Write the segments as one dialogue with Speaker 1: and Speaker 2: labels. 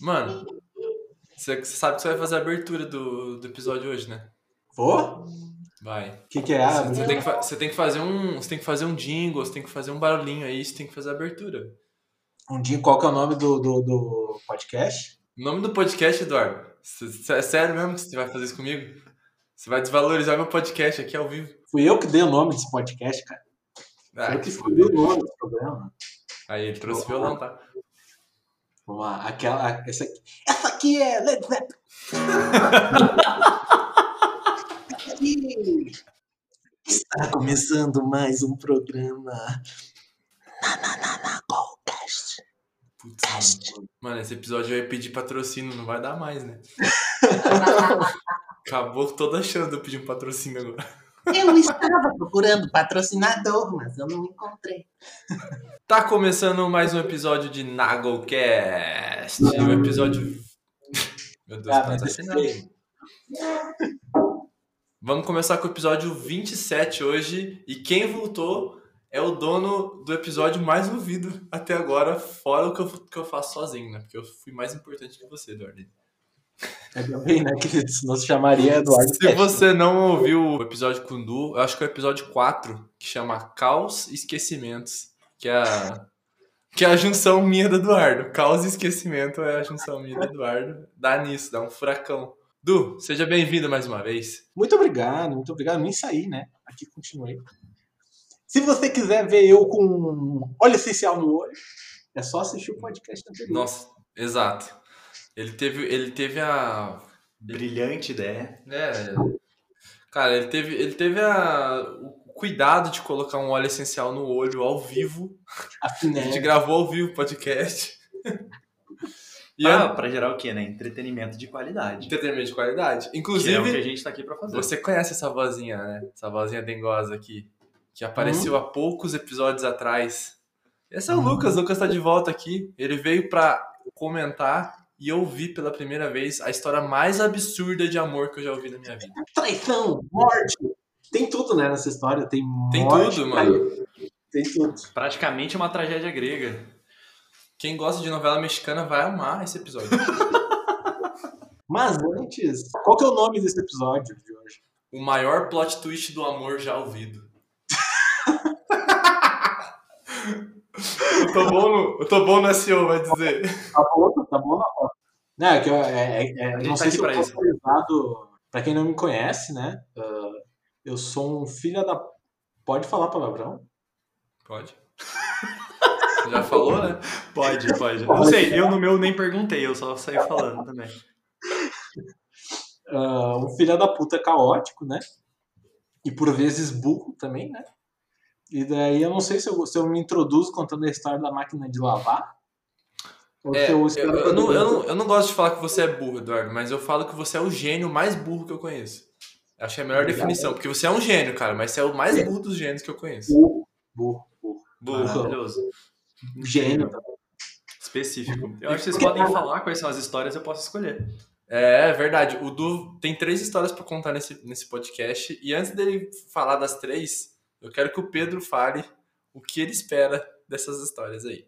Speaker 1: Mano, você sabe que você vai fazer a abertura do, do episódio hoje, né?
Speaker 2: Vou?
Speaker 1: Vai.
Speaker 2: O que, que é? Ah,
Speaker 1: Você tem que, fa- você tem que fazer um. Você tem que fazer um jingle, você tem que fazer um barulhinho aí, você tem que fazer a abertura.
Speaker 2: um dia, qual que é o nome do, do, do podcast?
Speaker 1: O nome do podcast, Eduardo. c- c- É sério mesmo que você vai fazer isso comigo? Você vai desvalorizar meu podcast aqui ao vivo.
Speaker 2: Fui eu que dei o nome desse podcast, cara.
Speaker 1: Ah,
Speaker 2: eu
Speaker 1: que
Speaker 2: que
Speaker 1: foda.
Speaker 2: escolhi o nome do programa.
Speaker 1: Aí ele trouxe violão, tá?
Speaker 2: Vamos lá, aquela, a- essa, aqui, essa aqui é Led Zeppelin. Essa aqui Está começando mais um programa Nanananagolcast.
Speaker 1: Putz, mano. Mano, esse episódio vai pedir patrocínio, não vai dar mais, né? Acabou toda a chance de eu pedir um patrocínio agora.
Speaker 2: Eu estava procurando patrocinador, mas eu não encontrei.
Speaker 1: Tá começando mais um episódio de Nagelcast. O episódio. Meu Deus,
Speaker 2: Ah,
Speaker 1: tá
Speaker 2: mas
Speaker 1: assinado.
Speaker 2: esse-
Speaker 1: Vamos começar com o episódio 27 hoje. E quem voltou é o dono do episódio mais ouvido até agora, fora o que eu, que eu faço sozinho, né? Porque eu fui mais importante que você, Eduardo.
Speaker 2: Ainda bem, né, que senão se chamaria Eduardo
Speaker 1: Se você não ouviu o episódio com o Du, eu acho que é o episódio 4, que chama Caos e Esquecimentos, que é a, que é a junção minha do Eduardo. Caos e esquecimento é a junção minha do Eduardo. Dá nisso, dá um furacão. Du, seja bem-vindo mais uma vez.
Speaker 2: Muito obrigado, muito obrigado. Nem saí, né? Aqui continuei. Se você quiser ver eu com óleo essencial no olho, é só assistir o podcast anterior.
Speaker 1: Nossa, exato. Ele teve, ele teve a.
Speaker 3: Brilhante ideia.
Speaker 1: É, cara, ele teve, ele teve a, o cuidado de colocar um óleo essencial no olho ao vivo. A gente
Speaker 2: Afinal,
Speaker 1: gravou ao vivo o podcast. E é
Speaker 3: pra,
Speaker 1: a-
Speaker 3: pra gerar o quê, né? Entretenimento de qualidade.
Speaker 1: Ah, entretenimento de qualidade.
Speaker 3: Que é o que a
Speaker 1: Inclusive,
Speaker 3: gente tá aqui pra fazer.
Speaker 1: você conhece essa vozinha, né? Essa vozinha dengosa aqui, que apareceu há poucos episódios atrás. Esse é o
Speaker 2: Hum.
Speaker 1: Lucas, o Lucas tá de volta aqui. Ele veio pra comentar e ouvir pela primeira vez a história mais absurda de amor que eu já ouvi na minha vida.
Speaker 2: traição, morte. Tem tudo, né, nessa história. Tem,
Speaker 1: Tem
Speaker 2: morte,
Speaker 1: tudo, mano.
Speaker 2: traí- Tem tudo.
Speaker 3: Praticamente uma tragédia grega.
Speaker 1: Quem gosta de novela mexicana vai amar esse episódio.
Speaker 2: Mas antes, qual que é o nome desse episódio de hoje?
Speaker 1: o maior plot twist do amor já ouvido. eu, tô bom no, eu tô bom no SEO, vai dizer.
Speaker 2: Tá bom, tá bom na foto. Não, é que eu, é- é- é-
Speaker 3: A gente
Speaker 2: não
Speaker 3: tá
Speaker 2: sei
Speaker 3: aqui
Speaker 2: se eu
Speaker 3: pra
Speaker 2: tô
Speaker 3: isso.
Speaker 2: autorizado. Pra quem não me conhece, né? ah, eu sou um filho da. Pode falar palavrão?
Speaker 1: Pode. Já falou, né?
Speaker 3: Pode, pode. Não sei, eu no meu nem perguntei, eu só saí falando também.
Speaker 2: Ah, um filho da puta caótico, né? E por vezes burro também, né? E daí eu não sei se eu, se eu me introduzo contando a história da máquina de lavar. Ou
Speaker 1: É,
Speaker 2: se eu
Speaker 1: eu,
Speaker 2: espero
Speaker 1: eu não, eu, não, eu não gosto de falar que você é burro, Eduardo, mas eu falo que você é o gênio mais burro que eu conheço. Acho que é a melhor
Speaker 2: Obrigado.
Speaker 1: definição, porque você é um gênio, cara, mas você é o mais burro dos gênios que eu conheço.
Speaker 2: burro, burro, burro.
Speaker 1: Burro.
Speaker 3: Maravilhoso.
Speaker 2: Um Gênio é- também.
Speaker 3: Específico. Eu acho que vocês podem falar quais são as histórias, eu posso escolher.
Speaker 1: É, é verdade. O Du tem três histórias pra contar nesse, nesse podcast, e antes dele falar das três, eu quero que o Pedro fale o que ele espera dessas histórias aí.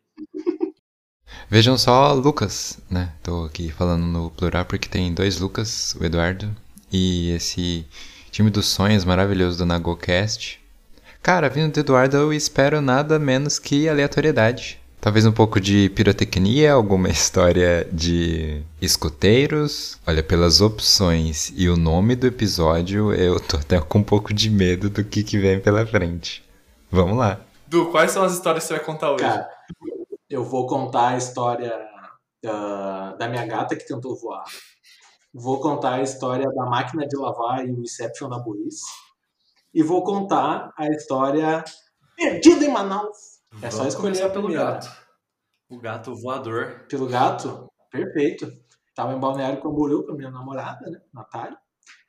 Speaker 4: Vejam só Lucas, né? Tô aqui falando no plural porque tem dois Lucas, o Eduardo e esse time dos sonhos maravilhoso do Nagocast. Cara, vindo do Eduardo eu espero nada menos que aleatoriedade. Talvez um pouco de pirotecnia, alguma história de escoteiros. Olha, pelas opções e o nome do episódio, eu tô até com um pouco de medo do que, que vem pela frente. Vamos lá.
Speaker 1: Du, quais são as histórias que você vai contar hoje?
Speaker 2: Cara, eu vou contar a história ah, da minha gata que tentou voar. Vou contar a história da máquina de lavar e o Inception da burrice. E vou contar a história Perdida em Manaus. É só
Speaker 3: Vamos
Speaker 2: escolher
Speaker 3: começar
Speaker 2: a primeira.
Speaker 3: O gato voador.
Speaker 2: Pelo gato? Perfeito. Estava em Balneário Camboriú com a minha namorada, né? Natália.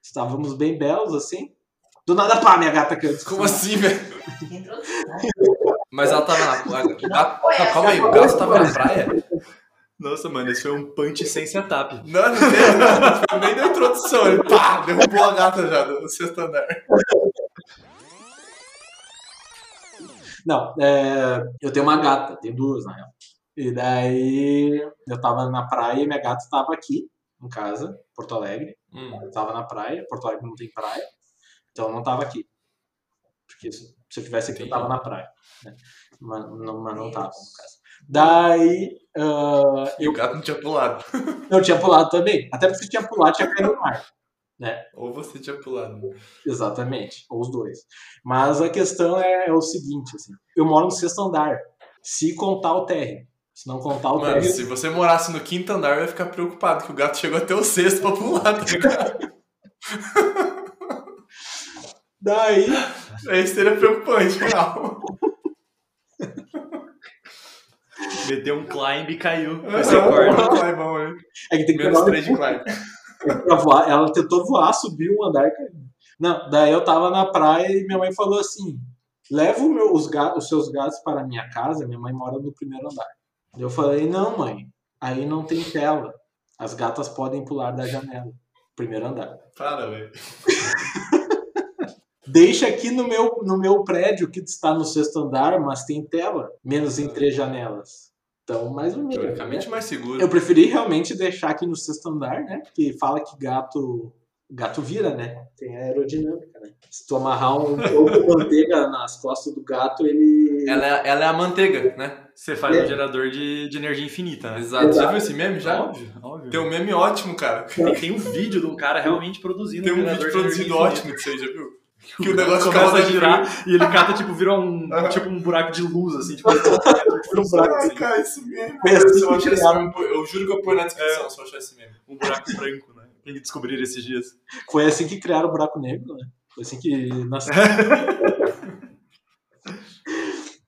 Speaker 2: Estávamos bem belos, assim. Do nada, pá, minha gata caiu.
Speaker 1: Como assim, velho?
Speaker 5: Entrou
Speaker 1: Mas ela tava na praia.
Speaker 5: foi
Speaker 1: Não, calma aí, o gato tava na praia?
Speaker 3: Nossa, mano, isso foi um punch sem setup.
Speaker 1: Não, não teve, não. Foi nem da introdução. Ele pá, derrubou a gata já do sexto andar.
Speaker 2: Não, é, eu tenho uma gata, tenho duas na real. E daí eu tava na praia e minha gata tava aqui em casa, Porto Alegre.
Speaker 1: Hum.
Speaker 2: Eu tava na praia, Porto Alegre não tem praia, então eu não tava aqui. Porque se se eu tivesse aqui, eu tava na praia. né? Mas, não, mas não tava, no caso. Daí ah,
Speaker 1: E o gato não tinha pulado.
Speaker 2: eu tinha pulado também. Até porque se tinha pulado, tinha caído no mar.
Speaker 1: Ou você tinha pulado.
Speaker 2: Exatamente, ou os dois. Mas a questão é, é o seguinte, assim, eu moro no sexto andar. Se contar o térreo, se não contar o
Speaker 1: Mano,
Speaker 2: térreo,
Speaker 1: se você morasse no quinto andar, eu ia ficar preocupado que o gato chegou até o sexto pra pular. tá ligado?
Speaker 2: daí
Speaker 1: Aí seria preocupante, real.
Speaker 3: Meteu um climb e caiu. Vai ser corda.
Speaker 1: Corda.
Speaker 2: é que tem que pegar
Speaker 1: Menos
Speaker 2: o
Speaker 1: 3 de climb.
Speaker 2: pra voar. Ela tentou voar, subiu um andar, e caiu. Não, daí eu tava na praia e minha mãe falou assim: leva o meu- os, ga- os seus gatos para a minha casa, minha mãe mora no primeiro andar. Eu falei, não, mãe, aí não tem tela. As gatas podem pular da janela. Primeiro andar.
Speaker 1: Para, velho.
Speaker 2: Deixa aqui no meu, no meu prédio que está no sexto andar, mas tem tela. Menos em três janelas. Então, mais ou menos. né?
Speaker 1: Teoricamente mais seguro.
Speaker 2: Eu preferi realmente deixar aqui no sexto andar, né? Porque fala que gato. Gato vira, né? Tem aerodinâmica, né? Se tu amarrar um pouco de manteiga nas costas do gato, ele.
Speaker 1: Ela, é, ela é a manteiga, né?
Speaker 3: Você faz
Speaker 2: É.
Speaker 3: um gerador de, de energia infinita, né?
Speaker 1: Exato. Já
Speaker 2: Exato.
Speaker 1: viu esse meme já?
Speaker 3: Óbvio, óbvio.
Speaker 1: Tem um meme ótimo, cara.
Speaker 3: E tem um vídeo de um cara realmente produzindo
Speaker 1: Tem um
Speaker 3: gerador
Speaker 1: vídeo
Speaker 3: de
Speaker 1: produzido
Speaker 3: energia
Speaker 1: ótimo disso aí, já viu?
Speaker 3: infinita.
Speaker 1: que o negócio
Speaker 3: começa a
Speaker 1: acaba
Speaker 3: girar e ele cata, tipo, vira um,
Speaker 1: Aham.
Speaker 3: tipo, um buraco de luz, assim. Tipo, vira um buraco, assim,
Speaker 1: cara, isso mesmo.
Speaker 2: Foi assim
Speaker 1: É, Eu,
Speaker 2: que
Speaker 1: acho esse
Speaker 2: criaram-
Speaker 1: meme, eu juro que eu ponho na descrição se eu achar esse meme.
Speaker 3: um buraco branco, né? Tem que descobrir esses dias.
Speaker 2: Foi assim que criaram o buraco negro, né? Foi assim que nasceu.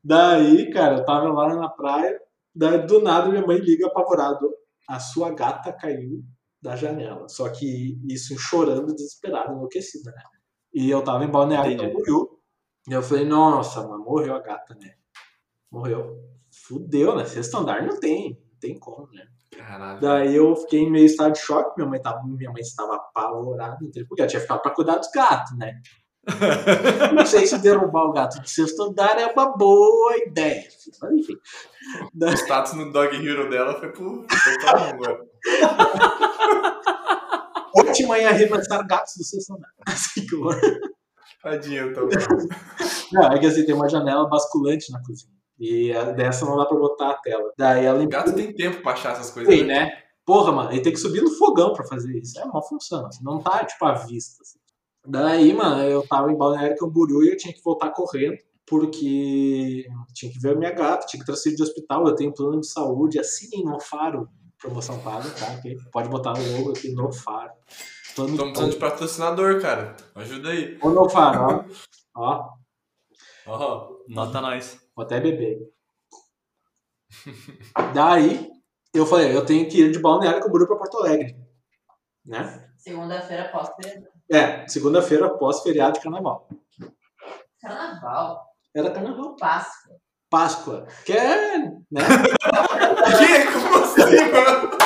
Speaker 2: daí, cara, eu tava lá na praia, daí do nada minha mãe liga apavorado. A sua gata caiu da janela. Só que isso chorando, desesperada, enlouquecida, né? E eu tava em Balneário
Speaker 3: Entendi.
Speaker 2: Camboriú. E eu falei, nossa, mas morreu a gata, né? Morreu. Fudeu, né? Sexto andar não tem. Não tem como, né?
Speaker 1: Caralho.
Speaker 2: Daí eu fiquei em meio estado de choque, minha mãe, tava, minha mãe estava apavorada, entendeu? porque ela tinha ficado pra cuidar dos gatos, né? Não sei se derrubar o gato do sexto andar é uma boa ideia. Mas enfim,
Speaker 1: O status no Dog Hero dela foi pro. foi pra um, língua.
Speaker 2: ótima em arremessar gatos do sexto andar. Assim que eu-
Speaker 1: Tadinha, então.
Speaker 2: Não, é que assim, tem uma janela basculante na cozinha. E a dessa não dá pra botar a tela. Daí ela
Speaker 1: O gato tem tempo pra achar essas coisas.
Speaker 2: Sim, né? Porra, mano, ele tem que subir no fogão pra fazer isso. É uma função, assim, não tá, tipo, à vista. assim. Daí, mano, eu tava em Balneário Camboriú e eu tinha que voltar correndo, porque tinha que ver a minha gata, tinha que transferir de hospital, eu tenho plano de saúde, assinem no Faro, promoção paga, tá? ok? Pode botar o logo aqui, no Faro. Plano
Speaker 1: Estamos precisando de patrocinador, cara. Ajuda aí.
Speaker 2: Ô, no Faro, ó. ó,
Speaker 1: Ó.
Speaker 3: Nota nós.
Speaker 2: vou até beber. Daí, eu falei, eu tenho que ir de Balneário Camboriú pra Porto Alegre, né?
Speaker 5: Segunda-feira pós feriado.
Speaker 2: É, segunda-feira após feriado de carnaval.
Speaker 5: Carnaval,
Speaker 2: Era carnaval.
Speaker 5: Páscoa.
Speaker 2: Páscoa. Que é, né?
Speaker 1: Que? Como assim, mano?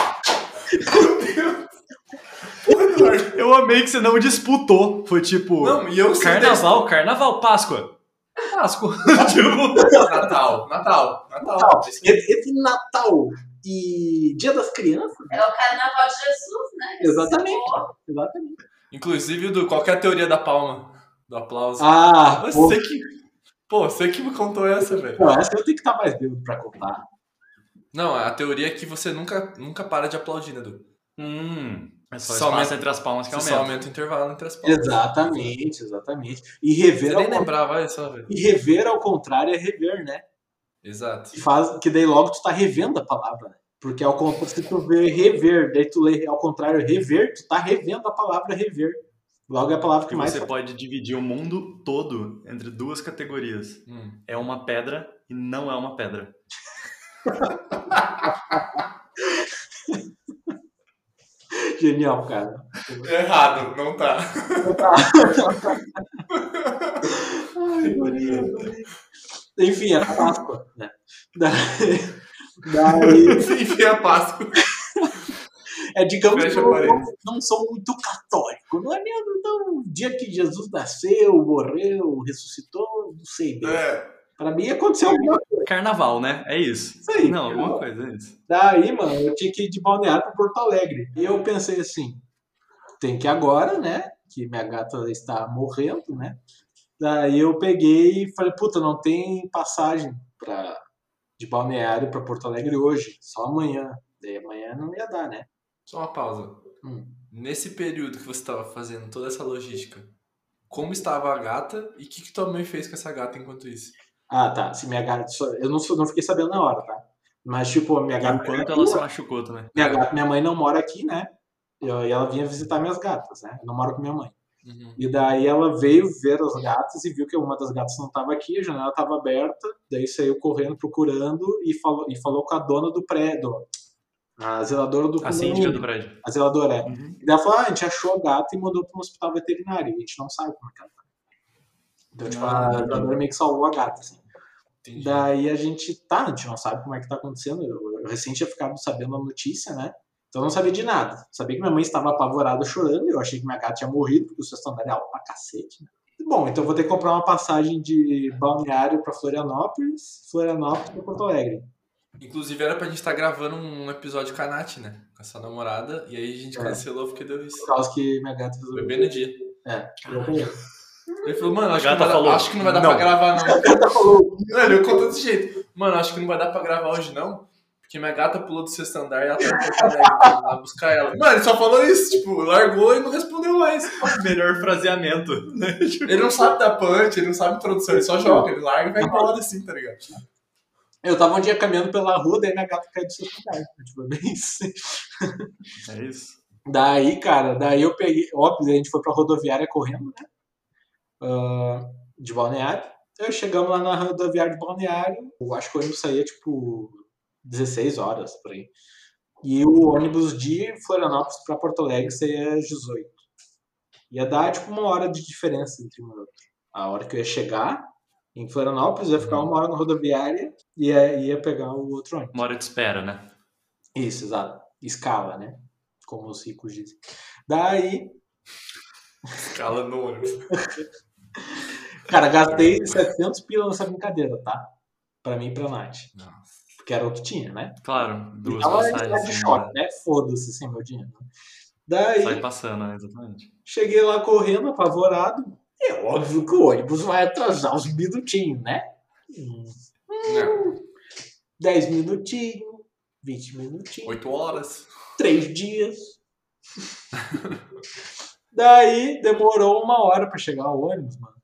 Speaker 1: Meu Deus.
Speaker 3: Eu amei que você não disputou. Foi tipo.
Speaker 1: Não, e eu sei desse-
Speaker 3: carnaval, carnaval, Páscoa.
Speaker 1: Ah,
Speaker 3: Páscoa. tipo.
Speaker 1: Natal, Natal, Natal.
Speaker 2: Natal.
Speaker 1: Isso aí.
Speaker 2: Entre entre Natal e Dia das Crianças.
Speaker 5: É o carnaval de Jesus, né?
Speaker 2: Exatamente. Exatamente.
Speaker 1: Inclusive do qualquer é teoria da palma, do aplauso.
Speaker 2: Ah, pô,
Speaker 1: você que. Pô, você que me contou essa, velho.
Speaker 2: não, essa eu tenho que estar mais bêbado pra contar.
Speaker 1: Não, a teoria é que você nunca, nunca para de aplaudir, né, Du?
Speaker 3: Hum. É
Speaker 1: Só
Speaker 3: só espaço
Speaker 1: aumenta-
Speaker 3: entre as palmas que
Speaker 1: Você só
Speaker 2: é um
Speaker 3: aumenta.
Speaker 1: aumenta o intervalo entre as palmas.
Speaker 2: Exatamente, exatamente. E
Speaker 1: Você
Speaker 2: rever, ao,
Speaker 1: nem lembrava, olha só, velho.
Speaker 2: e rever ao contrário é rever, né?
Speaker 1: Exato.
Speaker 2: Que, faz, que daí logo tu tá revendo a palavra, né? Porque ao contrário, se tu vê rever, daí tu lê ao contrário rever, tu tá revendo a palavra rever. Logo é a palavra que
Speaker 3: Que
Speaker 2: mais
Speaker 3: você pode dividir o mundo todo entre duas categorias.
Speaker 1: Hum.
Speaker 3: É uma pedra e não é uma pedra.
Speaker 2: genial, cara.
Speaker 1: Errado, não tá.
Speaker 2: Ai, Maria. Enfim, era Páscoa, né? Daí, daí,
Speaker 1: Enfim, a Páscoa.
Speaker 2: é, digamos que
Speaker 1: Fecha
Speaker 2: eu não,
Speaker 1: parênteses.
Speaker 2: não sou muito católico. Não é mesmo? Então, o dia que Jesus nasceu, morreu, ressuscitou, não sei bem.
Speaker 1: É.
Speaker 2: Pra mim aconteceu alguma coisa.
Speaker 3: Carnaval, né? É isso.
Speaker 2: Isso aí,
Speaker 3: Não,
Speaker 2: carnaval.
Speaker 3: alguma coisa, é isso.
Speaker 2: Daí, mano, eu tinha que ir de Balneário para Porto Alegre. E eu pensei assim, tem que ir agora, né? Que minha gata está morrendo, né? Daí eu peguei e falei, puta, não tem passagem pra, de Balneário para Porto Alegre hoje, só amanhã. Daí amanhã não ia dar, né?
Speaker 1: Só uma pausa.
Speaker 2: Hum.
Speaker 1: Nesse período que você estava fazendo toda essa logística, como estava a gata e o que, que tua mãe fez com essa gata enquanto isso?
Speaker 2: Ah, tá. Se minha gata. só- Eu não, sou- não fiquei sabendo na hora, tá? Mas, tipo, minha
Speaker 3: E
Speaker 2: gata.
Speaker 3: o quanto ela se machucou também.
Speaker 2: minha, gata- minha mãe não mora aqui, né? E eu- e ela vinha visitar minhas gatas, né? Eu não moro com minha mãe.
Speaker 1: Uhum.
Speaker 2: E daí ela veio ver as gatas e viu que uma das gatas não estava aqui, a janela estava aberta, daí saiu correndo procurando e falou, e falou com a dona do prédio, a zeladora do
Speaker 3: A síndica
Speaker 2: condomínio,
Speaker 3: do prédio.
Speaker 2: a zeladora é.
Speaker 3: Uhum.
Speaker 2: E daí ela falou, ah, a gente achou a gata e mandou para um hospital veterinário, e a gente não sabe como é que ela tá. Então, tipo, a
Speaker 1: Ah.
Speaker 2: zeladora meio que salvou a gata, assim.
Speaker 1: Entendi.
Speaker 2: Daí a gente tá, a gente não sabe como é que tá acontecendo. Eu, eu recente tinha ficado sabendo a notícia, né? Então eu não sabia de nada. Sabia que minha mãe estava apavorada chorando. Eu achei que minha gata tinha morrido, porque o seu estão dando pra cacete. Né? Bom, então eu vou ter que comprar uma passagem de balneário pra Florianópolis, Florianópolis pra Porto Alegre.
Speaker 1: Inclusive era pra gente estar gravando um episódio com a Nath, né? Com a sua namorada. E aí a gente
Speaker 2: É.
Speaker 1: cancelou porque deu isso.
Speaker 2: Por causa que minha gata
Speaker 1: Foi
Speaker 2: resolveu.
Speaker 1: bem no dia.
Speaker 2: Ela
Speaker 1: Ele falou, mano, acho, que
Speaker 3: gata
Speaker 1: não, vai
Speaker 3: falou,
Speaker 1: dar, acho que não vai dar
Speaker 3: "Não."
Speaker 1: pra gravar, não.
Speaker 2: falou,
Speaker 1: Mano, eu conto desse jeito. Mano, acho que não vai dar pra gravar hoje, não. Porque minha gata pulou do sexto andar e ela tá no Porto Alegre pra ir lá buscar ela. Mano, ele só falou isso, tipo, largou e não respondeu mais.
Speaker 3: Melhor fraseamento. né?
Speaker 1: Ele não sabe dar punch, ele não sabe introdução, ele só joga, ele larga e vai embora assim, tá ligado?
Speaker 2: eu tava um dia caminhando pela rua, daí minha gata caiu do seu lugar. Tipo, é bem isso.
Speaker 3: É isso.
Speaker 2: Daí, cara, daí eu peguei. Óbvio, a gente foi pra rodoviária correndo, né? Ah, de balneário. Então chegamos lá na rodoviária de balneário. Eu acho que o ônibus saía tipo 16 horas por aí. E o ônibus de Florianópolis pra Porto Alegre saía às 18. Ia dar tipo uma hora de diferença entre uma e outra. A hora que eu ia chegar em Florianópolis, eu ia ficar uma hora na rodoviária e ia, ia pegar o outro ônibus.
Speaker 3: Uma hora de espera, né?
Speaker 2: Isso, exato. Escala, né? Como os ricos dizem. Daí,
Speaker 1: Escala no ônibus.
Speaker 2: cara, gastei 700 pila nessa brincadeira, tá? Pra mim e pra Nath.
Speaker 1: Nossa.
Speaker 2: Porque era o que tinha, né?
Speaker 3: Claro, duas
Speaker 2: Tava em
Speaker 3: passagens.
Speaker 2: de
Speaker 3: assim,
Speaker 2: choque,
Speaker 3: né?
Speaker 2: né? Foda-se sem meu dinheiro. Daí,
Speaker 3: Sai passando, né? Exatamente.
Speaker 2: cheguei lá correndo, apavorado. É óbvio que o ônibus vai atrasar uns minutinhos, né? Uns
Speaker 1: Não,
Speaker 2: 10 minutinhos, 20 minutinhos.
Speaker 1: oito horas.
Speaker 2: três dias. Daí demorou uma hora pra chegar o ônibus, mano.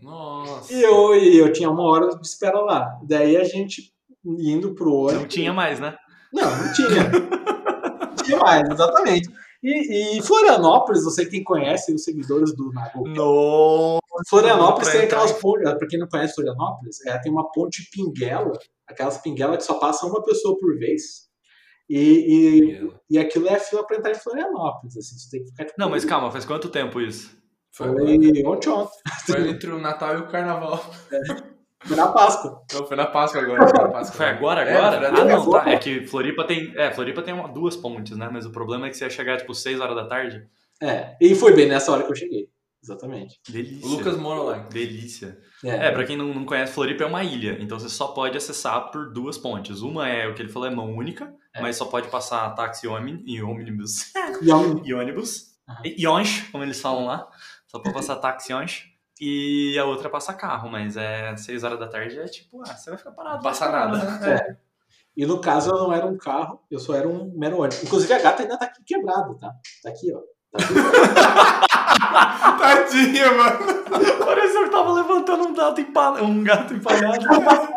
Speaker 1: Nossa.
Speaker 2: E eu, e eu tinha uma hora de espera lá. Daí a gente indo pro ônibus.
Speaker 3: Não tinha mais, né?
Speaker 2: Não, não tinha. não tinha mais, exatamente. E, e Florianópolis, você quem conhece os seguidores do Nago.
Speaker 3: No.
Speaker 2: Florianópolis tem
Speaker 3: Pra entrar
Speaker 2: aquelas pontes. Pra quem não conhece Florianópolis, é, tem uma ponte pinguela, aquelas pinguelas que só passa uma pessoa por vez. E, e, e aquilo é a fila pra entrar em Florianópolis. Assim, você tem que ficar tipo,
Speaker 3: Não, mas calma, faz quanto tempo isso?
Speaker 1: Foi,
Speaker 2: Foi ontem, ontem,
Speaker 1: foi entre o Natal e o Carnaval.
Speaker 2: foi na Páscoa.
Speaker 1: Não, Então, foi na Páscoa agora. Foi, na Páscoa.
Speaker 3: Foi agora,
Speaker 1: É,
Speaker 3: agora?
Speaker 1: foi
Speaker 3: ah,
Speaker 1: agora.
Speaker 3: não, tá. É que Floripa tem. É, Floripa tem uma- duas pontes, né? Mas o problema é que você ia chegar, tipo, 6 horas da tarde.
Speaker 2: É, e foi bem nessa hora que eu cheguei. Exatamente.
Speaker 3: Delícia.
Speaker 1: O Lucas mora lá. então.
Speaker 3: Delícia.
Speaker 2: É,
Speaker 3: É, pra quem não, não conhece, Floripa é uma ilha, então você só pode acessar por duas pontes. Uma é o que ele falou, é mão única,
Speaker 2: É.
Speaker 3: mas só pode passar táxi e ômni- e ônibus.
Speaker 2: e é um-
Speaker 3: E ônibus.
Speaker 2: Aham.
Speaker 3: E ônibus, como eles falam lá. Só pode passar táxi e ônibus. E a outra passa carro, mas é seis horas da tarde é tipo, ah, você vai ficar parado.
Speaker 1: Não passa
Speaker 3: vai ficar
Speaker 1: nada.
Speaker 3: parado,
Speaker 2: É. e no caso eu não era um carro, eu só era um mero ônibus. Inclusive a gata ainda tá aqui quebrada, tá? Tá aqui, ó.
Speaker 1: Tadinha, mano.
Speaker 3: Parece que eu tava levantando um, gato empalhado, um gato empalhado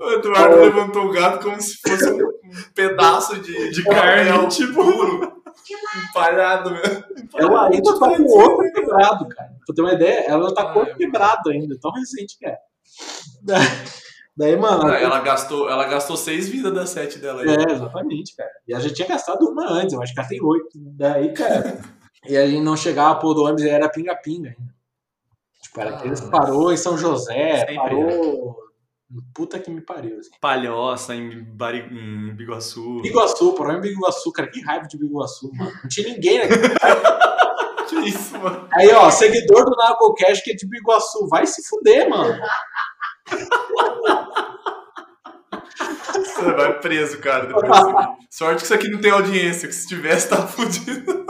Speaker 1: O Eduardo levantou o gato como se fosse um pedaço de,
Speaker 3: de carne, tipo.
Speaker 1: empalhado mesmo.
Speaker 2: Ela ainda tá com o outro quebrado, cara. Pra ter uma ideia, ela tá com o
Speaker 1: Ai,
Speaker 2: outro quebrado ainda, tão recente que é. Da- Daí, mano.
Speaker 1: Ah, ela, gastou, ela gastou seis vidas das sete dela aí.
Speaker 2: É, exatamente, cara. E a gente tinha gastado uma antes, eu acho que ela tem oito. Daí, cara. e a gente não chegava pro do ônibus e era pinga-pinga ainda. Tipo, era que eles
Speaker 1: Ah.
Speaker 2: parou em São José,
Speaker 3: Sempre,
Speaker 2: parou. Puta que me pariu. Assim.
Speaker 3: Palhoça em, Bari... em Biguaçu.
Speaker 2: Biguaçu, parou em Biguaçu, cara. Que raiva de Biguaçu, mano. Não tinha ninguém aqui.
Speaker 1: Que isso, mano.
Speaker 2: Aí, ó, seguidor do Nagocast que é de Biguaçu. Vai se fuder, mano.
Speaker 1: Você vai preso, cara, depois disso aqui. Sorte que isso aqui não tem audiência, que se tivesse, tá fudido.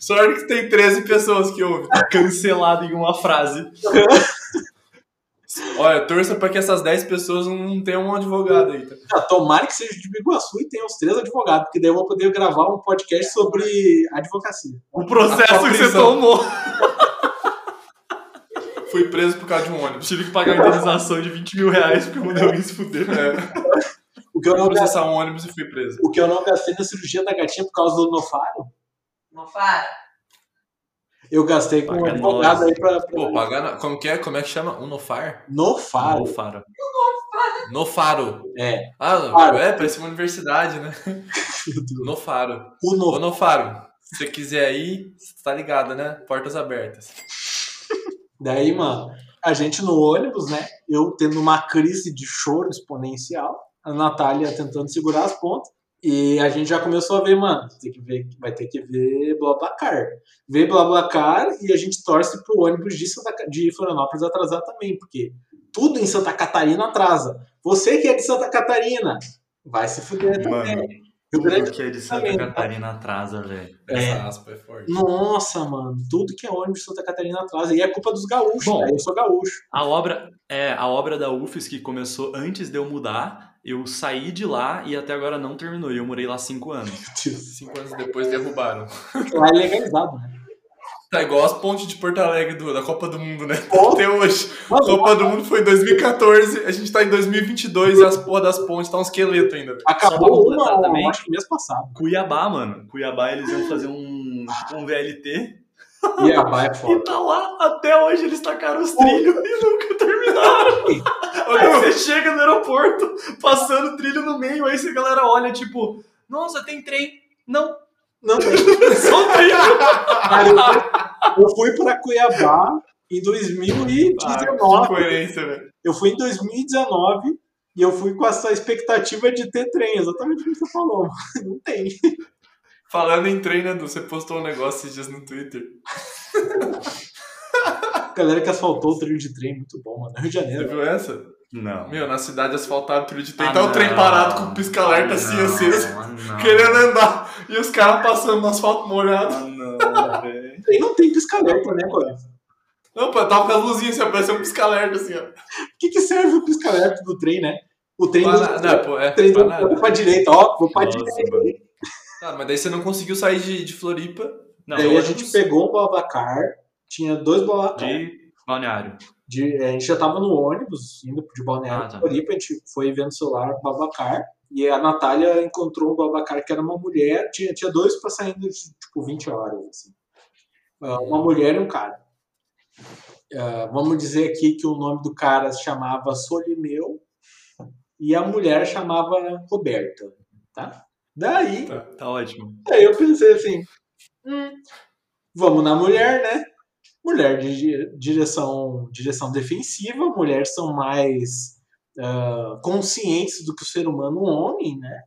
Speaker 1: Sorte que tem 13 pessoas que ouvem.
Speaker 3: Cancelado em uma frase.
Speaker 1: Olha, torça pra que essas 10 pessoas não tenham um advogado aí. tá?
Speaker 2: Ah, tomara que seja de Biguaçu e tenha os três advogados, porque daí eu vou poder gravar um podcast sobre advocacia.
Speaker 3: O
Speaker 1: A
Speaker 3: processo
Speaker 1: sua
Speaker 3: que você
Speaker 1: prisão.
Speaker 3: tomou.
Speaker 1: Fui preso por causa de um ônibus.
Speaker 3: Tive que pagar uma indenização de 20 mil reais porque eu mandei alguém se fuder.
Speaker 1: É,
Speaker 2: O que eu
Speaker 1: fui
Speaker 2: não, gastei,
Speaker 1: processar um ônibus e fui preso.
Speaker 2: o que eu não gastei na cirurgia da gatinha por causa do Nofaro,
Speaker 5: Não fala.
Speaker 2: eu gastei com um
Speaker 3: Paga
Speaker 2: advogado
Speaker 3: nós.
Speaker 2: aí pra. pra...
Speaker 1: Pô, pagar na... Como que é? Como é que chama? Um nofar?
Speaker 2: Nofaro.
Speaker 3: Ô, Faro.
Speaker 1: Nofaro.
Speaker 2: É.
Speaker 1: Ah,
Speaker 2: Faro.
Speaker 1: é, parece uma universidade, né? Nofaro.
Speaker 2: O
Speaker 1: Ô,
Speaker 2: Nofaro.
Speaker 1: Nofaro, se você quiser aí, você tá ligado, né? Portas abertas.
Speaker 2: Daí, mano, a gente no ônibus, né? Eu tendo uma crise de choro exponencial, a Natália tentando segurar as pontas. E a gente já começou a ver, mano, tem que ver, vai ter que ver Blablacar. Ver Blablacar e a gente torce pro ônibus de, Santa, Ca- de Florianópolis atrasar também, porque tudo em Santa Catarina atrasa. Você que é de Santa Catarina, vai se
Speaker 1: É,
Speaker 2: fuder também.
Speaker 3: Mano,
Speaker 2: Rio Grande
Speaker 3: tudo que é de Santa Catarina atrasa, velho.
Speaker 1: Essa aspa né? é forte.
Speaker 2: Nossa, mano, tudo que é ônibus de Santa Catarina atrasa. E é culpa dos gaúchos,
Speaker 3: Bom.
Speaker 2: cara. Eu sou gaúcho.
Speaker 3: A obra, é, a obra da UFES que começou antes de eu mudar, eu saí de lá e até agora não terminou. E eu morei lá cinco anos.
Speaker 1: Cinco anos depois derrubaram.
Speaker 2: Lá é legalizado, né?
Speaker 1: Tá igual as pontes de Porto Alegre do- da Copa do Mundo, né?
Speaker 2: Pô.
Speaker 1: Até hoje. A
Speaker 2: Mano,
Speaker 1: Copa do Mundo foi em 2014, a gente tá em 2022 e as porra das pontes tá um esqueleto ainda. velho.
Speaker 3: Só
Speaker 2: acabou
Speaker 3: pra completar
Speaker 2: uma,
Speaker 3: também.
Speaker 2: acho que mês passado.
Speaker 3: Cuiabá, mano. Cuiabá, eles iam fazer um, tipo, um VLT.
Speaker 2: E a vai é foda.
Speaker 3: E tá lá, até hoje eles tacaram os trilhos e nunca terminaram. Aí você chega no aeroporto, passando o trilho no meio, aí a galera olha, tipo, nossa, tem trem. Não,
Speaker 2: Não,
Speaker 3: só um trem.
Speaker 2: cara, eu fui- eu fui pra Cuiabá em 2019.
Speaker 1: Que coerência, velho.
Speaker 2: eu fui em 2019 e eu fui com essa expectativa de ter trem, exatamente o que você falou. mano. Não tem.
Speaker 1: Falando em trem, né, Du? Você postou um negócio esses dias no Twitter.
Speaker 2: A galera que asfaltou o trilho de trem, é muito bom, mano. Rio de
Speaker 1: Você
Speaker 2: Janeiro.
Speaker 1: viu essa?
Speaker 3: Não.
Speaker 1: Meu, na cidade asfaltaram o trilho de trem.
Speaker 3: Ah,
Speaker 1: tá o trem
Speaker 3: não.
Speaker 1: parado com o pisca-alerta assim,
Speaker 3: Não,
Speaker 1: aceso,
Speaker 3: não.
Speaker 1: querendo andar. E os caras passando no asfalto molhado.
Speaker 3: Ah, não, velho.
Speaker 2: Trem não tem piscaleta, né, colega?
Speaker 1: Não, pô, tava com as luzinhas assim, ó, parecia um pisca-alerta assim, ó.
Speaker 2: O que, que serve o piscaleta do trem, né? O trem do.
Speaker 1: Para- Não, pô, é.
Speaker 2: O trem do.
Speaker 1: para-
Speaker 2: Eu vou pra direita, ó, vou pra
Speaker 3: Nossa,
Speaker 2: direita.
Speaker 3: mano.
Speaker 1: Ah, mas daí você não conseguiu sair de, de Floripa.
Speaker 3: Não,
Speaker 2: Daí a
Speaker 3: ônibus
Speaker 2: gente pegou um babacar, tinha dois babacar.
Speaker 3: de balneário.
Speaker 2: de- é, a gente já tava no ônibus, indo de Balneário
Speaker 3: Ah, tá.
Speaker 2: pra Floripa, a gente foi vendo o celular babacar. E a Natália encontrou um babacar que era uma mulher, tinha, tinha dois pra saindo de tipo 20 horas. assim. Ah, Uma mulher e um cara. Ah, vamos dizer aqui que o nome do cara se chamava Solimeu e a mulher chamava Roberta. Tá? Daí.
Speaker 3: Tá ótimo.
Speaker 2: Aí eu pensei assim, hum, vamos na mulher, né? Mulher de di- direção, direção defensiva, mulheres são mais ah, conscientes do que o ser humano o homem, né?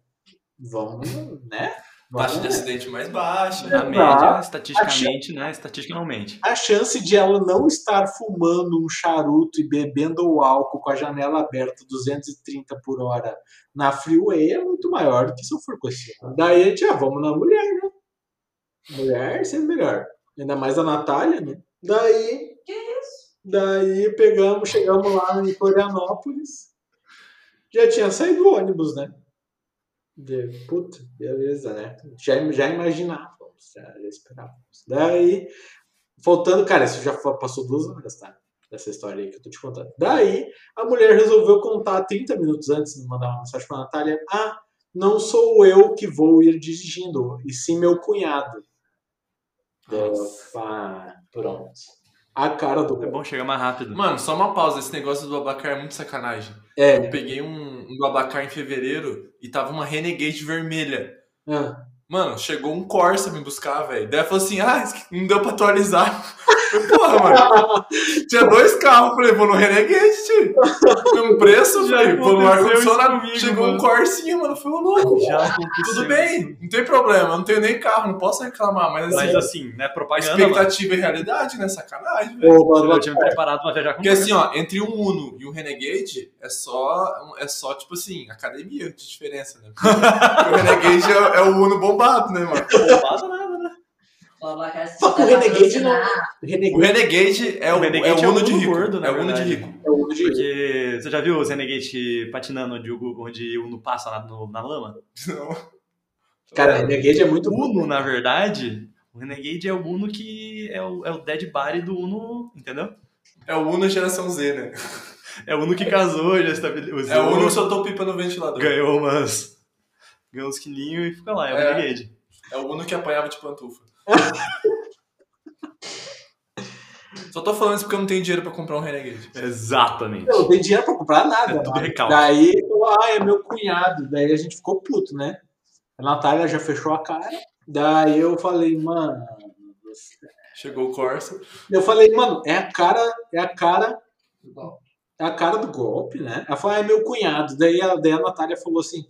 Speaker 2: Vamos, né?
Speaker 1: Taxa de
Speaker 2: Vamos.
Speaker 1: acidente mais baixa.
Speaker 3: Na
Speaker 2: Tá.
Speaker 3: média, estatisticamente, né? Estatística não mente.
Speaker 2: A chance de ela não estar fumando um charuto e bebendo o álcool com a janela aberta 230 por hora na freeway é muito maior do que se eu for com esse. Daí a gente, ah, vamos na mulher, né? Mulher sempre melhor. Ainda mais a Natália, né? Daí,
Speaker 5: Que isso?
Speaker 2: daí pegamos, chegamos lá em Florianópolis. Já tinha saído do ônibus, né? De- Puta, beleza, né? Já, já imaginávamos, já, já esperávamos. Daí, faltando, cara, isso já fa- passou duas horas, tá? Dessa história aí que eu tô te contando. Daí, a mulher resolveu contar 30 minutos antes de mandar uma mensagem pra Natália: Ah, não sou eu que vou ir dirigindo, e sim meu cunhado. Opa, pronto. A cara do.
Speaker 3: É bom chegar mais rápido.
Speaker 1: Mano, só uma pausa. Esse negócio do abacar é muito sacanagem.
Speaker 2: É.
Speaker 1: Eu peguei um, um abacar em fevereiro e tava uma Renegade vermelha.
Speaker 2: ah,
Speaker 1: Mano, chegou um Corsa me buscar, velho. Daí ela falou assim, ah, isso que não deu pra atualizar. Porra, mano. Tinha dois carros, falei, vou no Renegade, tio. Mesmo preço,
Speaker 3: Já
Speaker 1: velho. Vou no
Speaker 3: aconteceu
Speaker 1: ar-condicionado.
Speaker 3: isso comigo,
Speaker 1: Chegou um
Speaker 3: mano.
Speaker 1: Corsinha, mano. Fui o louco.
Speaker 3: Já aconteceu.
Speaker 1: Tudo bem, não tem problema. Não tenho nem carro, não posso reclamar. Mas
Speaker 3: Mas
Speaker 1: assim,
Speaker 3: assim, né? Propaganda. mano.
Speaker 1: expectativa e realidade, né? Sacanagem, velho.
Speaker 2: Ô,
Speaker 3: Eu
Speaker 2: mano,
Speaker 3: não tinha me preparado pra viajar com
Speaker 1: Porque assim, ó, entre um Uno e um Renegade é só, é só tipo assim, academia de diferença, né? Porque o Renegade é, é o Uno bombado, né, mano?
Speaker 3: roubado nada, né?
Speaker 5: Fala pra cá, se
Speaker 2: Só que o
Speaker 5: quiser
Speaker 2: Renegade não-
Speaker 5: patrocinar,
Speaker 1: O
Speaker 2: Renegade
Speaker 1: Renegade é o,
Speaker 3: O Renegade
Speaker 1: é o Uno
Speaker 3: é o
Speaker 1: de
Speaker 3: Uno
Speaker 1: rico.
Speaker 3: gordo, na
Speaker 1: é o Uno de
Speaker 3: verdade.
Speaker 1: rico.
Speaker 2: é o de
Speaker 3: Porque você já viu os Renegade patinando onde o, onde o Uno passa na, no- na lama?
Speaker 1: Não.
Speaker 2: Cara, Renegade é muito
Speaker 3: O Uno,
Speaker 2: bom.
Speaker 3: na verdade, o Renegade é o Uno que é o, é o dead body do Uno, entendeu?
Speaker 1: É o Uno geração Z, né?
Speaker 3: É o Uno que casou, já estabilizou.
Speaker 1: É o Uno que soltou pipa no ventilador.
Speaker 3: ganhou umas. Ganhou uns quilinhos e fica lá, é o
Speaker 1: É.
Speaker 3: Renegade.
Speaker 1: É o Uno que apanhava de pantufa. Só tô falando isso porque eu não tenho dinheiro pra comprar um Renegade.
Speaker 3: Exatamente.
Speaker 2: Eu não dei dinheiro pra comprar nada.
Speaker 3: É tudo
Speaker 2: mano.
Speaker 3: recalque.
Speaker 2: Daí, eu, ah, é meu cunhado. Daí a gente ficou puto, né? A Natália já fechou a cara. Daí eu falei, mano.
Speaker 1: Chegou o Corsa.
Speaker 2: Eu falei, mano, é a cara, é a cara. É a cara do golpe, né? Ela falou, ah, é meu cunhado. Daí a, daí a Natália falou assim: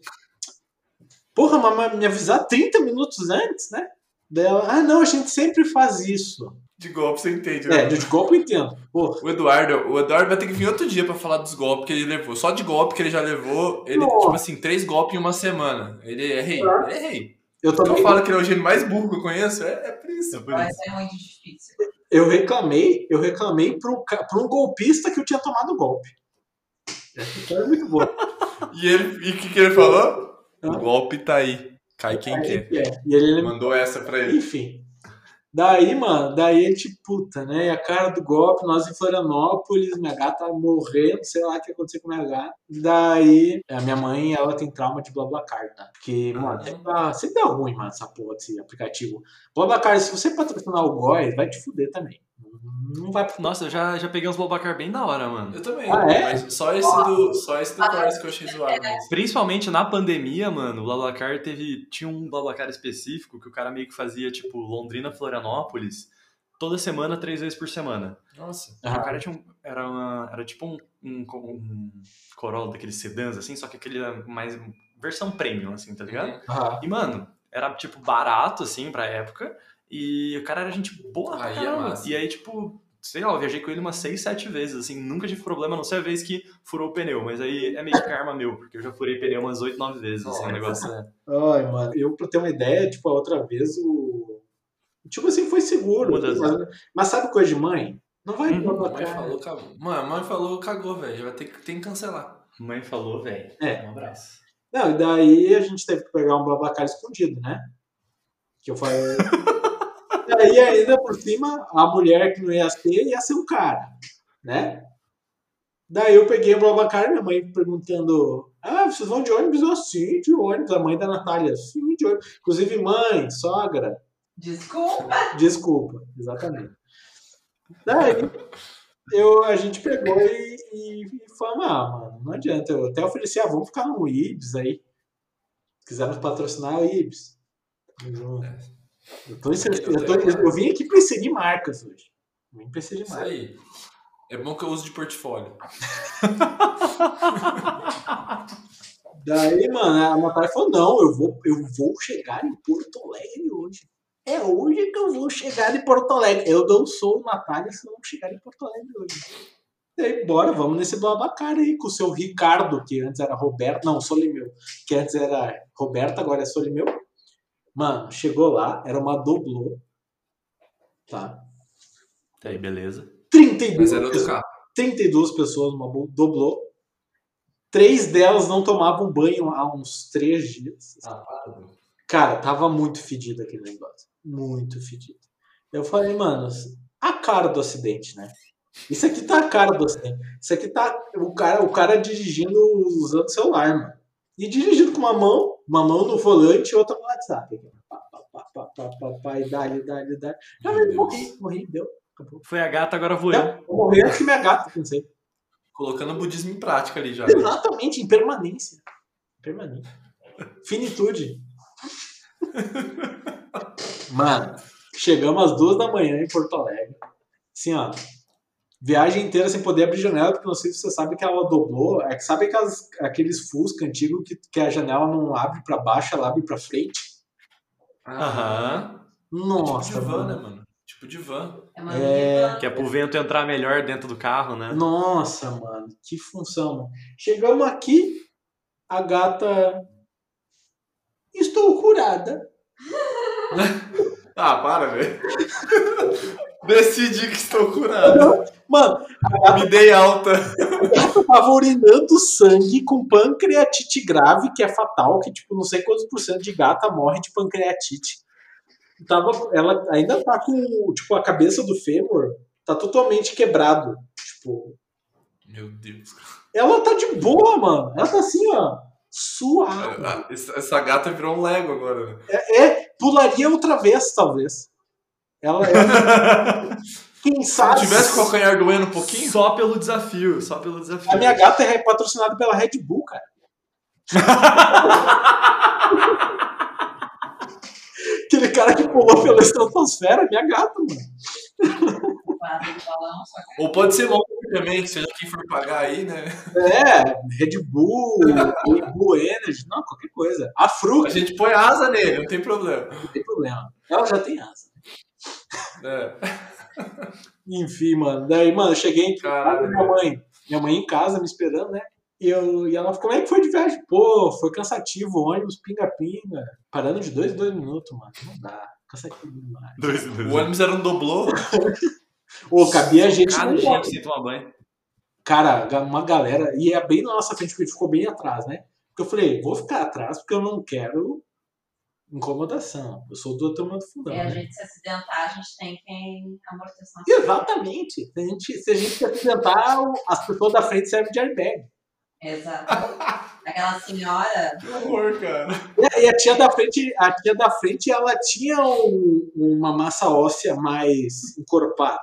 Speaker 2: Porra, mas me avisar 30 minutos antes, né? Daí ela, ah, não, a gente sempre faz isso.
Speaker 1: De golpe, você entende, né?
Speaker 2: É, de golpe eu entendo. Porra.
Speaker 1: O Eduardo, o Eduardo vai ter que vir outro dia pra falar dos golpes que ele levou. Só de golpe que ele já levou, ele,
Speaker 2: Nossa.
Speaker 1: tipo assim, três golpes em uma semana. Ele é rei, ele é rei.
Speaker 2: Eu
Speaker 1: Quando eu
Speaker 2: também
Speaker 1: falo que ele é o gênio mais burro que eu conheço, é, é por isso.
Speaker 5: Vai ser muito difícil.
Speaker 2: Eu reclamei, eu reclamei para um golpista que eu tinha tomado golpe. Essa história é muito boa.
Speaker 1: E ele, e o que, que ele falou? O golpe tá aí. Cai quem quer.
Speaker 2: É, e ele lembrou,
Speaker 1: Mandou essa pra ele.
Speaker 2: enfim. Daí, mano, daí ele tipo, puta, né? E a cara do golpe, nós em Florianópolis, minha gata morrendo, sei lá o que aconteceu com minha gata. Daí, a minha mãe, ela tem trauma de BlaBlaCar, tá? Porque, mano,
Speaker 1: Ah.
Speaker 2: sempre dá, sempre dá ruim, mano, essa porra desse aplicativo. BlaBlaCar, se você patrocinar o Góis, vai te fuder também. Não vai
Speaker 3: Nossa, eu já, já peguei uns Blobacar bem da hora, mano.
Speaker 1: Eu também.
Speaker 2: Ah, é?
Speaker 1: Mas só esse do, só esse do Corsa que eu achei zoado mesmo.
Speaker 3: Principalmente na pandemia, mano, o Blablacar teve. Tinha um Blablacar específico que o cara meio que fazia, tipo, Londrina, Florianópolis, toda semana, três vezes por semana.
Speaker 1: Nossa.
Speaker 2: Ah.
Speaker 3: O cara tinha um, era, uma- era tipo um, um, co- um Corolla daqueles sedãs, assim, só que aquele era mais. versão premium, assim, tá ligado?
Speaker 2: Ah,
Speaker 3: E, mano, era, tipo, barato, assim, pra época. E o cara era gente boa pra
Speaker 1: Aí é
Speaker 3: caramba.
Speaker 1: massa.
Speaker 3: E aí, tipo, sei lá, eu viajei com ele umas seis, sete vezes, assim. Nunca tive problema, a não ser a vez que furou o pneu. Mas aí é meio que karma meu, porque eu já furei pneu umas oito, nove vezes, assim, o
Speaker 1: Nossa.
Speaker 3: negócio. é-
Speaker 2: Ai, mano, eu pra ter uma ideia, tipo, a outra vez o. Tipo assim, foi seguro.
Speaker 3: Uma das-
Speaker 2: Mas, mas sabe coisa de mãe? Não vai
Speaker 3: Uhum,
Speaker 2: pra
Speaker 1: A mãe
Speaker 2: batalha.
Speaker 1: falou, cagou. Mano, a mãe falou, cagou, velho. Vai ter que, tem que cancelar.
Speaker 3: Mãe falou, velho.
Speaker 2: É.
Speaker 3: Um abraço.
Speaker 2: Não, e daí a gente teve que pegar um babacar escondido, né? Que eu falei. e aí, ainda por cima, a mulher que não ia ser, ia ser um cara, né? Daí eu peguei o babacar, minha mãe perguntando: Ah, vocês vão de ônibus? Eu, sim, de ônibus. A mãe da Natália, sim, de ônibus. Inclusive, mãe, sogra.
Speaker 5: Desculpa.
Speaker 2: Desculpa, exatamente. Daí eu, a gente pegou e, e, e falamos, ah, mano, não adianta. Eu até ofereci, ah, vamos ficar no Ibis aí. Se quiser nos patrocinar, é o Ibis. Tamo junto. Eu, tô inser- eu, tô- eu vim aqui pra inserir marcas hoje. Eu Vim pra inserir
Speaker 1: Isso
Speaker 2: marcas.
Speaker 1: aí. É bom que eu uso de portfólio.
Speaker 2: Daí, mano, a Natália falou, não, eu vou, eu vou chegar em Porto Alegre hoje. É hoje que eu vou chegar em Porto Alegre. Eu não sou o Natália se eu não chegar em Porto Alegre hoje. Daí, bora, vamos nesse Blabacar aí, com o seu Ricardo, que antes era Roberto, não, Solimeu, que antes era Roberto, agora é Solimeu. Mano, chegou lá, era uma doblô, tá?
Speaker 3: Tá aí, beleza.
Speaker 2: 32
Speaker 1: Mas era outro
Speaker 2: pessoas-
Speaker 1: carro.
Speaker 2: 32 pessoas numa bo- doblô. Três delas não tomavam banho há uns três dias.
Speaker 1: Ah,
Speaker 2: Cara, tava muito fedido aquele negócio. Muito fedido. Eu falei, mano, a cara do acidente, né? Isso aqui tá a cara do acidente. Isso aqui tá. O cara, o cara dirigindo usando o celular, mano. E dirigindo com uma mão, uma mão no volante e outra no WhatsApp. Pá, pá, pá, pá, pá, pá, pá, e dá-lhe, dá-lhe, dá-lhe.
Speaker 1: Meu
Speaker 2: Eu
Speaker 1: Deus.
Speaker 2: Morri, morri, deu. Acabou.
Speaker 3: Foi a gata, agora vou eu.
Speaker 2: Não, eu morri antes que minha gata, não sei.
Speaker 1: Colocando o budismo em prática ali já.
Speaker 2: Exatamente, impermanência. Permanente. Finitude. Mano, chegamos às duas da manhã em Porto Alegre. Assim, ó. Viagem inteira sem poder abrir janela, porque não sei se você sabe que ela dobrou. É que sabe aquelas, aqueles Fusca antigos que, que a janela não abre pra baixo, ela abre pra frente?
Speaker 1: Aham.
Speaker 2: Nossa,
Speaker 1: tipo de van, né,
Speaker 2: mano.
Speaker 1: mano? Ah, Tipo de van.
Speaker 5: É uma
Speaker 2: É.
Speaker 5: é...
Speaker 3: Que é pro vento entrar melhor dentro do carro, né?
Speaker 2: Nossa, mano, que função. mano. Chegamos aqui, a gata. Estou curada.
Speaker 1: Ah, para, velho. Decidi que estou curado.
Speaker 2: Mano,
Speaker 1: Me dei alta.
Speaker 2: eu tava urinando sangue com pancreatite grave, que é fatal, que tipo, não sei quantos por cento de gata morre de pancreatite. Tava, ela ainda tá com, tipo, a cabeça do fêmur tá totalmente quebrado. Tipo,
Speaker 1: Meu Deus. cara.
Speaker 2: ela tá de boa, mano. Ela tá assim, ó, suave.
Speaker 1: Ah, Essa essa gata virou um Lego agora. né?
Speaker 2: É, pularia outra vez, talvez. Ela, é ela Quem sabe?
Speaker 1: Se tivesse o calcanhar doendo um pouquinho.
Speaker 3: Só pelo desafio, só pelo desafio.
Speaker 2: A minha gata é patrocinada pela Red Bull, cara. Aquele cara que pulou pela estratosfera, é minha gata, mano.
Speaker 5: chupada do balão, só
Speaker 1: Ou pode ser longe também, seja quem for pagar aí, né?
Speaker 2: É, Red Bull, Red Bull Energy, não, qualquer coisa. A
Speaker 1: A
Speaker 2: Fruc,
Speaker 1: gente põe asa nele, não tem problema.
Speaker 2: não tem problema. Ela já tem asa.
Speaker 1: É.
Speaker 2: Enfim, mano. Daí, mano, eu cheguei em casa
Speaker 1: Caralho.
Speaker 2: da minha mãe. Minha mãe em casa me esperando, né? E, eu, e ela, como é que foi de viagem? Pô, foi cansativo, ônibus, pinga-pinga. Parando de dois em dois minutos, mano. Não dá. Cansativo demais.
Speaker 3: Dois,
Speaker 1: O ônibus era um doblô.
Speaker 2: Ô, cabia gente
Speaker 3: Cada
Speaker 2: no
Speaker 3: gente
Speaker 2: ônibus.
Speaker 3: sem tomar banho.
Speaker 2: Cara, ga- uma galera. E é bem na nossa frente, porque a gente ficou bem atrás, né? Porque eu falei, vou ficar atrás porque eu não quero incomodação. Eu sou do turma do fundão.
Speaker 5: que É, a
Speaker 2: né?
Speaker 5: gente se acidentar, a gente tem quem amortecer.
Speaker 2: Exatamente. Se a gente se, a gente se acidentar, o- as pessoas da frente servem de airbag.
Speaker 5: Exato. Aquela senhora,
Speaker 1: Que horror, cara.
Speaker 2: E a tia da frente, a tia da frente, ela tinha um- uma massa óssea mais encorpada.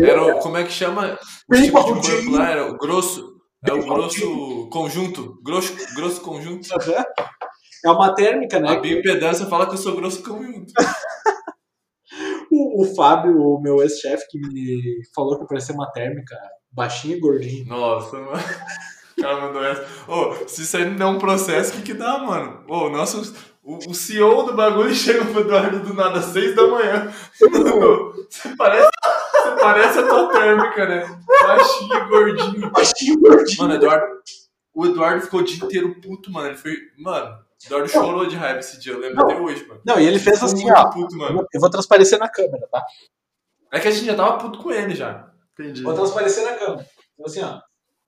Speaker 1: Era o, como é que chama? O
Speaker 2: Bem
Speaker 1: tipo de corpo
Speaker 2: barrudinho.
Speaker 1: lá era o grosso. É o
Speaker 2: Bem
Speaker 1: grosso conjunto. Grosso, grosso conjunto.
Speaker 2: Aham. É uma térmica,
Speaker 1: A
Speaker 2: né?
Speaker 1: bioimpedância fala que um eu sou grosso um. conjunto.
Speaker 2: O, o Fábio, o meu ex-chefe, que me falou que eu parecia uma térmica baixinha e gordinha.
Speaker 1: Nossa, mano. O cara mandou essa. Ô, se isso aí não der um processo, o que que dá, mano? Ô, o nosso. O, o CEO do bagulho chega pro Eduardo do nada às seis da manhã. Mano, você parece, você parece a tua térmica, né? Baixinho e gordinho.
Speaker 2: Baixinho e gordinho.
Speaker 1: Mano, Eduardo. O Eduardo ficou o dia inteiro puto, mano. Ele foi. Mano, o Eduardo chorou de raiva esse dia, eu lembro até hoje, mano.
Speaker 2: Não, e ele fez
Speaker 1: Ficou
Speaker 2: assim,
Speaker 1: muito
Speaker 2: ó.
Speaker 1: puto,
Speaker 2: Eu
Speaker 1: mano.
Speaker 2: vou- eu vou transparecer na câmera, tá?
Speaker 1: É que a gente já tava puto com ele já.
Speaker 3: Entendi.
Speaker 2: Vou transparecer na câmera. Então, assim, ó.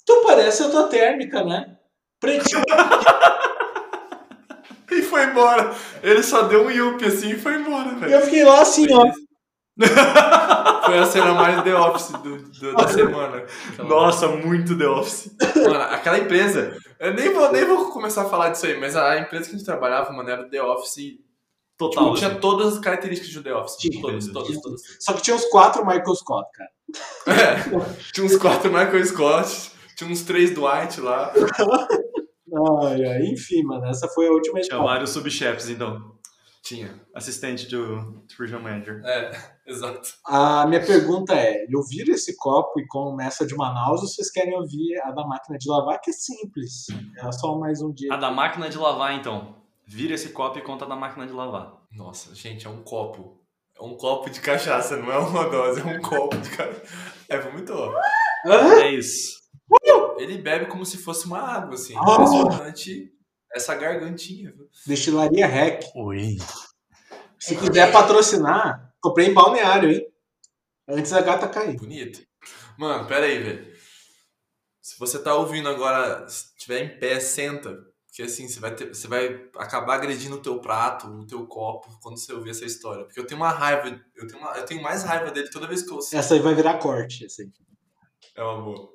Speaker 2: Tu parece a tua térmica, né? Pretinho.
Speaker 1: E foi embora. Ele só deu um yuppie assim e foi embora,
Speaker 2: E
Speaker 1: velho.
Speaker 2: eu fiquei lá assim, ó.
Speaker 1: Foi a cena mais The Office do- do- da semana. Aquela-
Speaker 3: Nossa, muito The Office.
Speaker 1: Mano, aquela empresa. Eu nem vou, nem vou começar a falar disso aí, mas a empresa que a gente trabalhava, mano, era The Office. e,
Speaker 3: Total.
Speaker 1: Tipo, tinha todas as características de The Office.
Speaker 2: Tinha.
Speaker 1: Todas, todas, todas.
Speaker 2: Só que tinha uns quatro Michael Scott, cara.
Speaker 1: É, tinha uns quatro Michael Scott, tinha uns três Dwight lá.
Speaker 2: Ai, ai, enfim, mano, essa foi a última
Speaker 3: Tinha
Speaker 2: escola.
Speaker 3: vários subchefes, então.
Speaker 1: Tinha.
Speaker 3: Assistente do Regional Manager.
Speaker 1: É, exato.
Speaker 2: A minha pergunta é: eu viro esse copo e como essa de Manaus, ou vocês querem ouvir a da máquina de lavar, que é simples. É só mais um dia.
Speaker 3: A da máquina de lavar, então. Vira esse copo e conta da máquina de lavar.
Speaker 1: Nossa, gente, é um copo. É um copo de cachaça, não é uma dose, é um copo de cachaça. É, vomitou.
Speaker 2: Hã?
Speaker 3: É isso.
Speaker 1: Ele bebe como se fosse uma água, assim.
Speaker 2: Ah!
Speaker 1: Impressionante essa gargantinha. viu?
Speaker 2: Destilaria Rec.
Speaker 3: Oi.
Speaker 2: Se quiser patrocinar, comprei em balneário, hein? Antes da gata cair.
Speaker 1: Bonito. Mano, pera aí, velho. Se você tá ouvindo agora, se tiver em pé, senta. Porque assim, você vai, ter- você vai acabar agredindo o teu prato, o teu copo, quando você ouvir essa história. Porque eu tenho uma raiva, eu tenho, uma- eu tenho mais raiva dele toda vez que eu ouço.
Speaker 2: Essa aí vai virar corte. Essa aí.
Speaker 1: É uma boa.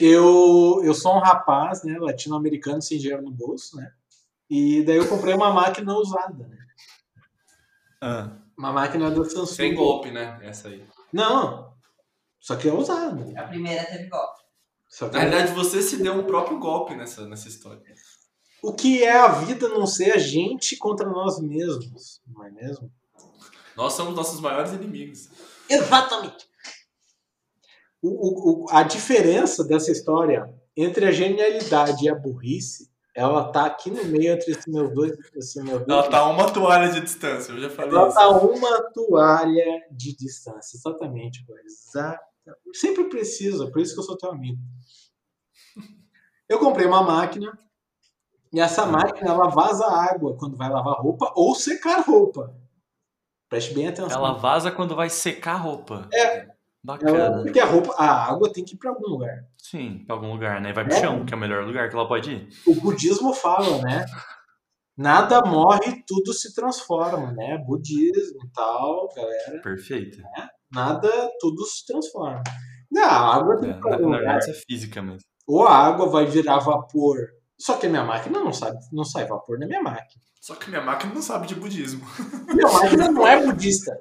Speaker 2: Eu, eu sou um rapaz, né, latino-americano, sem dinheiro no bolso, né? E daí eu comprei uma máquina usada, né? Uma máquina da Samsung.
Speaker 1: Sem golpe, né? Essa aí.
Speaker 2: Não. Só que é usado.
Speaker 5: a primeira teve golpe.
Speaker 2: Só que
Speaker 1: Na realidade, você se deu um próprio golpe nessa, nessa história.
Speaker 2: O que é a vida a não ser a gente contra nós mesmos, não é mesmo?
Speaker 1: Nós somos nossos maiores inimigos.
Speaker 2: Exatamente. O- o- o- a diferença dessa história entre a genialidade e a burrice, ela tá aqui no meio entre esses meus dois. Esses meus dois
Speaker 1: Ela tá a uma toalha de distância, eu já falei
Speaker 2: Ela
Speaker 1: isso.
Speaker 2: tá uma toalha de distância. Exatamente, Igor. Exata- Sempre precisa, por isso que eu sou teu amigo. Eu comprei uma máquina e essa máquina ela vaza água quando vai lavar roupa ou secar roupa. Preste bem atenção.
Speaker 3: Ela vaza quando vai secar a roupa.
Speaker 2: É.
Speaker 3: Bacana.
Speaker 2: Ela- porque a roupa, a água tem que ir para algum lugar.
Speaker 3: Sim, pra algum lugar, né? Vai pro chão, que é o melhor lugar que ela pode ir.
Speaker 2: o budismo fala, né? Nada morre, tudo se transforma, né? Budismo e tal, galera.
Speaker 3: Perfeito.
Speaker 2: Nada, tudo se transforma. Não, a água tem
Speaker 3: É,
Speaker 2: que
Speaker 3: na, na
Speaker 2: lugar.
Speaker 3: verdade, isso é física mesmo.
Speaker 2: Ou a água vai virar vapor. Só que a minha máquina não sabe, não sai vapor na minha máquina.
Speaker 1: Só que minha máquina não sabe de budismo.
Speaker 2: Minha máquina não é budista.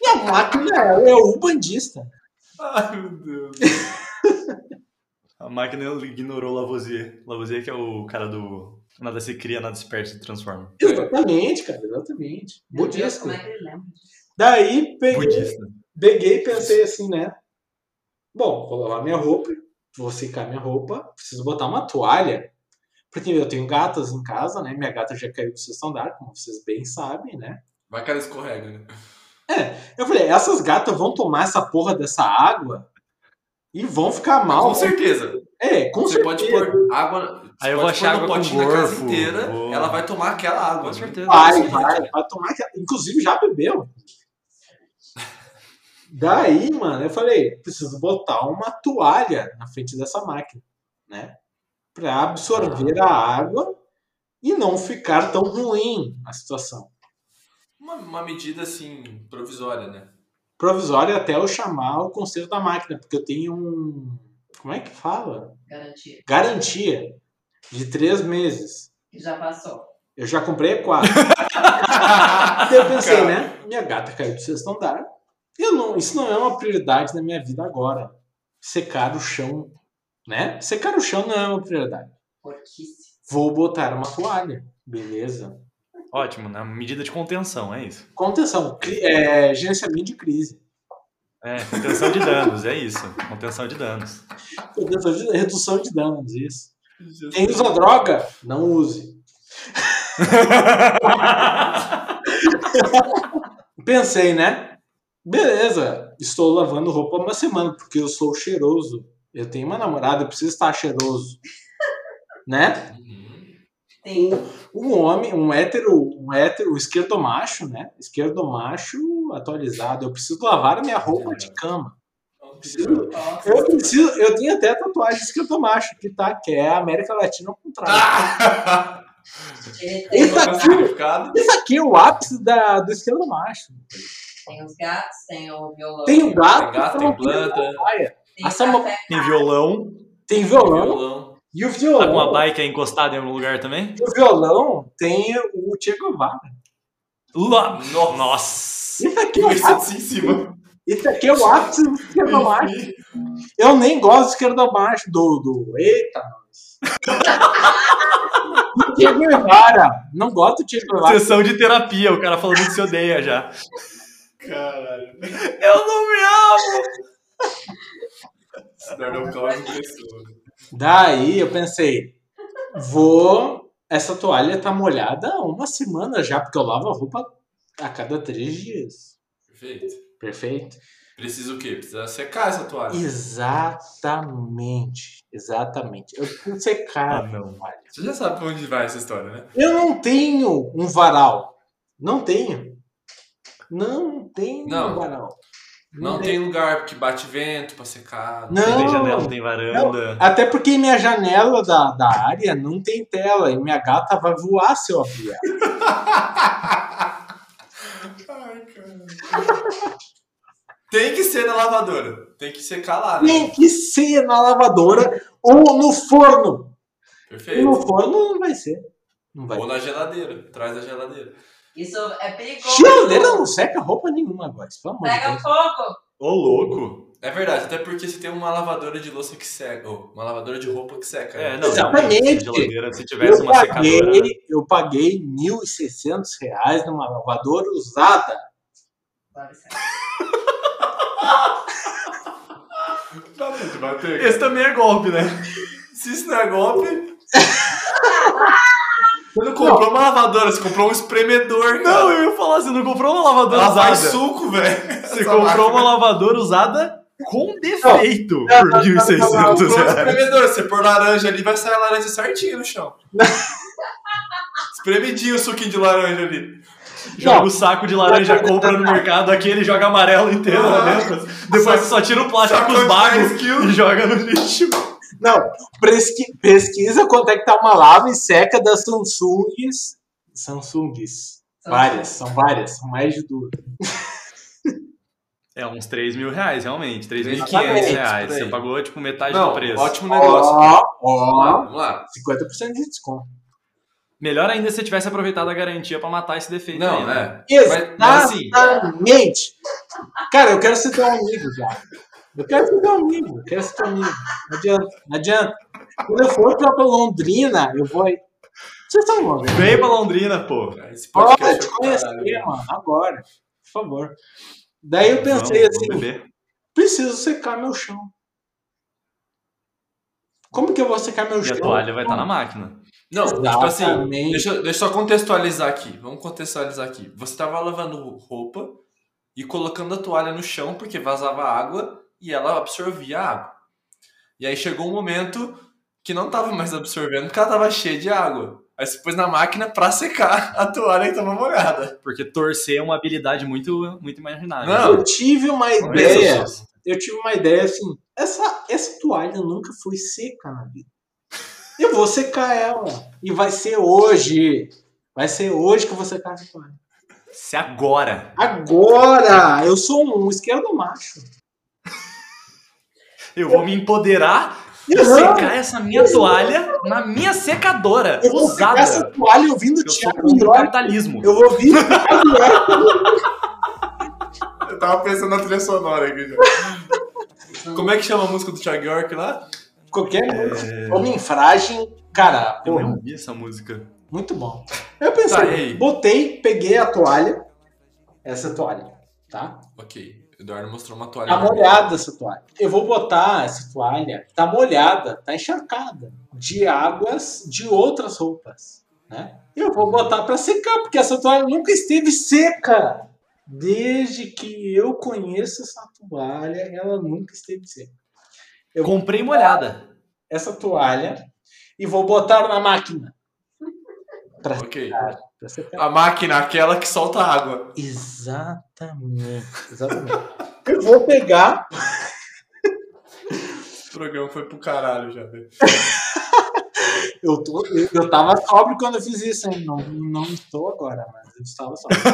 Speaker 2: Minha máquina é ubandista.
Speaker 1: Ai, meu Deus.
Speaker 3: A máquina ignorou Lavoisier. Lavoisier que é o cara do nada se cria, nada se perde, se transforma.
Speaker 2: Exatamente, cara, exatamente.
Speaker 5: Meu Deus,
Speaker 2: Budista.
Speaker 5: como é que ele lembra?
Speaker 2: Daí peguei
Speaker 3: Budista.
Speaker 2: Peguei e pensei assim, né? Bom, vou lavar minha roupa, vou secar minha roupa, preciso botar uma toalha. Porque eu tenho gatas em casa, né? Minha gata já caiu do sexto andar, como vocês bem sabem, né?
Speaker 1: Vai que ela escorrega, né?
Speaker 2: Eu falei, essas gatas vão tomar essa porra dessa água e vão ficar mal.
Speaker 1: Com certeza.
Speaker 2: É, Ah, com
Speaker 1: Você
Speaker 2: certeza.
Speaker 1: pode pôr água. você
Speaker 3: Aí eu vou
Speaker 1: pode
Speaker 3: achar
Speaker 1: pôr no
Speaker 3: água com
Speaker 1: potinho da casa
Speaker 3: gorfo.
Speaker 1: inteira,
Speaker 3: Boa.
Speaker 1: ela vai tomar aquela água. né?
Speaker 3: Com certeza.
Speaker 2: Vai, vai, vai tomar. que- é- Inclusive já bebeu. Daí, mano, eu falei, preciso botar uma toalha na frente dessa máquina, né? Pra absorver a água e não ficar tão ruim a situação.
Speaker 1: Uma, uma medida assim, provisória, né?
Speaker 2: Provisório até eu chamar o conselho da máquina, porque eu tenho um. Como é que fala?
Speaker 5: Garantia.
Speaker 2: Garantia de três meses.
Speaker 5: Que já passou.
Speaker 2: Eu já comprei quatro. Daí eu pensei, né? Minha gata caiu do sexto andar. Eu não, isso não é uma prioridade na minha vida agora. Secar o chão, né? Secar o chão não é uma prioridade.
Speaker 5: Fortíssimo.
Speaker 2: Vou botar uma toalha. Beleza.
Speaker 3: Ótimo, né? Medida de contenção, é isso.
Speaker 2: Contenção. Cri- É, gerenciamento de crise.
Speaker 3: É, contenção de danos, é isso. Contenção de danos.
Speaker 2: Contenção de- redução de danos, isso. Quem usa droga, não use. Pensei, né? Beleza, estou lavando roupa uma semana, porque eu sou cheiroso. Eu tenho uma namorada, eu preciso estar cheiroso. né?
Speaker 1: Uhum.
Speaker 5: Sim.
Speaker 2: Um homem, um hétero, um hétero, esquerdomacho, né? Esquerdomacho atualizado. Eu preciso lavar a minha roupa de cama. Preciso-
Speaker 5: Nossa,
Speaker 2: Eu preciso, eu tenho até tatuagem esquerdomacho, que tá, que é a América Latina ao contrário.
Speaker 5: ele tem,
Speaker 2: Isso
Speaker 1: Tá
Speaker 2: aqui,
Speaker 1: significado?
Speaker 2: isso aqui é o ápice da, do esquerdomacho.
Speaker 5: tem os gatos, tem o violão.
Speaker 2: Tem o gato,
Speaker 1: Tem gato,
Speaker 2: então
Speaker 1: tem planta,
Speaker 2: praia.
Speaker 5: tem
Speaker 2: essa
Speaker 5: o
Speaker 2: mo-
Speaker 5: café.
Speaker 3: Tem violão.
Speaker 2: tem
Speaker 1: tem
Speaker 2: violão
Speaker 1: violão.
Speaker 2: e o
Speaker 3: Tá com uma
Speaker 2: violão.
Speaker 3: bike aí encostada em algum lugar também?
Speaker 2: E o violão tem o Che Guevara.
Speaker 3: Lá. Nossa!
Speaker 2: Isso aqui é o
Speaker 1: Isso
Speaker 2: ápice,
Speaker 1: assim em cima.
Speaker 2: isso aqui é o ápice do esquerdomacho. Eu nem gosto do esquerdomacho do, do. Eita, nós. Do Che Guevara. Não gosto do Che Guevara.
Speaker 3: Sessão de terapia, o cara falando que se odeia já.
Speaker 1: Caralho.
Speaker 3: Eu não me amo!
Speaker 1: Isso daí é
Speaker 2: um
Speaker 1: o caos de pessoa.
Speaker 2: Daí eu pensei, vou. Essa toalha tá molhada há uma semana já, porque eu lavo a roupa a cada três dias.
Speaker 1: Perfeito.
Speaker 2: Perfeito?
Speaker 1: Precisa o quê? Precisa secar essa toalha.
Speaker 2: Exatamente, exatamente. Eu preciso
Speaker 3: Ah,
Speaker 2: secar.
Speaker 3: não.
Speaker 1: Você já sabe pra onde vai essa história, né?
Speaker 2: Eu não tenho um varal. Não tenho. Não tenho
Speaker 1: Não.
Speaker 2: um varal.
Speaker 1: Não, tem lugar que bate vento pra secar.
Speaker 2: Uhum. Não.
Speaker 3: Tem janela, tem varanda.
Speaker 2: Até porque minha janela da, da área não tem tela e minha gata vai voar se eu abrir. ela.
Speaker 1: Ai, cara. Tem que ser na lavadora. Tem que secar lá, né?
Speaker 2: Tem que ser na lavadora ou no forno. E no
Speaker 1: Perfeito.
Speaker 2: forno não vai ser. Não vai.
Speaker 1: Ou na geladeira. Atrás da geladeira.
Speaker 5: Isso é perigoso.
Speaker 2: Geladeira não seca roupa nenhuma agora. Pelo amor de
Speaker 5: Pega
Speaker 2: Deus.
Speaker 5: fogo.
Speaker 3: Ô, louco!
Speaker 1: É verdade, até porque você tem uma lavadora de louça que seca, ou uma lavadora de roupa que seca.
Speaker 3: É,
Speaker 1: né?
Speaker 3: não,
Speaker 2: Exatamente.
Speaker 3: realmente, a geladeira, se tivesse uma secadora.
Speaker 2: paguei, eu paguei R$ 1.600 reais numa lavadora usada.
Speaker 5: Agora isso
Speaker 1: Dá pra te bater.
Speaker 3: Esse também é golpe, né?
Speaker 1: Se isso não é golpe. Você não comprou uma lavadora, você comprou um espremedor.
Speaker 3: Não,
Speaker 1: Cara.
Speaker 3: eu ia falar, você não comprou uma lavadora
Speaker 1: ela
Speaker 3: usada.
Speaker 1: faz suco, velho.
Speaker 3: Você comprou uma lavadora usada com defeito
Speaker 2: Não,
Speaker 3: por
Speaker 2: não, não,
Speaker 1: Comprou
Speaker 3: 1.600
Speaker 1: um
Speaker 3: reais.
Speaker 1: espremedor. Você pôr laranja ali, vai sair a laranja certinha no chão. Espremidinho o suquinho de laranja ali.
Speaker 3: Joga o saco de laranja,
Speaker 2: Não, não,
Speaker 3: compra no mercado aqui, ele joga amarelo inteiro lá
Speaker 1: Ah.
Speaker 3: dentro. Depois você só tira o plástico
Speaker 1: Saco
Speaker 3: dos
Speaker 1: de
Speaker 3: bagos
Speaker 1: 10
Speaker 3: e
Speaker 1: quilos.
Speaker 3: joga no lixo.
Speaker 2: Não, pesqui- pesquisa quanto é que tá uma lava e seca das Samsungs. Samsungs.
Speaker 5: Samsung.
Speaker 2: Várias, são várias, são mais de duas.
Speaker 3: É uns 3 mil reais, realmente. 3.500
Speaker 1: Exatamente,
Speaker 3: reais.
Speaker 1: por aí.
Speaker 3: Você pagou, tipo, metade
Speaker 1: Não,
Speaker 3: do preço.
Speaker 1: ótimo um negócio.
Speaker 2: Ó,
Speaker 1: Vamos lá,
Speaker 2: ó,
Speaker 1: Vamos lá.
Speaker 2: 50% de desconto.
Speaker 3: Melhor ainda se você tivesse aproveitado a garantia pra matar esse defeito aí,
Speaker 1: Não,
Speaker 3: né?
Speaker 1: né? Mas- mas assim-
Speaker 2: Exatamente. Cara, eu quero ser teu amigo já. Eu quero ser teu amigo, eu quero ser teu amigo. Não adianta, não adianta. Quando eu for pra Londrina, eu vou aí. Vocês estão
Speaker 1: é.
Speaker 2: loucos.
Speaker 3: Vem pra Londrina, pô.
Speaker 1: Esse
Speaker 2: Bora
Speaker 1: podcast
Speaker 2: te
Speaker 1: foi do
Speaker 3: É,
Speaker 2: conhecer,
Speaker 1: caralho.
Speaker 2: mano, agora. Por favor. Daí eu pensei
Speaker 3: Vamos,
Speaker 2: assim,
Speaker 3: vamos beber.
Speaker 2: preciso secar meu chão. Como que eu vou secar meu
Speaker 3: E
Speaker 2: chão?
Speaker 3: a toalha vai estar na máquina.
Speaker 1: Não, tipo assim,
Speaker 2: Exatamente.
Speaker 1: deixa, eu- deixa eu só contextualizar aqui. Vamos contextualizar aqui. Você tava lavando roupa e colocando a toalha no chão porque vazava água e ela absorvia a água. E aí chegou um momento que não tava mais absorvendo porque ela tava cheia de água. Aí você pôs na máquina pra secar a toalha que tava molhada.
Speaker 3: Porque torcer é uma habilidade muito, muito imaginária.
Speaker 1: Não.
Speaker 2: Eu tive uma ideia. Eu tive uma ideia assim. Essa, essa toalha nunca foi seca na vida. Eu vou secar ela. E vai ser hoje. Vai ser hoje que eu vou secar essa toalha.
Speaker 3: Se agora.
Speaker 2: Agora! Eu sou um esquerdo macho.
Speaker 3: Eu vou me empoderar e
Speaker 2: Não,
Speaker 3: secar essa minha toalha na minha secadora.
Speaker 2: eu vou secar essa
Speaker 3: é Ousada.
Speaker 2: toalha ouvindo o
Speaker 3: Eu sou um
Speaker 2: Thiago
Speaker 3: contra o
Speaker 2: York.
Speaker 3: capitalismo.
Speaker 2: Eu vou vir.
Speaker 1: Eu tava pensando na trilha sonora aqui já. Como é que chama a música do Thiago York lá?
Speaker 2: Qualquer é... homem frágil, cara,
Speaker 3: Eu
Speaker 2: pô,
Speaker 3: nem ouvi essa música.
Speaker 2: muito bom. Eu
Speaker 1: Uhum. Tá, e aí?
Speaker 2: pensei, botei, peguei a toalha, essa toalha, tá?
Speaker 1: Ok, Eduardo mostrou uma toalha.
Speaker 2: Tá molhada essa toalha. Eu vou botar essa toalha, tá molhada, tá encharcada de águas de outras roupas, né? Eu vou botar pra secar, porque essa toalha nunca esteve seca. Desde que eu conheço essa toalha, ela nunca esteve seca.
Speaker 3: Eu comprei molhada.
Speaker 2: essa toalha e vou botar na máquina. Pra
Speaker 1: Ok.
Speaker 2: pra secar.
Speaker 1: A máquina, aquela que solta água.
Speaker 2: Exatamente, exatamente. Eu vou pegar,
Speaker 1: Esse programa foi pro caralho já, velho.
Speaker 2: eu, tô, eu, eu tava sóbrio quando eu fiz isso, hein? Não, não estou agora, mas eu estava sóbrio.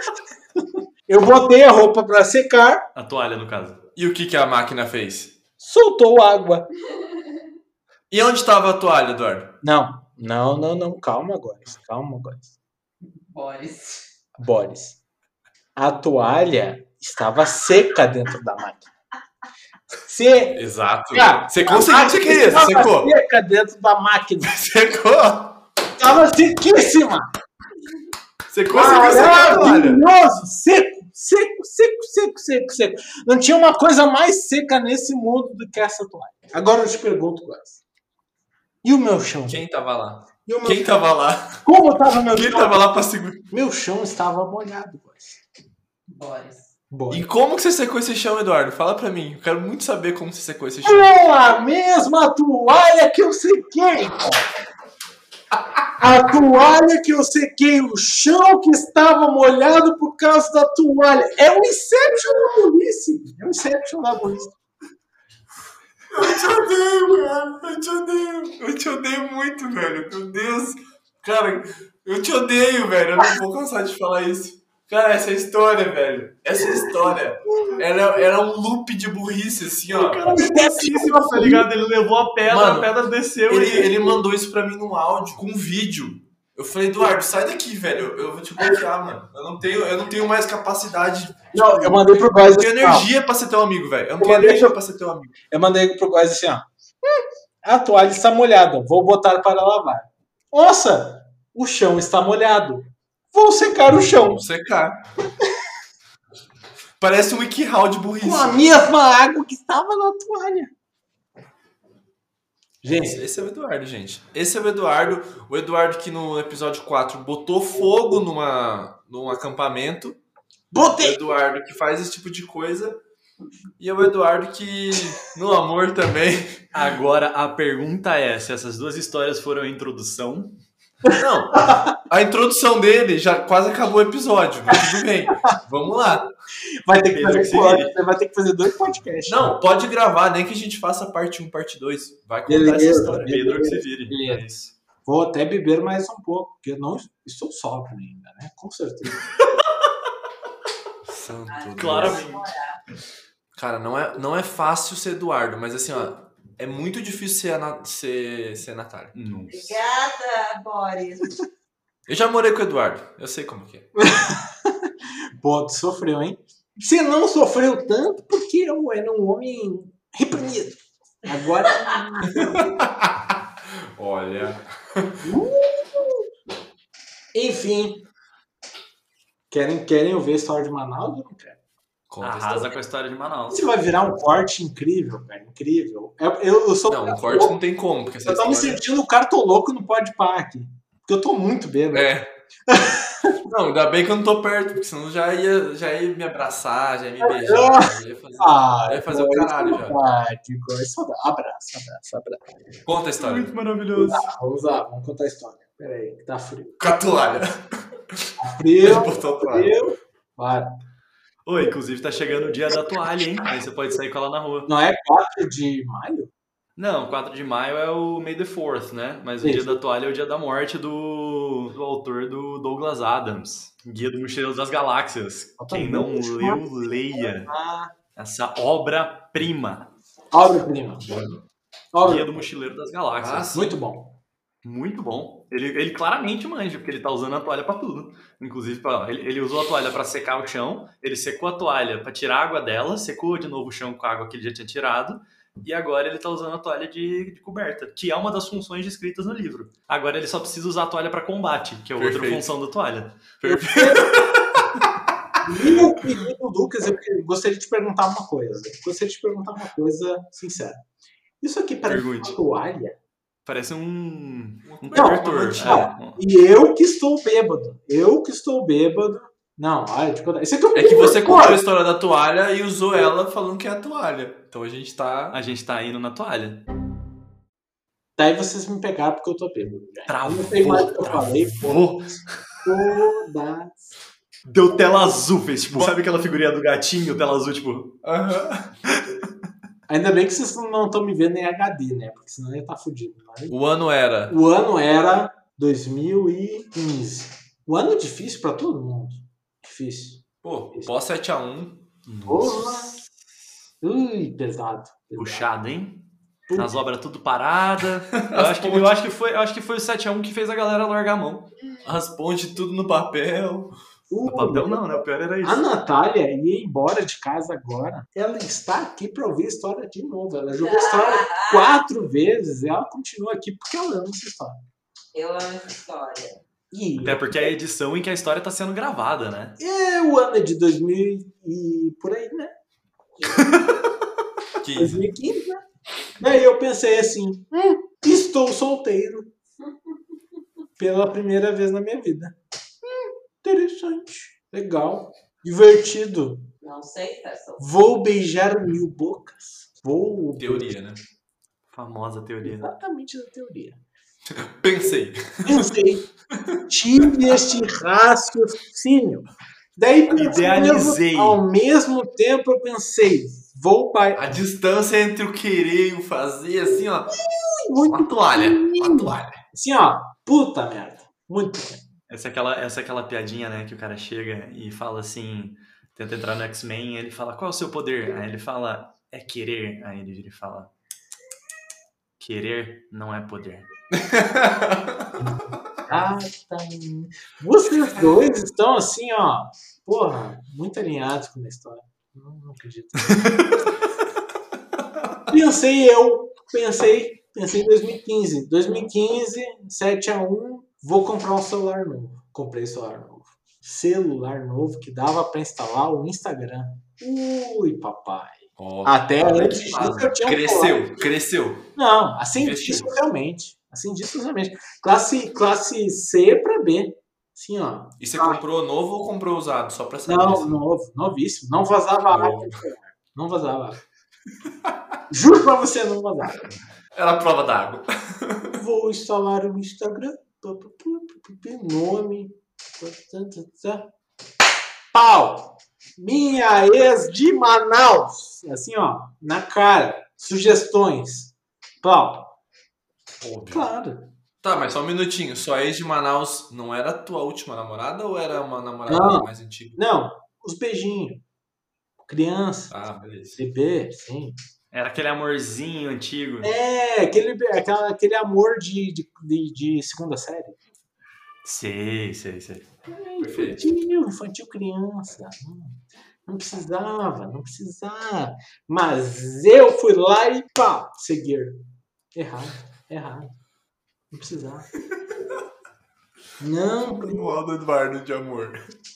Speaker 2: eu botei a roupa pra secar,
Speaker 3: A toalha, no caso.
Speaker 1: E o que, que a máquina fez?
Speaker 2: soltou água.
Speaker 1: E onde tava a toalha, Eduardo?
Speaker 2: Não, não, não, não, calma agora, calma agora.
Speaker 5: Boris.
Speaker 2: Boris, a toalha estava seca dentro da máquina. Se
Speaker 1: Exato.
Speaker 2: Cara,
Speaker 1: secou o seguinte, querida.
Speaker 2: Estava
Speaker 1: Secou.
Speaker 2: seca dentro da máquina.
Speaker 1: Secou.
Speaker 2: Tava sequíssima.
Speaker 1: Secou, secou, secou a toalha.
Speaker 2: Maravilhoso. Seco, seco, seco, seco, seco, seco. Não tinha uma coisa mais seca nesse mundo do que essa toalha. Agora eu te pergunto, Góis. E o meu chão?
Speaker 1: Quem tava lá?
Speaker 2: E o meu
Speaker 1: Quem
Speaker 2: chão?
Speaker 1: tava lá?
Speaker 2: Como tava meu
Speaker 1: Quem
Speaker 2: chão?
Speaker 1: tava lá pra segurar?
Speaker 2: Meu chão estava molhado, Góis.
Speaker 5: Boris.
Speaker 2: Boa.
Speaker 1: E como que você secou esse chão, Eduardo? Fala pra mim. Eu quero muito saber como você secou esse chão.
Speaker 2: Com a mesma toalha que eu sequei. A toalha que eu sequei, o chão que estava molhado por causa da toalha. É o Inception da polícia. É o Inception da polícia.
Speaker 1: Eu te odeio, cara. Eu te odeio. Eu te odeio muito, velho. Meu Deus. Cara, eu te odeio, velho. Eu não vou cansar de falar isso. Cara, essa história, velho. Essa história. Ela, ela é um loop de burrice, assim, ó.
Speaker 3: Pouquíssimo, tá ligado? Ele levou a pedra,
Speaker 1: Mano,
Speaker 3: a pedra desceu
Speaker 1: Ele,
Speaker 3: e...
Speaker 1: ele mandou isso pra mim num áudio, com um vídeo. Eu falei, Eduardo, sai daqui, velho. Eu vou te bloquear, mano. Eu não tenho, eu não tenho mais capacidade.
Speaker 2: Não, eu mandei pro Góis
Speaker 1: Eu não tenho
Speaker 2: assim, ó.
Speaker 1: energia pra ser teu amigo, velho. Eu não
Speaker 2: Eu
Speaker 1: tenho
Speaker 2: mandei-
Speaker 1: energia pra ser teu amigo.
Speaker 2: Eu mandei pro Góis assim, ó. "Hum, a toalha está molhada, vou botar para lavar. Nossa, o chão está molhado. Vou secar o chão.
Speaker 1: Vamos secar. Parece um Ikihau de burrice.
Speaker 2: Com a mesma água que estava na toalha. Gente,
Speaker 1: Esse é o Eduardo, gente. Esse é o Eduardo. O Eduardo que no episódio 4 botou fogo numa, num acampamento. O
Speaker 2: botei!
Speaker 1: Eduardo que faz esse tipo de coisa. E é o Eduardo que, no amor também.
Speaker 3: Agora a pergunta é: se essas duas histórias foram a introdução.
Speaker 1: Não, a introdução dele já quase acabou o episódio, mas tudo bem. Vamos lá.
Speaker 2: Vai ter que
Speaker 3: Pedro,
Speaker 2: fazer
Speaker 3: que se
Speaker 2: corte, você vai ter que fazer dois podcasts.
Speaker 1: Não, pode gravar, nem que a gente faça parte 1, parte 2. Vai contar
Speaker 2: Beleza.
Speaker 1: essa história.
Speaker 3: Pedro que se vire.
Speaker 2: Beleza.
Speaker 3: É isso.
Speaker 2: Vou até beber mais um pouco, porque eu não estou sóbrio ainda, né? Com certeza.
Speaker 1: Santo Deus.
Speaker 3: Claramente.
Speaker 1: Cara, não é, não é fácil ser Eduardo, mas assim, ó, é muito difícil ser a, Na- ser, ser a Natália.
Speaker 3: Nossa.
Speaker 5: Obrigada, Boris.
Speaker 1: Eu já morei com o Eduardo, eu sei como que é.
Speaker 2: Pô, tu sofreu, hein? Você não sofreu tanto porque eu era um homem reprimido. Agora.
Speaker 1: Olha.
Speaker 2: Enfim. Querem, querem ouvir a história de Manaus? Eu não quero.
Speaker 1: Conta a
Speaker 3: Arrasa
Speaker 1: história.
Speaker 3: com a história de Manaus.
Speaker 2: Isso vai virar um corte incrível, cara. Incrível. Eu, eu, eu sou.
Speaker 1: Não, um corte não tem como, porque essa
Speaker 2: Eu tô me
Speaker 1: história...
Speaker 2: sentindo o cartoloco no podpar aqui. Porque eu tô muito bêbado.
Speaker 1: É. Não, ainda bem que eu não tô perto, porque senão já ia, já ia me abraçar, já ia me beijar, já ia fazer...
Speaker 2: Ah,
Speaker 1: Vai fazer o
Speaker 2: pô,
Speaker 1: caralho já.
Speaker 2: saudade, coisa, saudade. é Abraço, abraço, abraço.
Speaker 1: Conta a história.
Speaker 3: maravilhoso.
Speaker 2: Ah, vamos lá, vamos contar a história. Peraí, que tá frio.
Speaker 1: Com a toalha.
Speaker 2: Tá
Speaker 1: Ele
Speaker 2: frio,
Speaker 1: botou a toalha.
Speaker 2: frio. Para.
Speaker 3: Oi, inclusive tá chegando o dia da toalha, hein? Aí você pode sair com ela na rua.
Speaker 2: Não é 4 de maio?
Speaker 3: Não, 4 de maio é o May the 4th, né? Mas o
Speaker 2: Isso.
Speaker 3: dia da toalha é o dia da morte do, do autor do Douglas Adams, Guia do Mochileiro das Galáxias. Quem não leu, leia
Speaker 2: Ah,
Speaker 3: essa obra-prima.
Speaker 2: obra-prima.
Speaker 3: Guia
Speaker 2: Obra. Ah,
Speaker 3: do Mochileiro das Galáxias.
Speaker 1: Nossa.
Speaker 2: Muito bom.
Speaker 3: Muito bom. Ele, ele claramente manja, porque ele tá usando a toalha pra tudo. Inclusive, pra, ele, ele usou a toalha pra secar o chão, ele secou a toalha pra tirar a água dela, secou de novo o chão com a água que ele já tinha tirado, e agora ele tá usando a toalha de, de coberta, que é uma das funções descritas no livro. Agora ele só precisa usar a toalha pra combate, que é outra
Speaker 1: Perfeito.
Speaker 3: função da toalha.
Speaker 2: Meu querido Lucas, eu que- gostaria de te perguntar uma coisa. Gostaria de te perguntar uma coisa sincera. Isso aqui parece uma
Speaker 3: Pergunte.
Speaker 2: toalha.
Speaker 3: Parece um, um
Speaker 1: Não,
Speaker 3: cobertor.
Speaker 2: não.
Speaker 3: é.
Speaker 2: E eu que estou bêbado. Eu que estou bêbado. Não, olha, te contar. Isso aqui é um
Speaker 1: É que você
Speaker 2: horror.
Speaker 1: contou a história da toalha e usou ela falando que é a toalha. Então a gente tá.
Speaker 3: A gente tá indo na toalha.
Speaker 2: Daí vocês me pegaram porque eu tô bêbado. já.
Speaker 3: Travou,
Speaker 2: Eu não sei mais o que eu falei.
Speaker 3: Vou.
Speaker 2: Toda.
Speaker 3: Deu tela azul, fez tipo. Sabe aquela figurinha do gatinho, tela azul, tipo.
Speaker 1: Aham.
Speaker 2: Ainda bem que vocês não estão me vendo em HD, né? Porque senão eu ia estar fudido. Mas...
Speaker 1: O ano era.
Speaker 2: O ano era 2015. O ano é difícil pra todo mundo. Difícil.
Speaker 1: Pô, pós 7x1.
Speaker 2: Porra. Ui, pesado. pesado.
Speaker 3: Puxado, hein? As obras tudo parada. Eu acho que, eu acho que foi, eu acho que foi o 7x1 que fez a galera largar a mão.
Speaker 1: As pontes tudo no papel.
Speaker 2: Ui.
Speaker 3: No
Speaker 1: tá
Speaker 3: papel não, né? O pior era
Speaker 2: A
Speaker 3: isso.
Speaker 2: Natália ia embora de casa agora. Ela está aqui pra ouvir a história de novo. Ela jogou a história quatro vezes e ela continua aqui porque ela ama essa história.
Speaker 5: Eu amo essa história.
Speaker 2: E
Speaker 3: Até porque é a edição em que a história tá sendo gravada, né?
Speaker 2: é o ano de 2000 e por aí, né?
Speaker 1: 15.
Speaker 2: 2015, né? Daí eu pensei assim, "Hum, estou solteiro. Pela primeira vez na minha vida. Hum, interessante. Legal. Divertido.
Speaker 5: Não sei, é pessoal.
Speaker 2: Vou beijar mil bocas. Vou.
Speaker 1: Teoria, né?
Speaker 3: Famosa teoria.
Speaker 2: Exatamente da teoria.
Speaker 1: Pensei.
Speaker 2: Pensei. Tive este raciocínio. Daí pensei,
Speaker 3: Idealizei.
Speaker 2: Ao mesmo tempo eu pensei, vou para
Speaker 1: A distância entre o querer e o fazer, assim, ó.
Speaker 2: muito
Speaker 1: Uma toalha. Uma toalha.
Speaker 2: assim, ó, puta merda. Muito bem.
Speaker 3: Essa é aquela, essa é aquela piadinha, né? Que o cara chega e fala assim, tenta entrar no X-Men, ele fala, qual é o seu poder? Aí ele fala, é querer. Aí ele vira e fala, querer não é poder.
Speaker 2: Gata. Vocês dois estão assim, ó. Porra, muito alinhados com a história. Não, não acredito. pensei eu, pensei, pensei em 2015. 2015, 7x1, vou comprar um celular novo. Comprei celular novo. Celular novo que dava pra instalar o Instagram. Ui, papai.
Speaker 1: Ó,
Speaker 2: Até
Speaker 1: tá
Speaker 2: antes
Speaker 1: bem
Speaker 2: disso
Speaker 1: falado.
Speaker 2: eu
Speaker 3: Então,
Speaker 2: tinha um
Speaker 1: Cresceu, cresceu.
Speaker 2: não, assim
Speaker 1: Investiu.
Speaker 2: disso realmente. Assim disso realmente. Classe, classe C pra B. Assim, ó.
Speaker 1: E você comprou novo ou comprou usado? Só pra saber.
Speaker 2: Não, novo, novíssimo. Não vazava água.
Speaker 1: Novo.
Speaker 2: Não vazava água. Juro pra você, não vazava.
Speaker 1: Era a prova d'água.
Speaker 2: Vou instalar o Instagram. Pá, pá, pá, pá, pá, Nome. Tá, tá, tá, tá. Pau! Minha ex de Manaus. Assim, ó. Na cara. Sugestões. Pau.
Speaker 1: Óbvio.
Speaker 2: Claro.
Speaker 1: Tá, mas só um minutinho. Sua ex de Manaus não era a tua última namorada ou era uma namorada
Speaker 2: Não.
Speaker 1: mais antiga?
Speaker 2: Não, os beijinhos. Criança,
Speaker 1: Ah, beleza.
Speaker 2: bebê, sim.
Speaker 3: Era aquele amorzinho antigo.
Speaker 2: É, aquele, be- aquela- aquele amor de, de, de, de segunda série.
Speaker 3: Sei, sei, sei.
Speaker 2: É
Speaker 1: Perfeito.
Speaker 2: infantil, infantil criança. Hum, Não precisava, não precisava. Mas eu fui lá e pá, seguir. Errado, errado. Não precisava. Não,
Speaker 1: Manual do Eduardo de amor.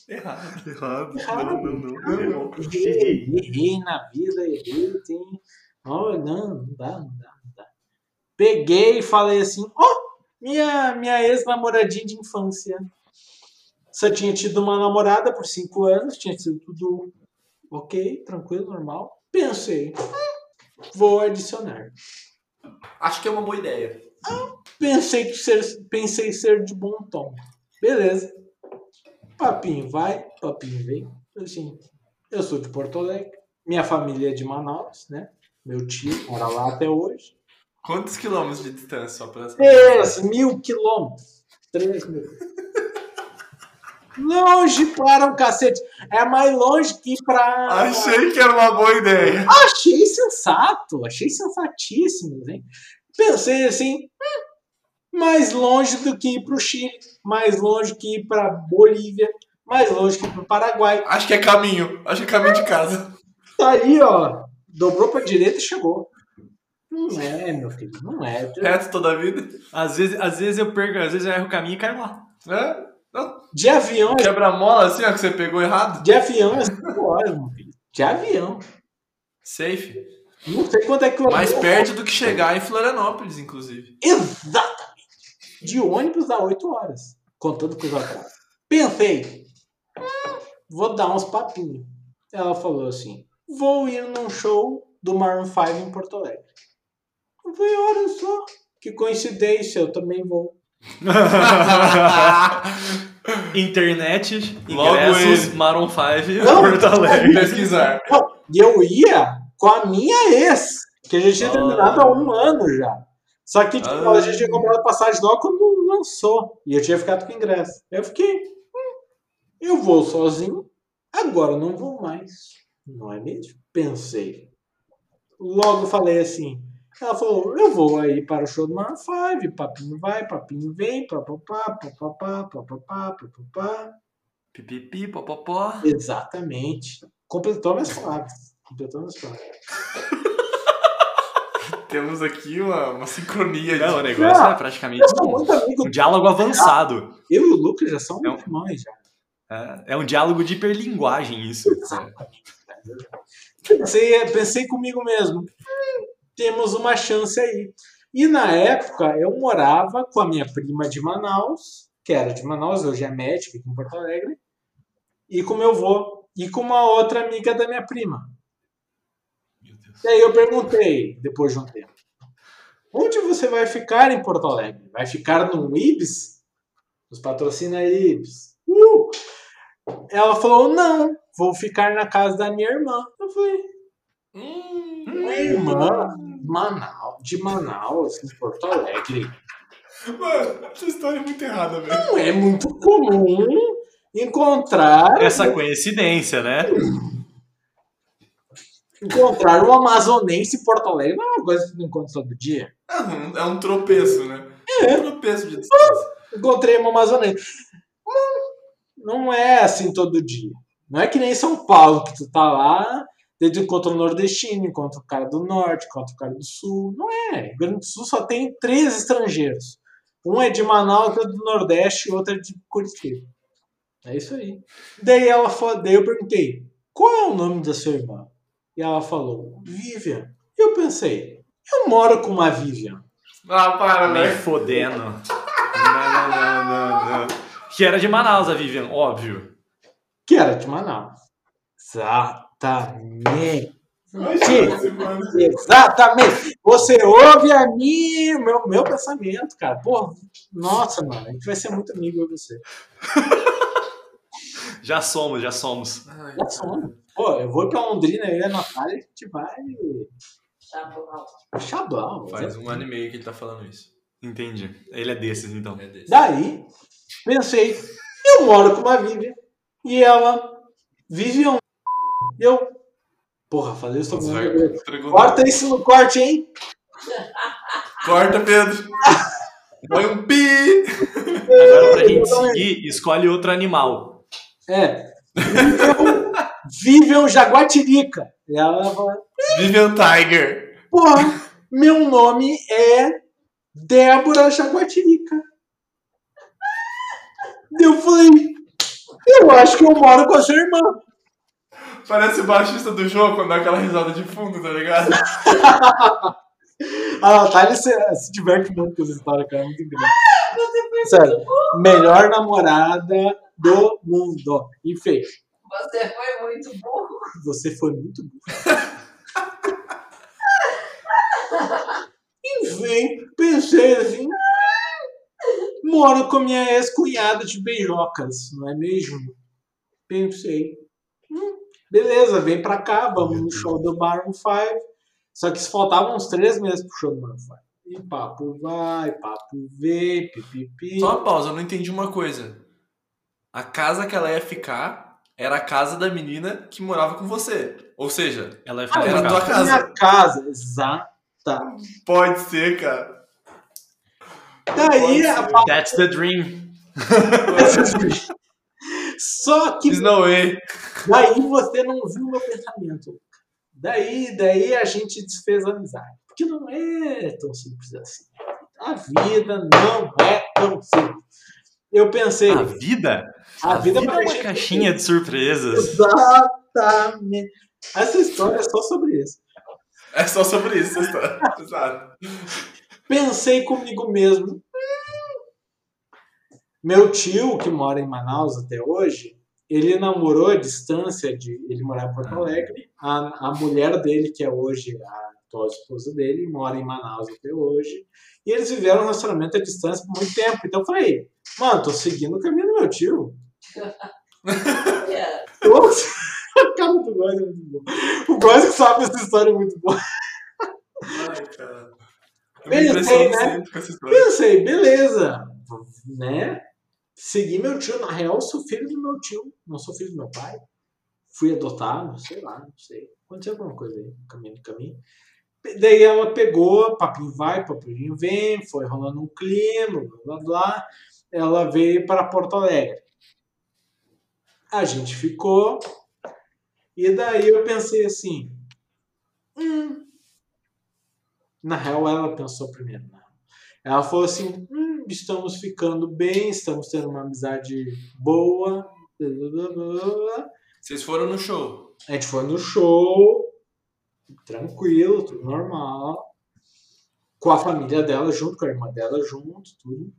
Speaker 1: Errado.
Speaker 3: Errado.
Speaker 2: Não, não,
Speaker 1: não.
Speaker 3: Errou.
Speaker 2: errei, errei na vida, errei, tem. Oh, não, não dá, não dá, não dá. Peguei e falei assim, oh, minha, minha ex-namoradinha de infância. Só tinha tido uma namorada por cinco anos, tinha sido tudo ok, tranquilo, normal. Pensei, "Hum, vou adicionar.
Speaker 1: Acho que é uma boa ideia.
Speaker 2: Pensei que ser, pensei ser de bom tom. Beleza. Papinho vai, papinho vem. Assim, eu sou de Porto Alegre, minha família é de Manaus, né? Meu tio mora lá até hoje.
Speaker 1: Quantos quilômetros de distância só pra saber?
Speaker 2: 3 mil quilômetros. 3 mil. Longe para um cacete. É mais longe que
Speaker 1: Ah,
Speaker 2: para.
Speaker 1: que era uma boa ideia.
Speaker 2: achei sensato, achei sensatíssimo, hein? Pensei assim, "Hum, mais longe do que ir para o Chile, mais longe que ir para Bolívia, mais longe que ir para o Paraguai.
Speaker 1: Acho que é caminho. Acho que é caminho de casa.
Speaker 2: Tá aí, ó, dobrou para direita e chegou. Não é, meu filho, não é.
Speaker 1: Reto toda a vida.
Speaker 3: Às vezes, às vezes eu perco, às vezes eu erro o caminho e caio lá.
Speaker 1: É?
Speaker 2: De avião,
Speaker 1: Quebra-mola assim, ó, que você pegou errado.
Speaker 2: de avião é 5 horas, meu filho. De avião.
Speaker 1: Safe.
Speaker 2: Não sei quanto é que eu
Speaker 1: Mais perto do que chegar em Florianópolis, inclusive.
Speaker 2: Exatamente. De ônibus dá 8 horas, contando com os atrasos. Pensei, "Hum, vou dar uns papinhos. Ela falou assim: vou ir num show do Maroon 5 em Porto Alegre. Eu falei, olha só, que coincidência, eu também vou.
Speaker 3: Internet,
Speaker 1: Logo
Speaker 3: ingressos,
Speaker 1: ele.
Speaker 3: Maroon 5,
Speaker 2: Não.
Speaker 3: Porto Alegre.
Speaker 1: Pesquisar.
Speaker 2: Não, e eu ia com a minha ex, que a gente tinha
Speaker 1: Ah.
Speaker 2: terminado há um ano já. Só que tipo,
Speaker 1: Ah.
Speaker 2: a gente tinha comprado passagem logo quando lançou. E eu tinha ficado com o ingresso. Eu fiquei, "Hum, eu vou sozinho, agora eu não vou mais. Não é mesmo? Pensei. Logo falei assim. Ela falou, eu vou aí para o show do Maroon 5, papinho vai, papinho vem, papapá, papapá, papapá, papapá.
Speaker 3: Pipipi, popopó.
Speaker 2: Exatamente. Completou minhas palavras. Completou minhas palavras.
Speaker 1: Temos aqui uma, uma sincronia. de-
Speaker 3: Não, o negócio
Speaker 2: Não.
Speaker 3: é praticamente
Speaker 2: Eu sou muito amigo.
Speaker 3: um diálogo avançado.
Speaker 2: Eu e o Lucas já somos
Speaker 3: É um-
Speaker 2: irmãos já.
Speaker 3: É, é um diálogo de hiperlinguagem isso.
Speaker 2: Pensei, é, pensei comigo mesmo. "Hum, temos uma chance aí. E na época eu morava com a minha prima de Manaus, que era de Manaus, hoje é médica aqui em Porto Alegre, e com meu avô, e com uma outra amiga da minha prima.
Speaker 1: Meu Deus.
Speaker 2: E aí eu perguntei, depois de um tempo, onde você vai ficar em Porto Alegre? Vai ficar no Ibis? Nos patrocina Ibis. Uh! Ela falou, não, vou ficar na casa da minha irmã. Eu falei, minha irmã? Manaus, de Manaus, em Porto Alegre.
Speaker 1: Mano, essa história é muito errada, velho.
Speaker 2: Não é muito comum encontrar,
Speaker 3: Essa coincidência, né?
Speaker 2: encontrar um amazonense em Porto Alegre. Não é uma coisa que tu não encontra todo dia.
Speaker 1: É um, é um tropeço, né? É um tropeço de distância.
Speaker 2: Encontrei uma amazonense. Não, não é assim todo dia. Não é que nem São Paulo, que tu tá lá, daí tu encontra o nordestino, encontra o cara do norte, encontra o cara do sul. Não é. Rio Grande do Sul só tem três estrangeiros. Um é de Manaus, outro é do Nordeste e outro é de Curitiba. É isso aí. Daí ela falou, daí eu perguntei, qual é o nome da sua irmã? E ela falou, Vivian. E eu pensei, eu moro com uma Vivian.
Speaker 1: Ah, para,
Speaker 3: Nem
Speaker 1: velho.
Speaker 3: fodendo. Não, não, não, não, não. Que era de Manaus, a Vivian, óbvio.
Speaker 2: que era de Manaus. Exatamente. Exatamente. Você ouve a mim, o meu, meu pensamento, cara. Pô, nossa, mano, a gente vai ser muito amigo eu e você.
Speaker 3: Já somos, já somos.
Speaker 1: Ai,
Speaker 2: Nossa, mano. Pô, eu vou pra Londrina, eu e a Natália, a gente vai.
Speaker 5: Chablau.
Speaker 2: Xablau.
Speaker 1: Faz um ano e meio que ele tá falando isso.
Speaker 3: Entendi. Ele é desses, então.
Speaker 1: É desse.
Speaker 2: Daí, pensei, eu moro com uma Vivian e ela vive um. E eu, porra, falei isso
Speaker 1: Nossa,
Speaker 2: todo
Speaker 1: vai-
Speaker 2: mundo.
Speaker 1: entregou-
Speaker 2: Corta isso no corte, hein?
Speaker 1: Corta, Pedro. Põe um pi.
Speaker 3: Agora, pra gente seguir, escolhe outro animal.
Speaker 2: É. Vivian, Vivian Jaguatirica. E ela fala,
Speaker 1: Vivian Tiger.
Speaker 2: porra, meu nome é Débora Jaguatirica. E eu falei, eu acho que eu moro com a sua irmã.
Speaker 1: Parece o baixista do jogo quando dá aquela risada de fundo, tá ligado?
Speaker 2: A Natália tá, se, se diverte muito com essa história, cara. É muito engraçado. Sério, melhor namorada do mundo. E feio.
Speaker 5: Você foi muito burro.
Speaker 2: Você foi muito burro. Enfim, pensei assim. "Ah, Moro com minha ex-cunhada de beijocas, não é mesmo? Pensei. "Hum, beleza, vem pra cá, vamos no show do Maroon 5. Só que se faltavam uns três meses pro show do Maroon 5. E papo vai, papo vem, pipipi.
Speaker 1: Só uma pausa, eu não entendi uma coisa. A casa que ela ia ficar era a casa da menina que morava com você. Ou seja,
Speaker 3: Ela é
Speaker 2: Ah,
Speaker 1: era a
Speaker 3: ficar
Speaker 1: tua casa.
Speaker 2: Minha casa, exata.
Speaker 1: Pode ser, cara.
Speaker 2: Daí a
Speaker 1: ser.
Speaker 3: That's the dream.
Speaker 2: assim. Só que
Speaker 1: Diz no way.
Speaker 2: daí você não viu meu pensamento. Luca. Daí, daí a gente desfez a amizade. Porque não é tão simples assim. A vida não é tão simples. Eu pensei,
Speaker 3: A vida?
Speaker 2: a, vida,
Speaker 3: é
Speaker 2: pra
Speaker 3: uma
Speaker 2: gente-
Speaker 3: caixinha de surpresas.
Speaker 2: Exatamente. Essa história é só sobre isso.
Speaker 1: É só sobre isso, essa história. Exato.
Speaker 2: Pensei comigo mesmo. "Hum." Meu tio, que mora em Manaus até hoje, ele namorou à distância de. Ele morava em Porto Alegre. A, a mulher dele, que é hoje a atual esposa dele, mora em Manaus até hoje. E eles viveram um relacionamento à distância por muito tempo. Então eu falei, mano, tô seguindo o caminho do meu tio.
Speaker 5: É,
Speaker 2: Nossa, a cara do Góis é muito boa. O Góis que sabe essa história é muito boa.
Speaker 1: Ai, cara. Eu
Speaker 2: Ele
Speaker 1: me impressiono
Speaker 2: tem, né?
Speaker 1: sempre com essa história.
Speaker 2: Pensei, beleza, né? Segui meu tio, na real, eu sou filho do meu tio, não sou filho do meu pai. Fui adotado, sei lá, não sei. Aconteceu alguma coisa aí, no caminho do caminho. Pe- Daí ela pegou, papinho vai, papinho vem, foi rolando um clima, blá blá blá. Ela veio para Porto Alegre. A gente ficou, e daí eu pensei assim. Hum. Na real, ela pensou primeiro, né? Ela falou assim: "Hum, estamos ficando bem, estamos tendo uma amizade boa. blá, blá, blá, blá, blá."
Speaker 1: Vocês foram no show.
Speaker 2: A gente foi no show, tranquilo, tudo normal. Com a família dela junto, com a irmã dela junto, tudo.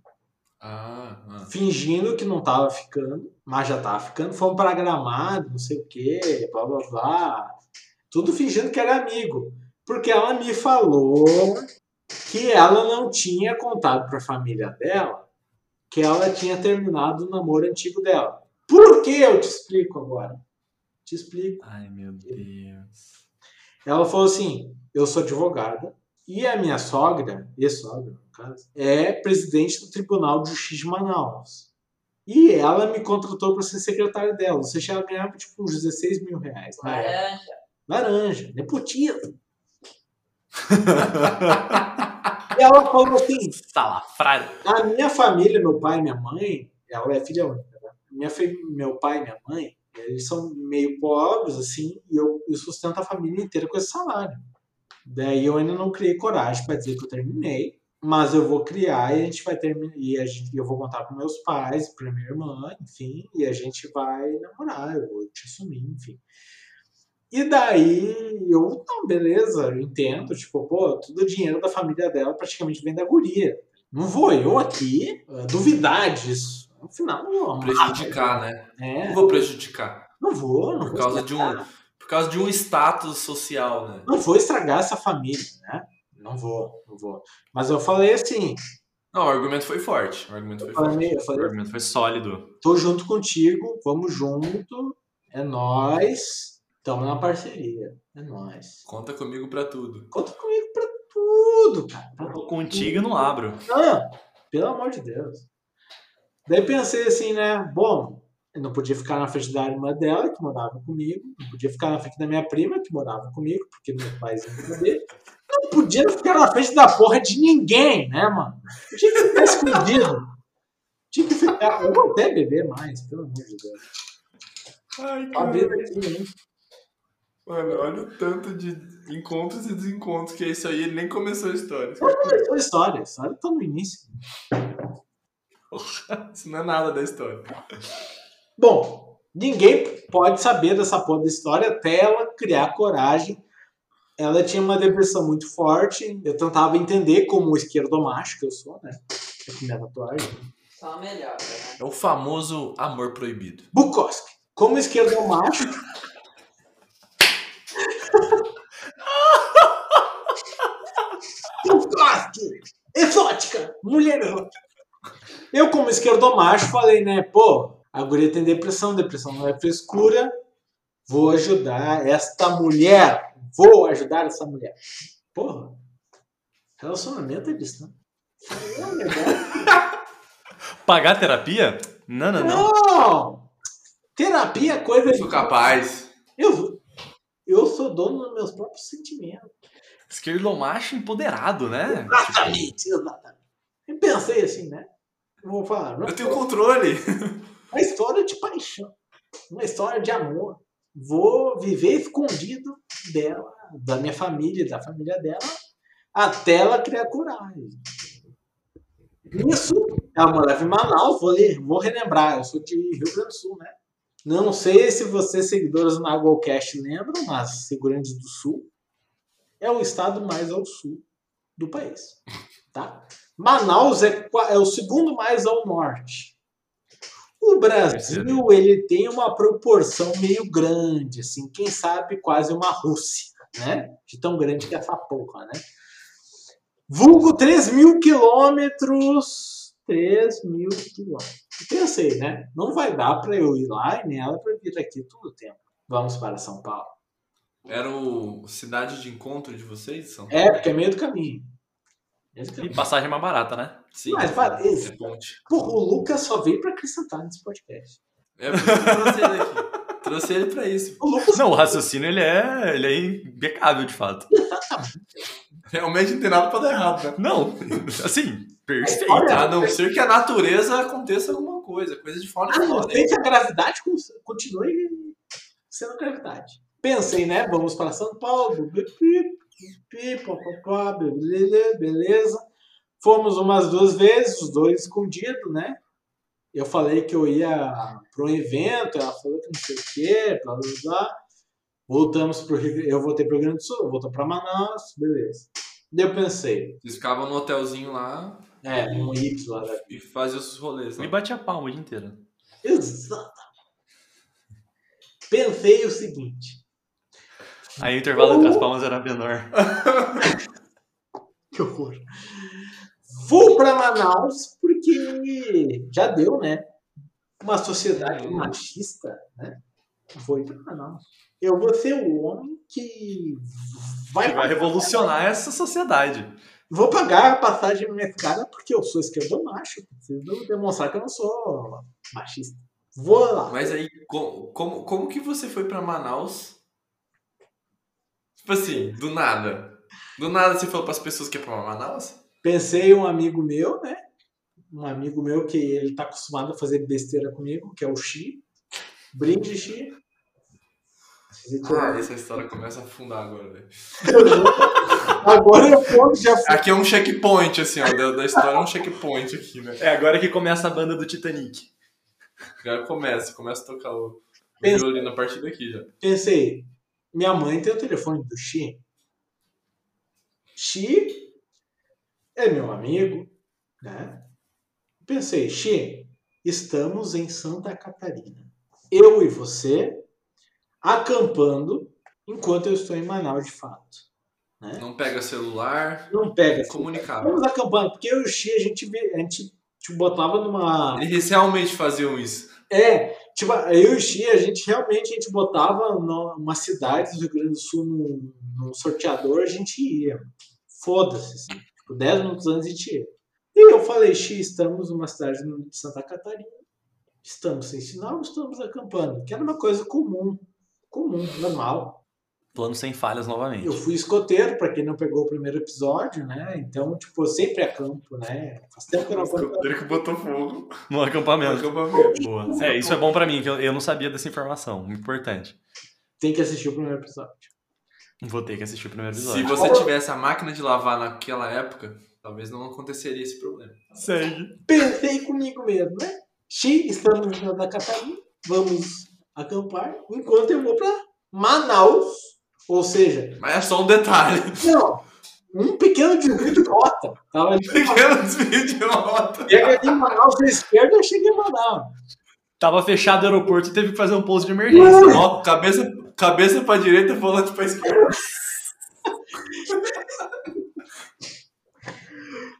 Speaker 1: Ah, ah.
Speaker 2: Fingindo que não tava ficando, mas já tava ficando. Fomos pra gramado, não sei o que, blá blá blá. Tudo fingindo que era amigo. Porque ela me falou que ela não tinha contado pra família dela que ela tinha terminado o namoro antigo dela. Por que eu te explico agora? Te explico.
Speaker 3: Ai, meu Deus.
Speaker 2: Ela falou assim: eu sou advogada e a minha sogra, ex-sogra no caso, é presidente do Tribunal de Justiça de Manaus. E ela me contratou para ser secretária dela. Ou seja, ela ganhava tipo uns 16 mil reais. na
Speaker 5: É.
Speaker 2: época.
Speaker 5: laranja.
Speaker 2: Laranja, nepotismo. E ela falou assim:
Speaker 3: Tá Salafrário.
Speaker 2: a minha família, meu pai e minha mãe, ela é filha única, né? Minha, fi- meu pai e minha mãe, eles são meio pobres, assim, e eu, eu sustento a família inteira com esse salário. Daí eu ainda não criei coragem para dizer que eu terminei, mas eu vou criar e a gente vai terminar. E a gente, eu vou contar para meus pais, para minha irmã, enfim, e a gente vai namorar, eu vou te assumir, enfim. E daí eu, não, beleza, eu entendo, tipo, pô, todo o dinheiro da família dela praticamente vem da guria. Não vou eu aqui eh, duvidar disso. No final, eu vou amar,
Speaker 1: Prejudicar, né?
Speaker 2: né?
Speaker 1: Não vou prejudicar.
Speaker 2: Não vou, não
Speaker 1: Por
Speaker 2: vou
Speaker 1: causa de um.
Speaker 2: estragar.
Speaker 1: Por causa de um status social, né?
Speaker 2: Não vou estragar essa família, né? Não vou, não vou. Mas eu falei assim,
Speaker 1: Não, o argumento foi forte. O argumento foi
Speaker 2: eu
Speaker 1: forte.
Speaker 2: falei, eu
Speaker 3: O
Speaker 2: falei,
Speaker 3: argumento foi sólido.
Speaker 2: tô junto contigo, vamos junto, é nós, estamos na parceria, é nós.
Speaker 1: Conta comigo pra tudo.
Speaker 2: Conta comigo pra tudo, cara. pra
Speaker 3: Tô contigo e não abro.
Speaker 2: Não, pelo amor de Deus. Daí pensei assim, né? Bom, eu não podia ficar na frente da irmã dela, que morava comigo. Não podia ficar na frente da minha prima, que morava comigo, porque meus pais iam entender. Não podia ficar na frente da porra de ninguém, né, mano? Eu tinha que ficar escondido. Tinha que ficar. Eu vou até beber mais, pelo amor de Deus.
Speaker 1: Ai,
Speaker 2: Uma vez aqui, hein?
Speaker 1: Mano, olha o tanto de encontros e desencontros que é isso aí. Ele nem começou a história.
Speaker 2: Foi história, história tá no início.
Speaker 1: Isso não é nada da história.
Speaker 2: Bom, ninguém pode saber dessa porra da história até ela criar coragem. Ela tinha uma depressão muito forte. Eu tentava entender como esquerdomacho que eu sou, né? Aqui minha tatuagem.
Speaker 5: Só melhor, né?
Speaker 1: É o famoso amor proibido.
Speaker 2: Bukowski, como é esquerdomacho. Bukowski, exótica, mulher exótica. Eu, como esquerdomacho, falei, né? Pô, a guria tem depressão, depressão não é frescura. Vou ajudar esta mulher. Vou ajudar essa mulher. Porra, relacionamento é distante. Não,
Speaker 3: Pagar terapia? Não, não, não.
Speaker 2: não. Terapia é coisa
Speaker 1: Eu sou capaz.
Speaker 2: eu, eu sou dono dos meus próprios sentimentos.
Speaker 3: Esquerdomacho empoderado, né?
Speaker 2: Exatamente, exatamente. E pensei assim, né? Vou falar, não,
Speaker 1: Eu tenho controle.
Speaker 2: uma história de paixão, uma história de amor. Vou viver escondido dela, da minha família, e da família dela, até ela criar coragem. Nisso, ela morava em Manaus, vou, lhe- vou relembrar, eu sou de Rio Grande do Sul, né? Não sei se vocês, seguidores do Nagolcast, lembram, mas Rio Grande do Sul é o estado mais ao sul do país, tá? Manaus é, qua- é o segundo mais ao norte. O
Speaker 1: é, né?
Speaker 2: Brasil, ele tem uma proporção meio grande, assim, quem sabe quase uma Rússia, né? De tão grande que é essa porra, né? Vulgo 3 mil quilômetros. 3 mil quilômetros. Pensei, né? Não vai dar pra eu ir lá e nem ela pra vir aqui todo o tempo. Vamos para São Paulo.
Speaker 1: Era o cidade de encontro de vocês, são?
Speaker 2: É, porque é meio do caminho. Meio do
Speaker 3: E
Speaker 2: caminho.
Speaker 3: passagem mais barata, né?
Speaker 1: Sim.
Speaker 2: mas fala isso.
Speaker 1: É ponte.
Speaker 2: Porra, o Lucas só veio pra acrescentar nesse podcast.
Speaker 1: É por isso que eu trouxe ele aqui. Trouxe ele pra isso.
Speaker 2: O Lucas
Speaker 3: Não, o raciocínio ele é, ele é impecável, de fato.
Speaker 1: Realmente não tem nada pra dar errado, né?
Speaker 3: Não, assim, perfeito.
Speaker 2: Olha,
Speaker 1: A não ser que a natureza aconteça alguma coisa, coisa de fora de
Speaker 2: Ah, não
Speaker 1: fora.
Speaker 2: sei que a gravidade con- continue sendo gravidade. Pensei, né? Vamos para São Paulo. bi- bi- bi- pó, pó, pó, belele, Beleza. Fomos umas duas vezes, os dois escondidos, né? Eu falei que eu ia para um evento, ela falou que não sei o quê, blá blá blá. Voltamos pro Rio, eu voltei para o Rio Grande do Sul, voltou para Manaus, beleza. Daí eu pensei,
Speaker 1: Vocês ficavam no hotelzinho lá
Speaker 2: é, um Y lá da
Speaker 1: e faziam os rolês.
Speaker 3: Me
Speaker 1: Né?
Speaker 3: bate a palma o dia inteiro.
Speaker 2: Exatamente. Pensei o seguinte.
Speaker 3: Aí o intervalo entre as palmas era menor.
Speaker 2: Que horror. Vou para Manaus porque já deu, né? Uma sociedade machista, né? Vou ir para Manaus. Eu vou ser o homem que vai,
Speaker 3: Vai revolucionar essa sociedade.
Speaker 2: Vou pagar a passagem na minha cara porque eu sou esquerdo macho. Preciso demonstrar que eu não sou machista. Vou lá.
Speaker 1: Mas aí, co- como, como que você foi pra Manaus? Tipo assim, do nada. Do nada você falou pras pessoas que é pra Manaus?
Speaker 2: Pensei em um amigo meu, né? Um amigo meu que ele tá acostumado a fazer besteira comigo, que é o Xi. Brinde, Xi.
Speaker 1: Ah, essa história começa a afundar agora, velho.
Speaker 2: Agora eu fogo já fui.
Speaker 1: Aqui é um checkpoint, assim, ó. Da, da história é um checkpoint aqui, né?
Speaker 3: É agora que começa a banda do Titanic.
Speaker 1: Já começa, começa a tocar o, o
Speaker 2: Pensa.
Speaker 1: violino a partir daqui já.
Speaker 2: Pensei, minha mãe tem o telefone do Xi. Xi é meu amigo, né? Pensei, Xi, estamos em Santa Catarina. Eu e você acampando enquanto eu estou em Manaus de fato.
Speaker 1: Não pega celular,
Speaker 2: Não pega.
Speaker 1: comunicava.
Speaker 2: Vamos acampando, porque eu e o Xi a gente, vê- a gente te botava numa.
Speaker 1: Eles realmente faziam isso.
Speaker 2: É, tipo, eu e o Xi, a gente realmente a gente botava no- uma cidade do Rio Grande do Sul num, num sorteador, a gente ia. Foda-se, assim. Tipo, 10 minutos antes a gente ia. E eu falei, Xi, estamos numa cidade de Santa Catarina, estamos sem sinal, estamos acampando. Que era uma coisa comum, comum, normal.
Speaker 3: Plano sem falhas novamente.
Speaker 2: Eu fui escoteiro, pra quem não pegou o primeiro episódio, né? Então, tipo, eu sempre acampo, né? Faz tempo que eu não acampo.
Speaker 1: Ele que botou fogo
Speaker 3: No
Speaker 1: no
Speaker 3: acampamento.
Speaker 1: acampamento.
Speaker 3: Boa. É, isso é bom pra mim, que eu eu não sabia dessa informação. Muito importante.
Speaker 2: Tem que assistir o primeiro episódio.
Speaker 3: Vou ter que assistir o primeiro
Speaker 1: Se
Speaker 3: episódio.
Speaker 1: você tivesse a máquina de lavar naquela época, talvez não aconteceria esse problema.
Speaker 3: Segue.
Speaker 2: pensei comigo mesmo, né? Xi, estamos em Santa Catarina, vamos acampar, enquanto eu vou para Manaus, ou seja,
Speaker 1: Mas é só um detalhe.
Speaker 2: não, um pequeno desvio de rota. Tava ali,
Speaker 1: Pequeno desvio de rota.
Speaker 2: pega ali em Manaus à esquerda, chega em Manaus.
Speaker 3: Tava fechado o aeroporto e teve que fazer um pouso de emergência.
Speaker 2: Ui.
Speaker 1: Ó, cabeça, cabeça pra direita, volante pra esquerda.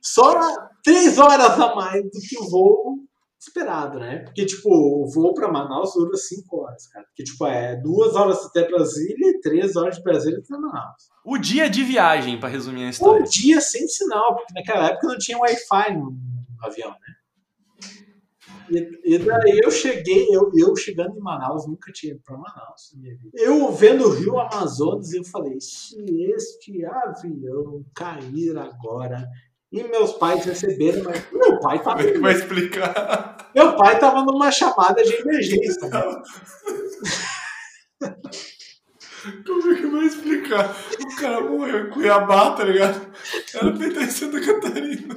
Speaker 2: Só três horas a mais do que o voo esperado, né? Porque, tipo, o voo para Manaus dura cinco horas, cara. Porque, tipo, é duas horas até Brasília e três horas de Brasília até Manaus.
Speaker 3: O dia de viagem, pra resumir a
Speaker 2: um
Speaker 3: história.
Speaker 2: dia sem sinal, porque naquela época não tinha Wi-Fi no, no avião, né? E, e daí eu cheguei, eu, eu chegando em Manaus, nunca tinha ido pra Manaus na minha vida. Eu vendo o rio Amazonas, eu falei, se este avião cair agora. E meus pais receberam, mas meu pai
Speaker 1: Como é que
Speaker 2: tava,
Speaker 1: vai explicar?
Speaker 2: meu pai tava numa chamada de emergência. né?
Speaker 1: Como é que vai explicar? O cara morreu em Cuiabá, tá ligado? Era pra ele estar em Santa Catarina.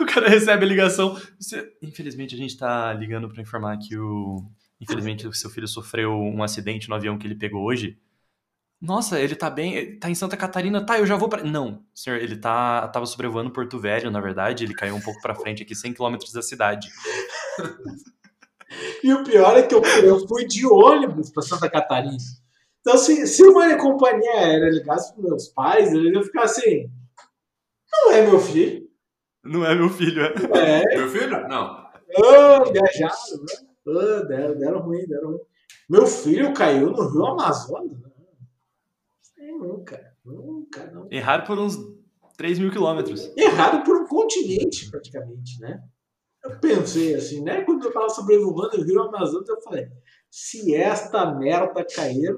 Speaker 3: O cara recebe a ligação. Você- Infelizmente, a gente tá ligando pra informar que o. Infelizmente, o seu filho sofreu um acidente no avião que ele pegou hoje. Nossa, ele tá bem, ele tá em Santa Catarina, tá, eu já vou pra. Não, senhor, ele tá, tava sobrevoando Porto Velho, na verdade, ele caiu um pouco pra frente aqui, 100 km da cidade.
Speaker 2: E o pior é que eu, eu fui de ônibus para Santa Catarina. Então, se, se uma companhia aérea ligasse para meus pais, eles iam ficar assim: não é meu filho,
Speaker 3: Não é meu filho, é.
Speaker 2: é,
Speaker 1: Meu filho? Não.
Speaker 2: ah, viajaram, né? Ah, deram, deram ruim, deram ruim. Meu filho caiu no Rio Amazonas? Sei nunca, nunca, não.
Speaker 3: Erraram por uns 3 mil quilômetros.
Speaker 2: errado por um continente, praticamente, né? Eu pensei assim, né? Quando eu tava sobrevoando o Rio Amazonas, eu falei, se esta merda cair,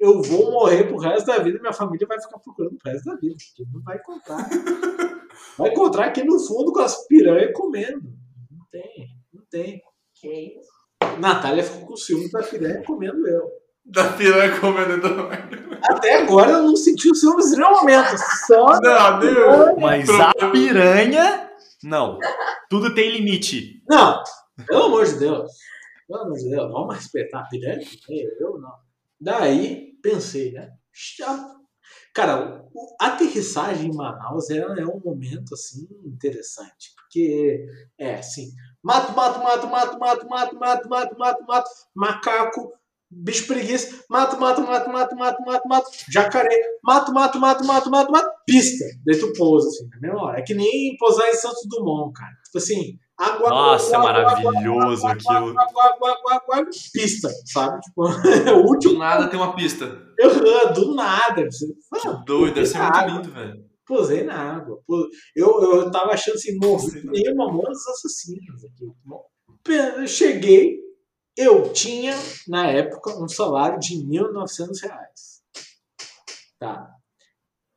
Speaker 2: eu vou morrer pro resto da vida, minha família vai ficar procurando pro resto da vida, porque não vai encontrar. Vai encontrar aqui no fundo com as piranhas comendo. Não tem, não tem.
Speaker 5: Que isso?
Speaker 2: Natália ficou com ciúme da piranha comendo eu.
Speaker 1: Da piranha comendo do
Speaker 2: Até agora eu não senti o ciúmes em nenhum momento. Só
Speaker 1: Não, deu.
Speaker 3: Mas a piranha. Não. Tudo tem limite.
Speaker 2: Não, pelo amor de Deus. Pelo amor de Deus, vamos respeitar a piranha? Eu não. Daí, pensei, né? Já- Cara, o- a aterrissagem em Manaus é, é um momento, assim, interessante. Porque, é assim, mato, mato, mato, mato, mato, mato, mato, mato, mato, mato, macaco, bicho preguiça, mato, mato, mato, mato, mato, mato, mato, jacaré, mato, mato, mato, mato, mato, mato, pista. Daí tu pousa, assim, na mesma hora. É que nem pousar em Santos Dumont, cara. Tipo assim, água...
Speaker 3: Nossa, é
Speaker 2: água, água, água,
Speaker 3: maravilhoso aquilo.
Speaker 2: água, água, água, água, água, pista, sabe? Tipo, é o último
Speaker 1: Do nada tem uma pista.
Speaker 2: eu, do nada. Você, mano,
Speaker 1: Doido, deve ser muito
Speaker 2: água.
Speaker 1: lindo, velho.
Speaker 2: Posei na água. pô. Eu, eu tava achando assim, morro, tem mamonas assassinas aqui. Pe- eu Cheguei, eu tinha, na época, um salário de 1.900 reais. Tá.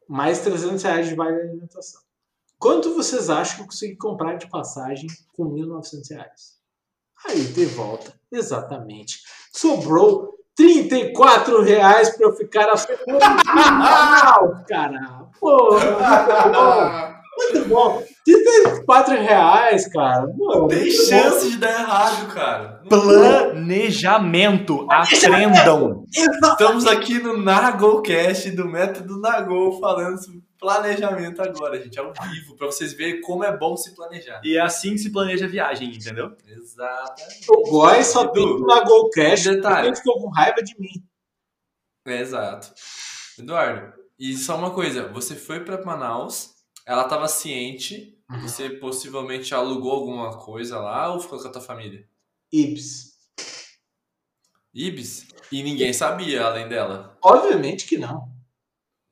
Speaker 2: Mais 300 reais de vale alimentação. Quanto vocês acham que eu consegui comprar de passagem com 1.900 reais? Aí, de volta. Exatamente. Sobrou 34 reais pra eu ficar a final, cara. Pô, muito bom. Muito bom. 34 reais, cara. Pô,
Speaker 1: Tem
Speaker 2: muito bom.
Speaker 1: chance de dar errado, cara.
Speaker 3: Planejamento. Aprendam.
Speaker 2: Exa-
Speaker 1: Estamos aqui no Nagolcast do Método Nagol falando sobre planejamento agora, gente, É ao vivo, pra vocês verem como é bom se planejar.
Speaker 3: E é assim que se planeja a viagem, entendeu?
Speaker 1: Exato.
Speaker 2: O Góis só tem
Speaker 1: Edu,
Speaker 2: que pagar o cash.
Speaker 1: detalhe.
Speaker 2: Ele ficou com raiva de mim.
Speaker 1: É, exato. Eduardo, e só uma coisa, você foi pra Manaus, ela tava ciente, você possivelmente alugou alguma coisa lá ou ficou com a tua família?
Speaker 2: Ibs.
Speaker 1: Ibis? E ninguém sabia além dela.
Speaker 2: Obviamente que não.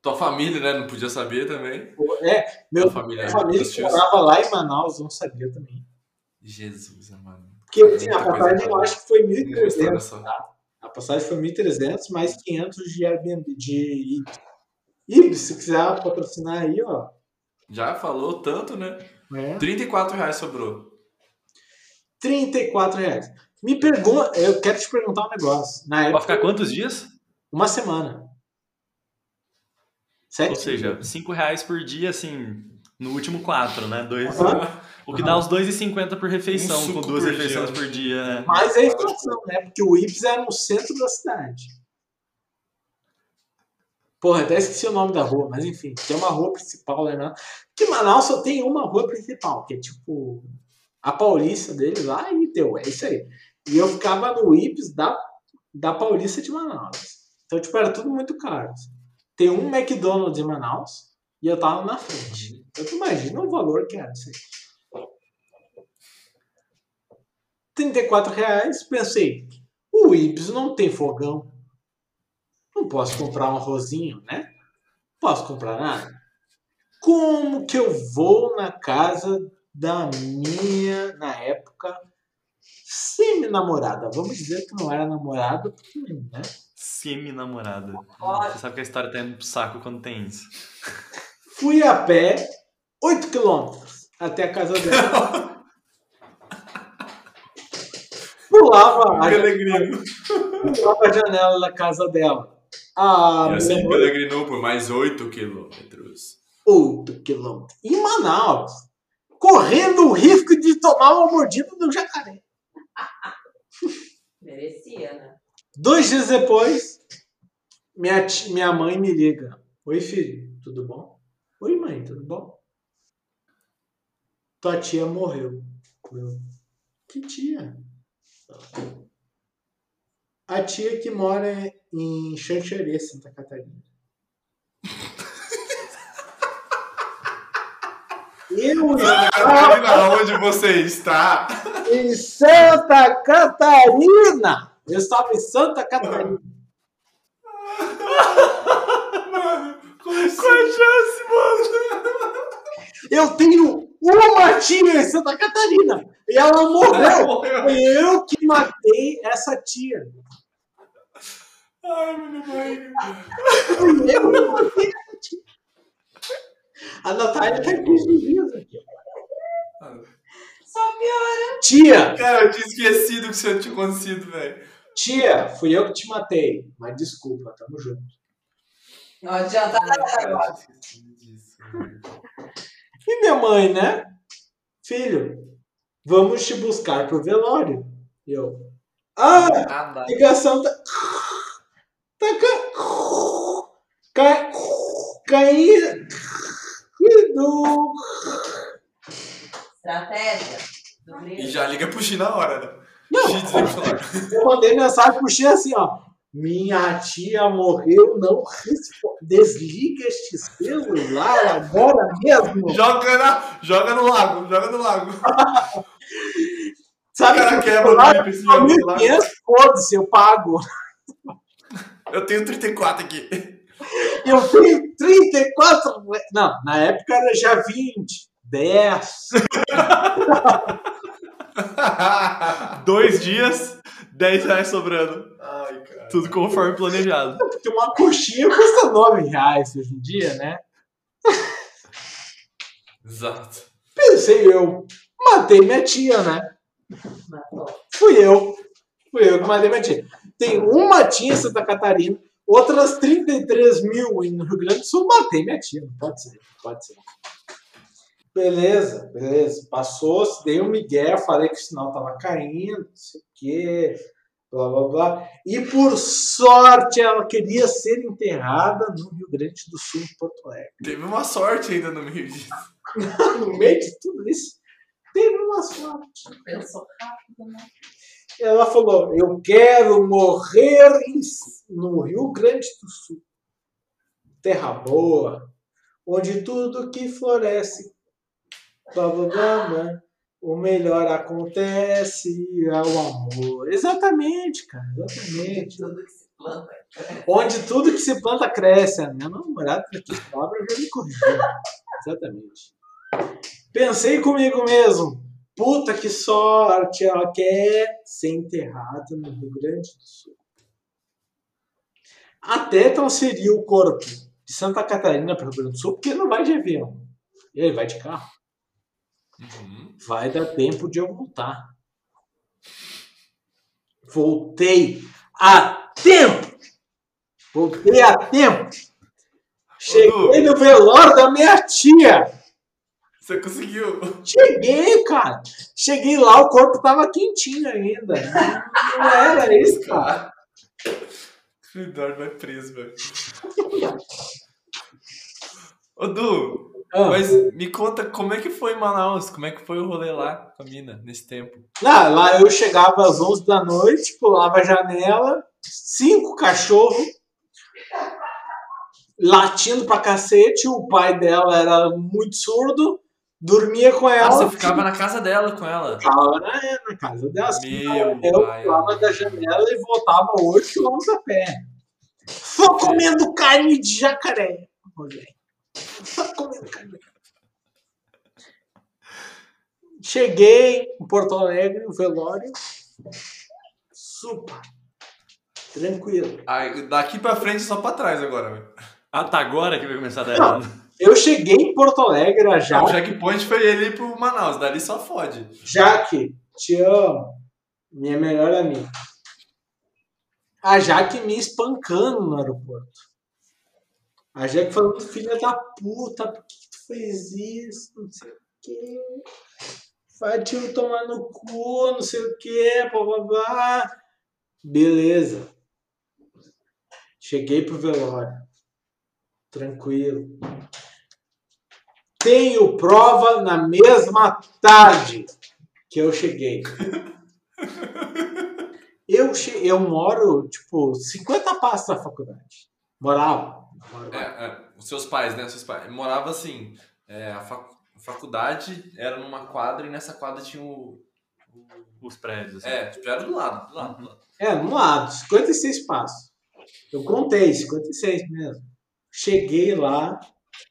Speaker 1: Tua família, né? Não podia saber também.
Speaker 2: É,
Speaker 1: Tua
Speaker 2: meu
Speaker 1: família,
Speaker 2: minha
Speaker 1: né,
Speaker 2: família
Speaker 1: teus
Speaker 2: que
Speaker 1: tios.
Speaker 2: morava lá em Manaus não sabia também.
Speaker 1: Jesus, mano.
Speaker 2: Porque assim, a
Speaker 1: Muita coisa
Speaker 2: passagem eu
Speaker 1: errada.
Speaker 2: acho que foi
Speaker 1: Uma história
Speaker 2: 1.300.
Speaker 1: só.
Speaker 2: A passagem foi 1.300 mais 500 de Airbnb. De Ibs. Ibs, se quiser patrocinar aí, ó.
Speaker 1: Já falou tanto, né?
Speaker 2: É.
Speaker 1: R$ 34 reais sobrou.
Speaker 2: 34 reais. Me pergunta, eu quero te perguntar um negócio. Na
Speaker 3: Vai
Speaker 2: época,
Speaker 3: ficar quantos dias?
Speaker 2: uma semana.
Speaker 3: Ou
Speaker 2: Sete?
Speaker 3: seja, 5 reais por dia, assim, no último 4, né? Dois,
Speaker 2: Aham.
Speaker 3: O que dá os 2,50 por
Speaker 1: Um
Speaker 3: refeição,
Speaker 1: suco
Speaker 3: com duas
Speaker 1: por
Speaker 3: refeições
Speaker 1: dia.
Speaker 3: por dia, né?
Speaker 2: Mas é inflação, né? Porque o Ibs era no centro da cidade. Porra, até esqueci o nome da rua, mas enfim, tem uma rua principal lá em Manaus. Que Manaus só tem uma rua principal, que é tipo a Paulista deles lá e deu, é isso aí. E eu ficava no Ibs da, da Paulista de Manaus. Então, tipo, era tudo muito caro. assim. Tem um McDonald's em Manaus e eu tava na frente. Então, tu imagina o valor que era isso aí. 34 reais, pensei, o Ibs não tem fogão. Não posso comprar um arrozinho, né? Posso comprar nada. Como que eu vou na casa da minha, na época, semi-namorada? Vamos dizer que não era namorada, porque, né?
Speaker 3: Semi-namorada.
Speaker 5: Olha.
Speaker 3: Você sabe que a história tá indo pro saco quando tem isso.
Speaker 2: Fui a pé 8 quilômetros até a casa dela. Pulava a
Speaker 1: Peregrino.
Speaker 2: pulava a janela da casa dela. Ah,
Speaker 1: E assim,
Speaker 2: meu,
Speaker 1: peregrinou por mais 8 quilômetros.
Speaker 2: 8 quilômetros. Em Manaus, correndo o risco de tomar uma mordida do jacaré.
Speaker 5: Merecia, né?
Speaker 2: Dois dias depois, minha, ti- minha mãe me liga. Oi, filho, tudo bom? Oi, mãe, tudo bom? Tua tia morreu. Eu, que tia? A tia que mora em Xanxerê, Santa Catarina. Eu
Speaker 1: Peregrina, onde você está?
Speaker 2: em Santa Catarina. Eu estava em Santa Catarina.
Speaker 1: Qual a chance, mano?
Speaker 2: Eu tenho uma tia em Santa Catarina e ela morreu.
Speaker 1: Morreu.
Speaker 2: Foi eu que matei essa tia.
Speaker 1: Ai, meu Deus.
Speaker 2: Foi eu que matei essa tia. A Natália tá aqui de riso aqui.
Speaker 5: Só piora.
Speaker 2: Tia,
Speaker 1: Cara, eu tinha esquecido que isso tinha acontecido, velho.
Speaker 2: tia, fui eu que te matei. Mas desculpa, tamo junto.
Speaker 5: Não adianta nada agora.
Speaker 1: Cara, eu tinha esquecido disso, velho.
Speaker 2: E minha mãe, né? Filho, vamos te buscar pro velório. E eu. Ah!
Speaker 1: Ah, dá.
Speaker 2: ligação tá. Tá ca... Ca... Caído
Speaker 5: Estratégia do
Speaker 1: E
Speaker 5: grego.
Speaker 1: já liga pro X na hora, né?
Speaker 2: Não.
Speaker 1: X desliga o celular.
Speaker 2: Eu mandei mensagem pro Xê assim, ó. Minha tia morreu, não responde. Desliga este celular agora mesmo.
Speaker 1: Joga, na, joga no lago, joga no lago. O
Speaker 2: Sabe
Speaker 1: cara
Speaker 2: que
Speaker 1: quebra o
Speaker 2: celular?
Speaker 1: drip, esse
Speaker 2: Tá
Speaker 1: jogo no lago.
Speaker 2: 1.500, foda-se, eu pago.
Speaker 1: Eu tenho 34 aqui.
Speaker 2: Eu tenho 34. re- Não, na época era já 20. 10.
Speaker 3: Dois dias, 10 reais sobrando.
Speaker 1: Ai, cara.
Speaker 3: Tudo conforme planejado.
Speaker 2: Porque uma coxinha custa 9 reais hoje em dia, né?
Speaker 1: Exato.
Speaker 2: Pensei eu. Matei minha tia, né?
Speaker 5: Matou.
Speaker 2: Fui eu. Fui eu que matei minha tia. Tem uma tia em Santa Catarina, outras 33 mil em Rio Grande do Sul. Matei minha tia. Não Pode ser, não pode ser. Beleza, beleza. Passou, se dei um migué, falei que o sinal tava caindo, não sei o quê, blá blá blá. E por sorte ela queria ser enterrada no Rio Grande do Sul, em Porto Alegre.
Speaker 1: Teve uma sorte ainda no meio disso.
Speaker 2: No meio de tudo isso, teve uma sorte.
Speaker 5: Pensou rápido, né?
Speaker 2: Ela falou: Eu quero morrer em- no Rio Grande do Sul, terra boa, onde tudo que floresce, blá blá blá, blá, o melhor acontece ao amor. Exatamente, cara, exatamente.
Speaker 5: Tudo que se planta.
Speaker 2: Onde tudo que se planta cresce. A minha namorada aqui, a palavra já me corrigiu. Exatamente. Pensei comigo mesmo. Puta que sorte, ela quer ser enterrada no Rio Grande do Sul. Até transferir o corpo de Santa Catarina para o Rio Grande do Sul, porque ele não vai de avião. Ele vai de carro. Vai dar tempo de eu voltar. Voltei a tempo! Voltei a tempo! Cheguei no velório da minha tia!
Speaker 1: Você conseguiu.
Speaker 2: Cheguei, cara! Cheguei lá, o corpo tava quentinho ainda. Não era isso, cara.
Speaker 1: O Eduardo vai preso, velho. Ô, Du,
Speaker 2: Ah,
Speaker 1: mas me conta como é que foi em Manaus? Como é que foi o rolê lá com a mina nesse tempo?
Speaker 2: Não, lá eu chegava às 11 da noite, pulava a janela, cinco cachorros latindo pra cacete. O pai dela era muito surdo, dormia com
Speaker 1: Ah,
Speaker 2: ela,
Speaker 1: você ficava na casa dela com ela.
Speaker 2: ficava na, na casa dela. assim,
Speaker 1: Meu
Speaker 2: Eu
Speaker 1: pai.
Speaker 2: pulava da janela e voltava 8 km a pé. Só
Speaker 1: É.
Speaker 2: comendo carne de jacaré. Rogério. Só comendo carne de jacaré. Cheguei em Porto Alegre, o velório. Super. Tranquilo.
Speaker 1: Ai, daqui pra frente só pra trás agora, velho.
Speaker 3: Ah, tá agora que vai começar a dar
Speaker 2: Não.
Speaker 3: errado.
Speaker 2: Eu cheguei em Porto Alegre, a
Speaker 1: O
Speaker 2: Jaque.
Speaker 1: checkpoint foi ele ir pro Manaus, dali só fode.
Speaker 2: Jaque, te amo. Minha melhor amiga. A Jaque me espancando no aeroporto. A Jaque falando, filha da puta, por que que tu fez isso? Não sei o quê. Vai te tomar no cu, não sei o quê, blá blá blá. Beleza. Cheguei pro velório. Tranquilo. Tenho prova na mesma tarde que eu cheguei. Eu, che eu moro, tipo, 50 passos da faculdade. Morava. Moro
Speaker 1: É,
Speaker 2: lá.
Speaker 1: é, os seus pais, né? Os seus pais. Morava assim, é, a fac- a faculdade era numa quadra e nessa quadra tinha o.
Speaker 3: Os prédios. assim.
Speaker 1: É, tipo, era do lado, do lado, do lado.
Speaker 2: É, no lado, 56 passos. Eu contei, 56 mesmo. Cheguei lá,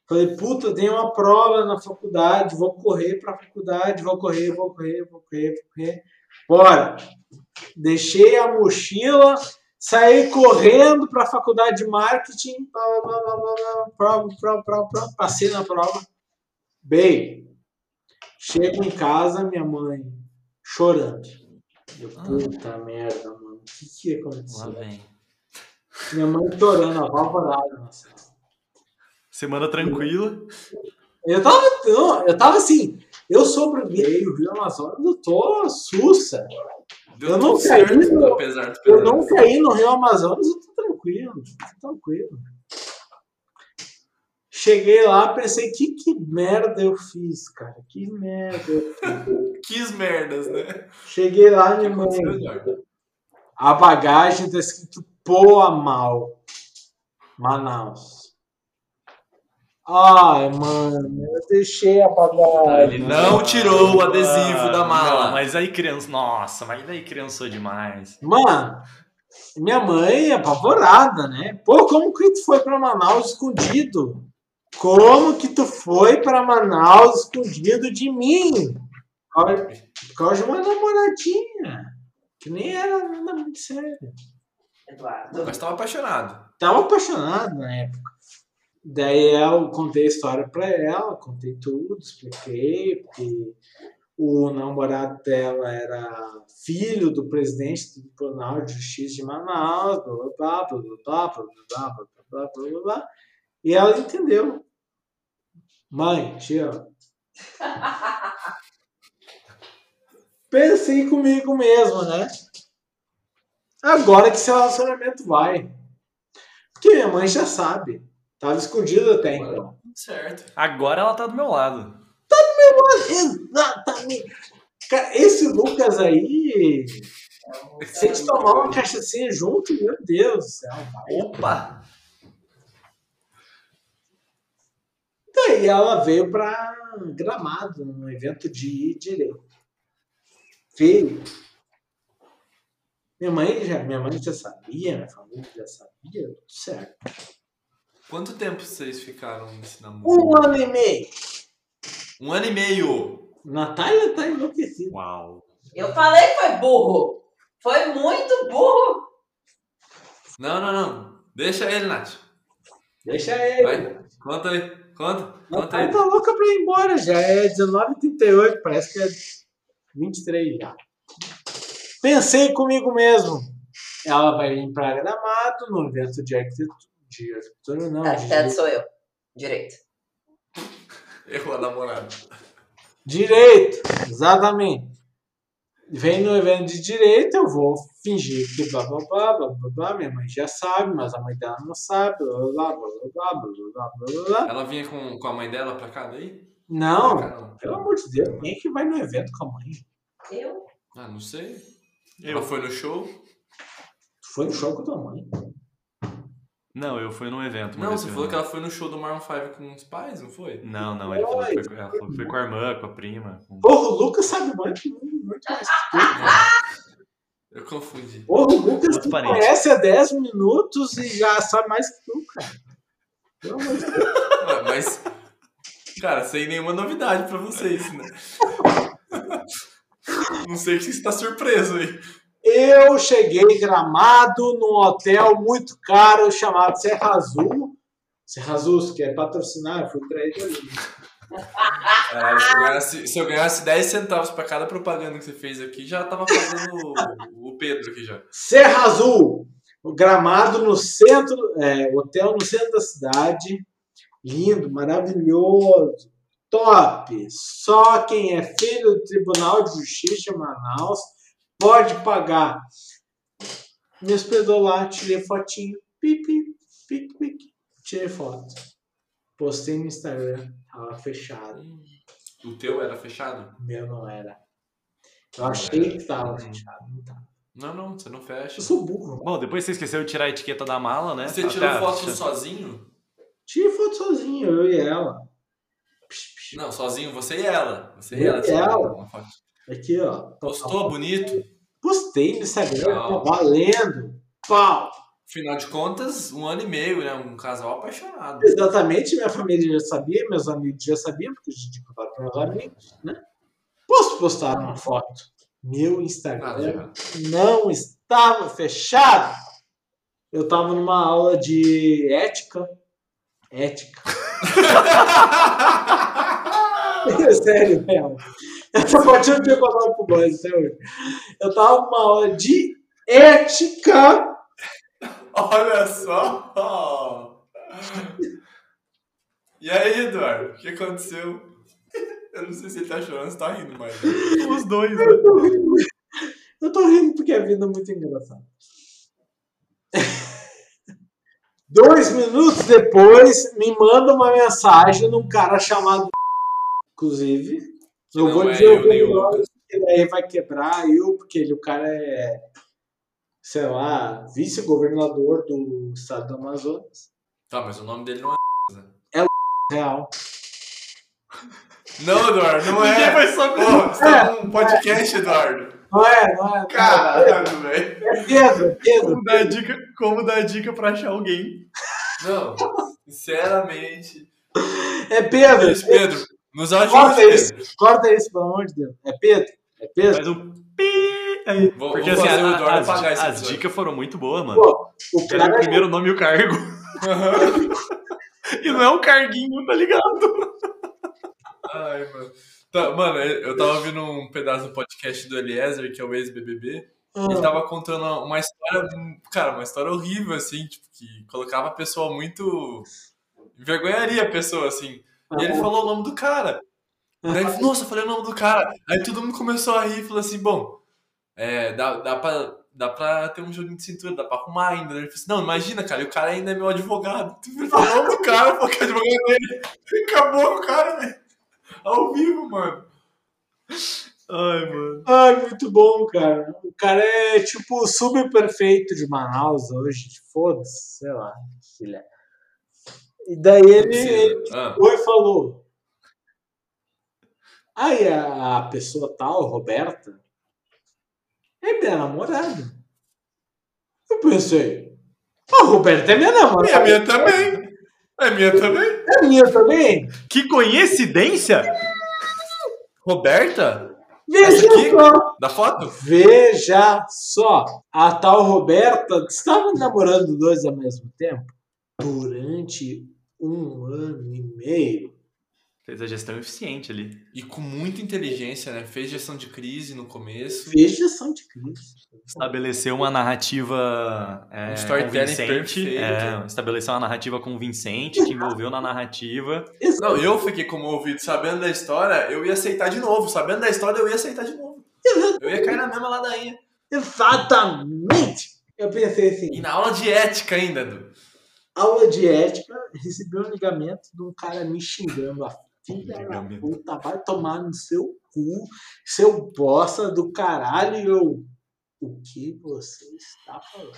Speaker 2: falei, puta, tem uma prova na faculdade, vou correr pra faculdade, vou correr, vou correr, vou correr, vou correr. Bora! Deixei a mochila, saí correndo pra faculdade de marketing, blá, blá, blá, blá, blá, prova, prova, prova, prova, passei na prova. Bem, chego em casa, minha mãe chorando. Eu, puta merda, mano, o que que
Speaker 3: Ah. Lá
Speaker 2: aconteceu?
Speaker 3: vem.
Speaker 2: Minha mãe chorando, apavorada na sala.
Speaker 3: Semana tranquila.
Speaker 2: Eu tava, não, eu tava assim, eu sobrevivei o Rio Amazonas, eu tô sussa.
Speaker 1: Deu
Speaker 2: Uhum. Eu
Speaker 1: tudo
Speaker 2: não saí,
Speaker 1: certo,
Speaker 2: eu-
Speaker 1: apesar do
Speaker 2: Eu
Speaker 1: pesar.
Speaker 2: não caí no Rio Amazonas, eu tô tranquilo, tô tranquilo. Cheguei lá, pensei, que, que merda eu fiz, cara, que merda. eu fiz.
Speaker 1: Quis merdas, né?
Speaker 2: Cheguei lá,
Speaker 1: O que
Speaker 2: minha mãe,
Speaker 1: aconteceu, Eduardo?
Speaker 2: a bagagem tá escrito Poa Mal, Manaus. Ai, mano, eu deixei a bagagem.
Speaker 3: Ele Ah,
Speaker 1: não tirou o adesivo da mala.
Speaker 3: Não, mas aí criança. Nossa, mas daí criançou demais.
Speaker 2: Mano, minha mãe é apavorada, né? Pô, como que tu foi pra Manaus escondido? Como que tu foi pra Manaus escondido de mim? Por causa- Por causa de uma namoradinha. Que nem era nada muito sério.
Speaker 5: Eduardo.
Speaker 1: Mas tava apaixonado.
Speaker 2: Tava apaixonado na época. Daí eu contei a história pra ela, contei tudo, expliquei que o namorado dela era filho do presidente do Tribunal de Justiça de Manaus, blá blá blá blá blá blá blá blá blá blá blá blá. E ela entendeu. Mãe, te amo. Pensei comigo mesmo, né? Agora que seu relacionamento vai. Porque minha mãe já sabe. Tava escondido até então.
Speaker 1: Certo.
Speaker 3: Agora ela tá do meu lado.
Speaker 2: Exatamente. Cara, esse Lucas aí. Se eles tomar uma cachaçinha junto, meu Deus do céu. vai.
Speaker 3: Opa!
Speaker 2: Daí Tá ela veio pra Gramado, num evento de direito. Filho. Minha mãe já, minha mãe já sabia, minha família já sabia, tudo certo.
Speaker 1: Quanto tempo vocês ficaram nesse namoro?
Speaker 2: Um ano e meio.
Speaker 1: Um ano e meio.
Speaker 2: Natália tá enlouquecida.
Speaker 3: Uau!
Speaker 5: Eu falei que foi burro. Foi muito burro.
Speaker 1: Não, não, não. Deixa ele, Nath.
Speaker 2: Deixa ele.
Speaker 1: Vai. Conta aí. Conta. Conta
Speaker 2: Natália
Speaker 1: aí.
Speaker 2: tá louca pra ir embora já. É 19h38, parece que é 23 já. Pensei comigo mesmo. Ela vai vir pra Gramado, no evento de arquitetura. De arquitetura, não.
Speaker 5: Arquiteto
Speaker 2: De
Speaker 5: sou eu. Direito.
Speaker 1: Errou a namorada.
Speaker 2: direito, exatamente. Vem no evento de direito, eu vou fingir que blá blá blá blá blá blá. Minha mãe já sabe, mas a mãe dela não sabe. Blá blá blá blá blá blá blá blá blá.
Speaker 1: Ela vinha com, com a mãe dela pra cá daí?
Speaker 2: Não,
Speaker 1: Pra cá, não.
Speaker 2: pelo amor de Deus, quem é que vai no evento com a mãe?
Speaker 5: Eu?
Speaker 1: Ah, não sei.
Speaker 3: Eu.
Speaker 1: Ela foi no show?
Speaker 2: Tu foi no show com a tua mãe.
Speaker 3: Não, eu fui num evento. uma
Speaker 1: Não,
Speaker 3: vez
Speaker 1: você
Speaker 3: eu
Speaker 1: falou que
Speaker 3: não-
Speaker 1: ela foi no show do Maroon 5 com os pais, não foi?
Speaker 3: Não, não, ele falou que foi, com- ela falou que foi com a irmã, com a prima. com-
Speaker 2: Porra, o Lucas sabe muito, muito mais. né?
Speaker 1: Eu confundi.
Speaker 2: Porra, o Lucas tu
Speaker 3: Transparente.
Speaker 2: conhece há 10 minutos e já sabe mais que tu, cara. Pelo amor de Deus.
Speaker 1: Ué, Ah, Mas, cara, sem nenhuma novidade pra vocês, né? Não sei que você está surpreso aí.
Speaker 2: Eu cheguei gramado num hotel muito caro chamado Serra Azul. Serra Azul, se quer patrocinar, eu fui traído ali.
Speaker 1: Caralho, se eu, ganhasse, se eu ganhasse 10 centavos pra cada propaganda que você fez aqui, já tava fazendo o, o Pedro aqui já.
Speaker 2: Serra Azul, o gramado no centro, é, hotel no centro da cidade, lindo, maravilhoso, top. Só quem é filho do Tribunal de Justiça de Manaus pode pagar. Me hospedou lá, tirei fotinho, pipi, pipi, pipi, tirei foto. Postei no Instagram, tava fechado,
Speaker 1: O teu era fechado?
Speaker 2: o meu não era. Eu achei que tava fechado, não tava.
Speaker 1: Não, não, você não fecha.
Speaker 2: Eu sou burro.
Speaker 3: Bom, depois você esqueceu de tirar a etiqueta da mala, né?
Speaker 1: Você
Speaker 3: Até
Speaker 1: tirou
Speaker 3: a-
Speaker 1: foto sozinho?
Speaker 2: Tirei foto sozinho, eu e ela. Psh, psh.
Speaker 1: Não, sozinho você e ela. Você e
Speaker 2: Eu
Speaker 3: É,
Speaker 1: ela.
Speaker 2: e
Speaker 1: tiraram
Speaker 2: ela.
Speaker 1: uma foto.
Speaker 2: Aqui, ó.
Speaker 1: Postou bonito?
Speaker 2: Postei no Instagram,
Speaker 1: Não.
Speaker 2: tá valendo. Pau!
Speaker 1: Afinal de contas, um ano e meio, né? Um casal apaixonado.
Speaker 2: Exatamente, minha família já sabia, meus amigos já sabiam, porque a gente contaram para meus amigos, né? Posso postar uma foto? Meu
Speaker 1: Nada
Speaker 3: É.
Speaker 2: Instagram
Speaker 1: de errado.
Speaker 2: não estava fechado. Eu estava numa aula de ética. Ética. É Sério, mesmo. Essa parte eu tinha contado pro Góis até hoje. Eu tava numa aula de ética.
Speaker 1: Olha só! E aí, Eduardo, o que aconteceu? Eu não sei se ele tá chorando, se tá rindo, mas.
Speaker 3: Os dois, né?
Speaker 2: Eu tô rindo, eu tô rindo porque a vida é muito engraçada. Dois minutos depois, me manda uma mensagem de um cara chamado. Inclusive, eu
Speaker 1: Não
Speaker 2: vou
Speaker 1: é
Speaker 2: dizer
Speaker 1: eu
Speaker 2: o nome
Speaker 1: nem o
Speaker 2: dele, porque daí vai quebrar eu, porque ele, o cara é, sei lá, vice-governador do estado do Amazonas.
Speaker 1: Tá, mas o nome dele não é.
Speaker 2: Real.
Speaker 1: Não, Eduardo, não
Speaker 3: Ninguém
Speaker 1: é!
Speaker 3: vai saber.
Speaker 1: Pô, você tá num podcast, Eduardo!
Speaker 2: Não é, não é.
Speaker 1: Caralho, velho!
Speaker 2: É Pedro, é Pedro.
Speaker 3: Como dar dica, como dar dica pra achar alguém.
Speaker 1: Não, sinceramente.
Speaker 2: É Pedro.
Speaker 1: Mas, Pedro, nos ajuda.
Speaker 2: Corta isso,
Speaker 1: Pedro.
Speaker 2: corta isso, pelo amor de Deus. É Pedro, é Pedro.
Speaker 3: Faz um pi aí.
Speaker 1: Vou,
Speaker 3: Porque
Speaker 1: vou
Speaker 3: assim,
Speaker 1: fazer
Speaker 3: a-
Speaker 1: o Eduardo
Speaker 3: as,
Speaker 1: pagar esse
Speaker 3: as
Speaker 1: episódio.
Speaker 3: dicas foram muito boas, mano.
Speaker 2: Pô, o
Speaker 3: Era o
Speaker 2: cara,
Speaker 3: primeiro nome e o cargo.
Speaker 1: Aham.
Speaker 3: E não é um carguinho, tá ligado?
Speaker 1: Ai, mano. Tá, mano, eu tava ouvindo um pedaço do podcast do Eliezer, que é o ex-BBB.
Speaker 2: Ah.
Speaker 1: Ele tava contando uma história, cara, uma história horrível, assim, tipo, que colocava a pessoa muito. envergonharia a pessoa, assim. E ele falou o nome do cara. Daí ele falou, nossa, eu falei o nome do cara. Aí todo mundo começou a rir e falou assim: bom, é, dá, dá, pra, dá pra ter um joguinho de cintura, dá pra arrumar ainda. Ele falou assim: não, imagina, cara, e o cara ainda é meu advogado. Ele falou o nome do cara, falou que é advogado dele. Acabou com o cara, velho. Ao vivo, mano.
Speaker 3: Ai, mano.
Speaker 2: Ai, muito bom, cara. O cara é tipo o subprefeito de Manaus hoje, de foda-se, sei lá. que ele é. E daí ele, ele
Speaker 1: Ah,
Speaker 2: foi e falou. Aí a a pessoa tal, Roberta, é minha namorada. Eu pensei, a Roberta é minha
Speaker 1: e a
Speaker 2: namorada.
Speaker 1: minha também. A minha também.
Speaker 2: É minha também?
Speaker 3: Que coincidência!
Speaker 1: Roberta?
Speaker 2: Veja
Speaker 1: aqui?
Speaker 2: só.
Speaker 1: Da foto?
Speaker 2: Veja só, a tal Roberta estava namorando dois ao mesmo tempo durante um ano e meio.
Speaker 3: Fez a gestão eficiente ali.
Speaker 1: E com muita inteligência, né? Fez gestão de crise no começo.
Speaker 2: Veja são de Cristo.
Speaker 3: Estabeleceu uma narrativa. É,
Speaker 1: Um storytelling
Speaker 3: convincente,
Speaker 1: perfeito.
Speaker 3: é, estabeleceu uma narrativa convincente, te envolveu na narrativa.
Speaker 1: Não, eu fiquei comovido sabendo da história, eu ia aceitar de novo. Sabendo da história, eu ia aceitar de novo. Eu ia cair na mesma ladainha.
Speaker 2: Exatamente! Eu
Speaker 1: E
Speaker 2: pensei assim,
Speaker 1: na aula de ética ainda, Du.
Speaker 2: aula de ética, recebi um ligamento de um cara me xingando. A filha da
Speaker 3: Ligamento.
Speaker 2: puta vai tomar no seu cu, seu bosta do caralho. E eu, o que você está falando?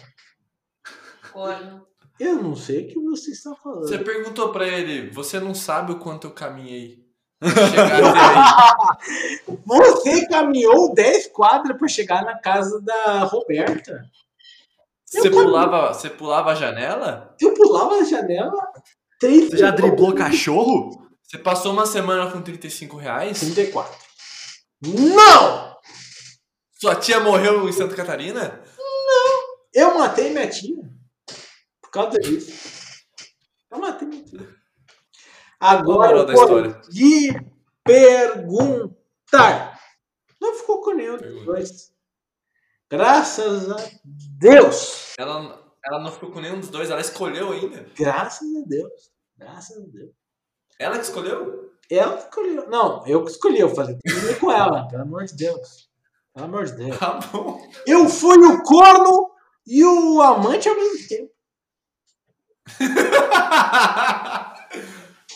Speaker 5: Corno.
Speaker 2: Eu não sei o que você está falando.
Speaker 1: Você perguntou pra ele, você não sabe o quanto eu caminhei. pra Chegar até aí.
Speaker 2: Você caminhou 10 quadras pra chegar na casa da Roberta.
Speaker 1: Você pulava, você pulava a janela?
Speaker 2: Eu pulava a janela. Três
Speaker 3: Você já driblou cachorro?
Speaker 1: Você passou uma semana com 35 reais?
Speaker 2: 34. Não!
Speaker 1: Sua tia morreu em Santa Catarina?
Speaker 2: Eu matei minha tia. Por causa disso. Eu matei minha tia. Agora
Speaker 1: moral
Speaker 2: eu
Speaker 1: da
Speaker 2: vou lhe perguntar. Não ficou com nenhum dos
Speaker 1: Pergunta.
Speaker 2: dois. Graças a Deus.
Speaker 1: Ela, ela não ficou com nenhum dos dois, ela escolheu ainda.
Speaker 2: Graças a Deus. Graças a Deus.
Speaker 1: Ela que escolheu?
Speaker 2: Ela que escolheu. Não, eu que escolhi. Eu falei, tudo bem com ela, pelo amor de Deus. Pelo amor de Deus.
Speaker 1: Tá bom.
Speaker 2: Eu fui o corno e o amante ao mesmo tempo.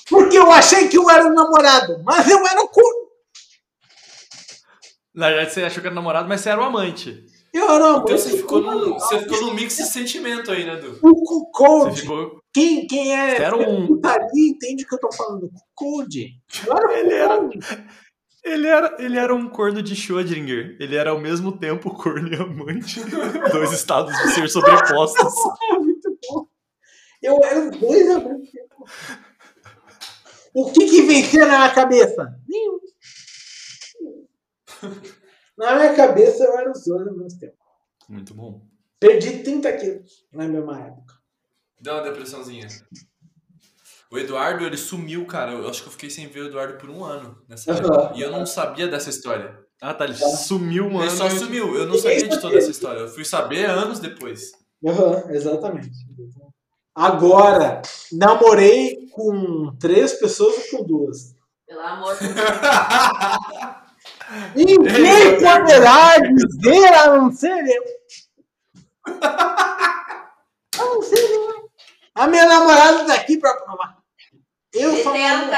Speaker 2: Porque eu achei que eu era o namorado, mas eu era o corno.
Speaker 3: Na verdade, você achou que era namorado, mas você era o amante.
Speaker 2: Eu era o amante.
Speaker 1: Então você ficou no, você ficou no mix de sentimento aí, né, Du?
Speaker 2: O cu-
Speaker 3: Você
Speaker 2: cold.
Speaker 3: ficou.
Speaker 2: Quem, quem
Speaker 3: Você
Speaker 2: é
Speaker 3: era um.
Speaker 2: putaria entende o que eu tô falando. Cu- Cold. Eu era o
Speaker 3: Ele era-
Speaker 2: corno.
Speaker 3: Ele era, ele era um corno de Schrödinger. Ele era ao mesmo tempo corno e amante. Dois estados de ser sobrepostos.
Speaker 2: Muito bom. Eu era os dois ao mesmo tempo. O que que vencia na minha cabeça? Nenhum. Na minha cabeça eu era os dois ao mesmo tempo.
Speaker 3: Muito bom.
Speaker 2: Perdi 30 quilos na mesma época.
Speaker 1: Deu uma depressãozinha. O Eduardo, ele sumiu, cara. Eu acho que eu fiquei sem ver o Eduardo por um ano nessa
Speaker 2: Aham.
Speaker 1: época. E eu não sabia dessa história.
Speaker 3: Ah, tá. Ele sumiu um
Speaker 1: Ele
Speaker 3: ano.
Speaker 1: só sumiu. Eu não sabia de toda essa história. Eu fui saber anos depois.
Speaker 2: Aham, exatamente. Agora, namorei com três pessoas ou com duas?
Speaker 5: Pelo amor de
Speaker 2: Ninguém poderá dizer a não ser eu. A não ser eu. A minha namorada tá aqui pra provar. Eu,
Speaker 5: Deus.
Speaker 2: falo-
Speaker 5: Tenta.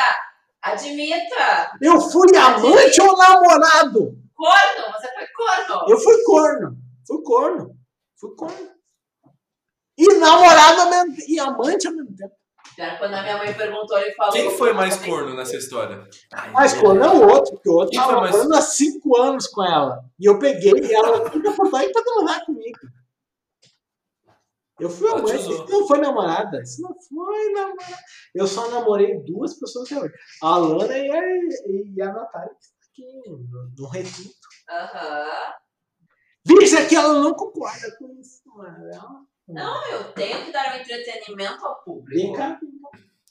Speaker 5: Admita.
Speaker 2: eu fui amante ou namorado?
Speaker 5: Corno. Você foi corno.
Speaker 2: Eu fui corno. Fui corno. Fui corno. E namorado ao mesmo- e amante ao mesmo tempo.
Speaker 5: Já Quando a minha mãe perguntou, ele falou.
Speaker 1: Quem foi mais corno nessa história?
Speaker 2: Mas corno é o outro, porque o outro
Speaker 1: Quem
Speaker 2: tava
Speaker 1: foi mais-
Speaker 2: namorando há cinco anos com ela. E eu peguei e ela fica por lá pra namorar comigo. Eu fui
Speaker 1: Ela te
Speaker 2: amante,
Speaker 1: usou.
Speaker 2: isso não foi namorada. Isso não foi namorada. Eu só namorei duas pessoas até hoje. A Lana e a, e a Natália, que está aqui no, no recinto.
Speaker 5: Aham.
Speaker 2: Veja que ela não concorda com isso, mano. É Ela-
Speaker 5: Não, eu tenho que dar um entretenimento ao público.
Speaker 2: Vem cá.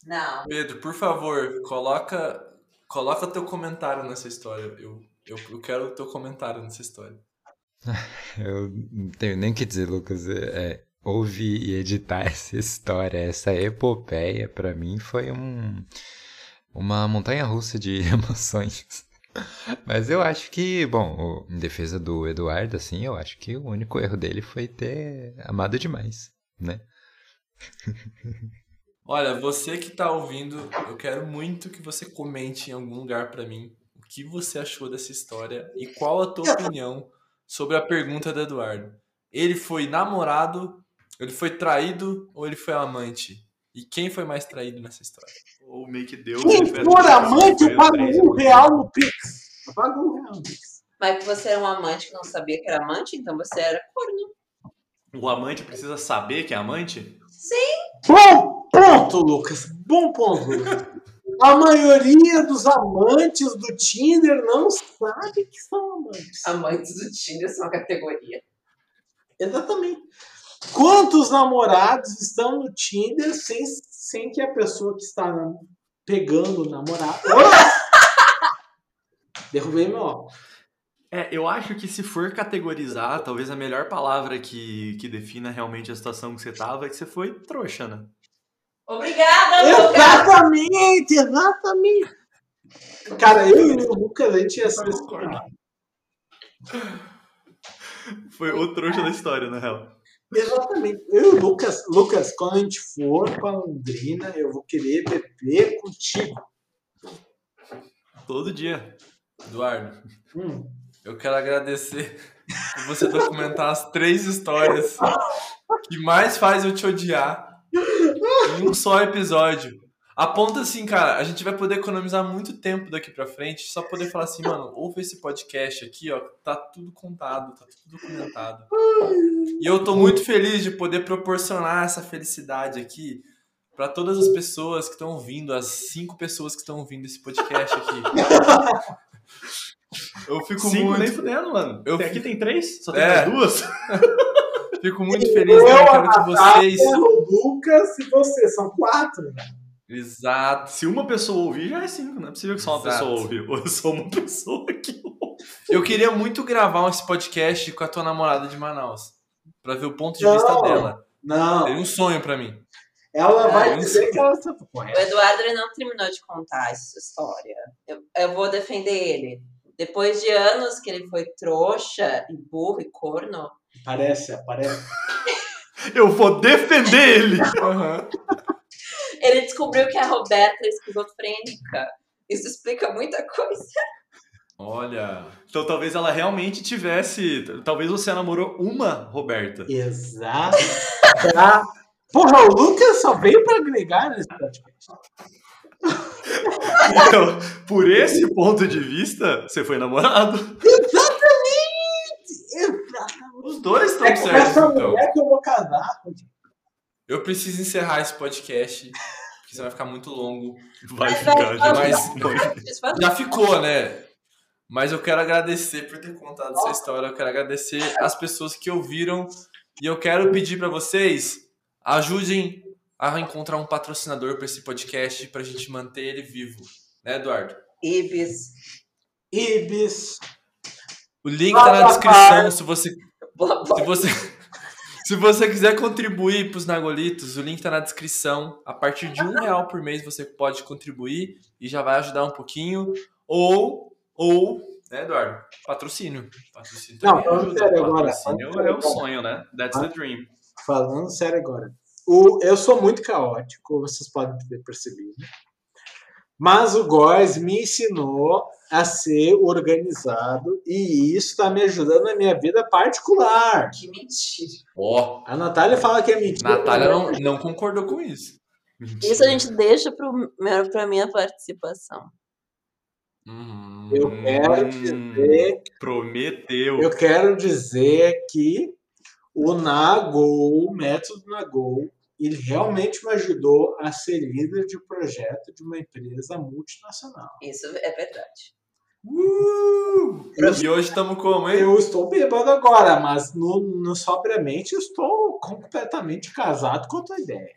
Speaker 5: Não.
Speaker 1: Pedro, por favor, coloca, coloca teu comentário nessa história. Eu, eu, eu quero o teu comentário nessa história.
Speaker 4: Eu não tenho nem o que dizer, Lucas. É, é, ouvir e editar essa história, essa epopeia, pra mim foi um, uma montanha russa de emoções. Mas eu acho que, bom, o- em defesa do Eduardo, assim, eu acho que o único erro dele foi ter amado demais, né?
Speaker 1: Olha, você que tá ouvindo, eu quero muito que você comente em algum lugar pra mim o que você achou dessa história e qual a tua opinião sobre a pergunta do Eduardo. Ele foi namorado, ele foi traído ou ele foi amante? E quem foi mais traído nessa história?
Speaker 3: Ou meio que deu.
Speaker 2: Quem Um for amante paga um real no Pix. Paga um real no Pix.
Speaker 5: Mas você era um amante que não sabia que era amante, então você era corno.
Speaker 3: O amante precisa saber que é amante?
Speaker 2: Bom ponto, Lucas. Bom ponto, Lucas. A maioria dos amantes do Tinder não sabe que são amantes.
Speaker 5: Amantes do Tinder são uma categoria.
Speaker 2: Exatamente. Quantos namorados estão no Tinder sem, sem que a pessoa que está nam- pegando o namorado. Derrubei meu óculos.
Speaker 3: É, eu acho que se for categorizar, talvez a melhor palavra que, que defina realmente a situação que você tava é que você foi trouxa, né?
Speaker 5: Obrigada, Lucas!
Speaker 2: Exatamente, exatamente. Cara, eu e o Lucas, a gente ia ser escorado.
Speaker 3: Foi o trouxa da história, na real.
Speaker 2: Exatamente. Eu e o Lucas, Lucas, quando a gente for pra Londrina, eu vou querer beber contigo.
Speaker 3: Todo dia.
Speaker 1: Eduardo,
Speaker 2: Hum.
Speaker 1: eu quero agradecer por você documentar as três histórias que mais faz eu te odiar em um só episódio. Aponta assim, cara, a gente vai poder economizar muito tempo daqui pra frente, só poder falar assim, mano, ouve esse podcast aqui, ó, tá tudo contado, tá tudo documentado. E eu tô muito feliz de poder proporcionar essa felicidade aqui pra todas as pessoas que estão ouvindo, as cinco pessoas que estão ouvindo esse podcast aqui. Eu fico
Speaker 3: Cinco
Speaker 1: muito
Speaker 3: nem fudendo, mano.
Speaker 1: Eu
Speaker 3: Tem- Aqui tem três? Só tem
Speaker 1: É.
Speaker 3: mais duas?
Speaker 1: Fico muito feliz, né?
Speaker 2: Eu,
Speaker 1: Quero que vocês.
Speaker 2: Eu, o Lucas e você, são quatro.
Speaker 1: Exato.
Speaker 3: Se uma pessoa ouvir, já é cinco. Não é possível que só uma
Speaker 1: Exato.
Speaker 3: pessoa ouve. Ou é só uma pessoa que ouve.
Speaker 1: Eu queria muito gravar esse podcast com a tua namorada de Manaus. Pra ver o ponto de
Speaker 2: Não.
Speaker 1: vista dela.
Speaker 2: Não.
Speaker 1: Seria um sonho pra mim.
Speaker 2: Ela
Speaker 1: Ah,
Speaker 2: vai dizer que ela sabe. Pô,
Speaker 5: O Eduardo ele não terminou de contar essa história. Eu, eu vou defender ele. Depois de anos que ele foi trouxa e burro e corno,
Speaker 2: Aparece, aparece.
Speaker 3: Eu vou defender ele!
Speaker 1: Aham.
Speaker 5: ele descobriu que a Roberta é esquizofrênica. Isso explica muita coisa.
Speaker 1: Olha.
Speaker 3: Então talvez ela realmente tivesse. Talvez você namorou uma Roberta.
Speaker 2: Exato. Tá. Porra, o Lucas só veio pra agregar nesse podcast.
Speaker 3: Então, por esse ponto de vista, você foi namorado.
Speaker 1: Os dois
Speaker 2: É
Speaker 1: estão
Speaker 2: com essa
Speaker 1: certos, então.
Speaker 2: mulher que eu vou casar.
Speaker 1: Eu preciso encerrar esse podcast, porque senão vai ficar muito longo.
Speaker 3: Vai
Speaker 5: Mas
Speaker 3: ficar
Speaker 2: é
Speaker 5: vai-
Speaker 3: demais.
Speaker 5: Isso foi
Speaker 1: Já ficou, né? Mas eu quero agradecer por ter contado essa história. Eu quero agradecer as pessoas que ouviram. E eu quero pedir pra vocês ajudem a encontrar um patrocinador pra esse podcast pra gente manter ele vivo. Né, Eduardo?
Speaker 5: Ibis,
Speaker 2: Ibis.
Speaker 1: O link tá na descrição se você, se você, se você quiser contribuir pros Nagolitos. O link tá na descrição. A partir de um real por mês você pode contribuir e já vai ajudar um pouquinho. Ou, ou, né, Eduardo? Patrocínio. Patrocínio
Speaker 2: Não,
Speaker 1: também
Speaker 2: falando
Speaker 1: ajuda.
Speaker 2: sério agora.
Speaker 1: Patrocínio.
Speaker 3: É o sonho, né? That's the dream.
Speaker 2: Falando sério agora. O, eu sou muito caótico, como vocês podem ter percebido. Mas o Góes me ensinou a ser organizado e isso está me ajudando na minha vida particular.
Speaker 5: que mentira.
Speaker 1: Ó,
Speaker 2: A Natália fala que é mentira.
Speaker 1: Natália não, não concordou com isso.
Speaker 5: Isso a gente deixa para minha participação.
Speaker 1: Uhum.
Speaker 2: Eu quero dizer
Speaker 3: Prometeu.
Speaker 2: Eu quero dizer que o Nagol, o método Nagol, ele realmente me ajudou a ser líder de projeto de uma empresa multinacional.
Speaker 5: Isso é verdade.
Speaker 1: Uh! E hoje estamos como, hein?
Speaker 2: Eu estou bêbado agora, mas no, no sobriamente eu estou completamente casado com a tua ideia.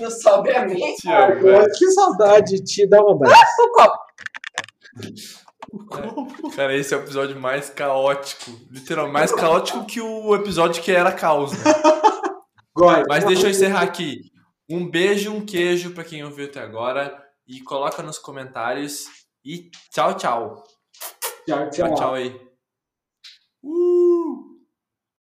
Speaker 5: Não sobe a mim.
Speaker 1: Tiago, velho.
Speaker 2: que saudade de te dar um abraço.
Speaker 5: O copo.
Speaker 1: Cara, esse é o episódio mais caótico. Literalmente, mais caótico que o episódio que era caos, né?
Speaker 2: Góis,
Speaker 1: Mas deixa eu encerrar aqui. Um beijo, um queijo pra quem ouviu até agora. E coloca nos comentários. E tchau, tchau.
Speaker 2: tchau, tchau.
Speaker 1: Tchau, tchau aí. Uh!